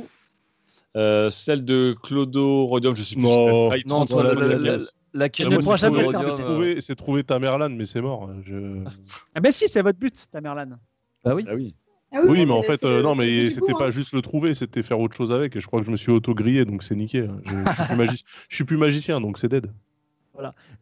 Speaker 2: Euh, celle de Clodo Rhodium, je suis plus.
Speaker 5: Non.
Speaker 2: elle a failli
Speaker 3: Non,
Speaker 2: 35
Speaker 3: la-
Speaker 2: secondes,
Speaker 3: la-
Speaker 2: la
Speaker 3: la-
Speaker 2: quête.
Speaker 3: la quête
Speaker 1: ne
Speaker 3: de
Speaker 1: pourra
Speaker 3: Nico
Speaker 1: jamais
Speaker 3: Rodium,
Speaker 5: C'est
Speaker 1: terminer.
Speaker 3: euh,
Speaker 5: trouver, c'est trouver Tamerlan, mais c'est mort. hein, Je-
Speaker 1: Ah ben si, c'est votre but, Tamerlan.
Speaker 3: Bah oui.
Speaker 2: Ah oui.
Speaker 4: Ah
Speaker 5: Oui, mais
Speaker 4: c'est
Speaker 5: en
Speaker 4: le-
Speaker 5: fait,
Speaker 4: c'est le-
Speaker 5: euh, non,
Speaker 4: c'est le
Speaker 5: mais
Speaker 4: bout du
Speaker 5: c'était
Speaker 4: bout,
Speaker 5: pas
Speaker 4: hein.
Speaker 5: juste le trouver, c'était faire autre chose avec. Et je crois que je me suis auto-grillé, donc c'est niqué. hein. Je, je suis plus magic- je suis plus magicien, donc c'est dead.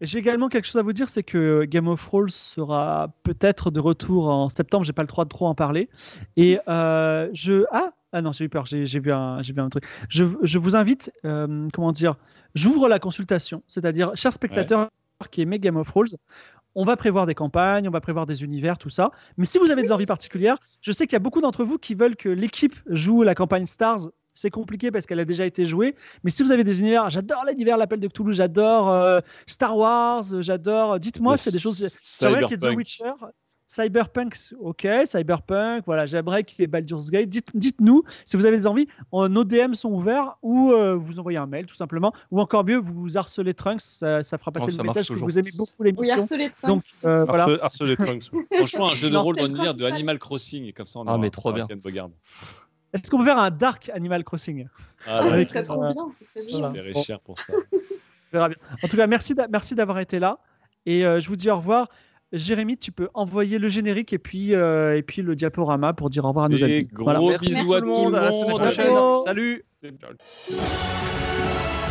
Speaker 1: J'ai également quelque chose à vous dire, c'est que Game of Thrones sera peut-être de retour en septembre. J'ai pas le droit de trop en parler. Et euh, je ah ah non j'ai eu peur, j'ai j'ai vu un j'ai vu un truc. Je, je vous invite euh, comment dire, j'ouvre la consultation, c'est-à-dire cher spectateur qui aimait Game of Thrones. On va prévoir des campagnes, on va prévoir des univers, tout ça. Mais si vous avez des envies particulières, je sais qu'il y a beaucoup d'entre vous qui veulent que l'équipe joue la campagne Stars. C'est compliqué parce qu'elle a déjà été jouée. Mais si vous avez des univers, j'adore l'univers L'Appel de Cthulhu, j'adore euh, Star Wars, euh, j'adore. Dites-moi,
Speaker 2: Le
Speaker 1: c'est des choses. J'aimerais qu'il y ait The
Speaker 2: Cyberpunk.
Speaker 1: Witcher, Cyberpunk, ok, Cyberpunk, voilà, j'aimerais qu'il y ait Baldur's Gate. Dites- Dites-nous si vous avez des envies. En- Nos DM sont ouverts ou euh, vous envoyez un mail tout simplement. Ou encore mieux, vous vous harcelez Trunks, ça, ça fera passer
Speaker 3: Oh,
Speaker 1: le
Speaker 3: ça
Speaker 1: message
Speaker 3: marche
Speaker 1: que
Speaker 3: toujours.
Speaker 1: vous aimez beaucoup
Speaker 4: Oui,
Speaker 1: l'émission.
Speaker 4: harceler Trunks.
Speaker 1: Donc euh, voilà.
Speaker 5: Harcel- Harceler Trunks.
Speaker 2: Franchement, un jeu de
Speaker 1: Non,
Speaker 2: rôle
Speaker 4: c'est
Speaker 2: dans
Speaker 4: le
Speaker 2: l'univers de
Speaker 4: principal.
Speaker 2: Animal Crossing. Et comme ça, on
Speaker 3: Ah,
Speaker 2: aura
Speaker 3: mais trop bien.
Speaker 2: Ken Bogard.
Speaker 1: Est-ce qu'on peut faire un Dark Animal Crossing
Speaker 2: Ah,
Speaker 4: Ah,
Speaker 2: bah,
Speaker 4: ce
Speaker 1: ouais.
Speaker 4: serait trop
Speaker 1: Voilà.
Speaker 4: bien. ce serait
Speaker 2: je
Speaker 4: génial.
Speaker 1: Voilà.
Speaker 2: paierai
Speaker 1: Bon.
Speaker 2: cher pour ça.
Speaker 1: On verra bien. En tout cas, merci d'a- merci d'avoir été là et euh, je vous dis au revoir. Jérémy, tu peux envoyer le générique et puis, euh, et puis le diaporama pour dire au revoir à nos
Speaker 2: Des
Speaker 1: amis. Voilà.
Speaker 2: gros bisous à tout le monde.
Speaker 3: à la semaine
Speaker 1: à
Speaker 3: prochaine.
Speaker 1: bientôt.
Speaker 3: Salut.
Speaker 2: Salut.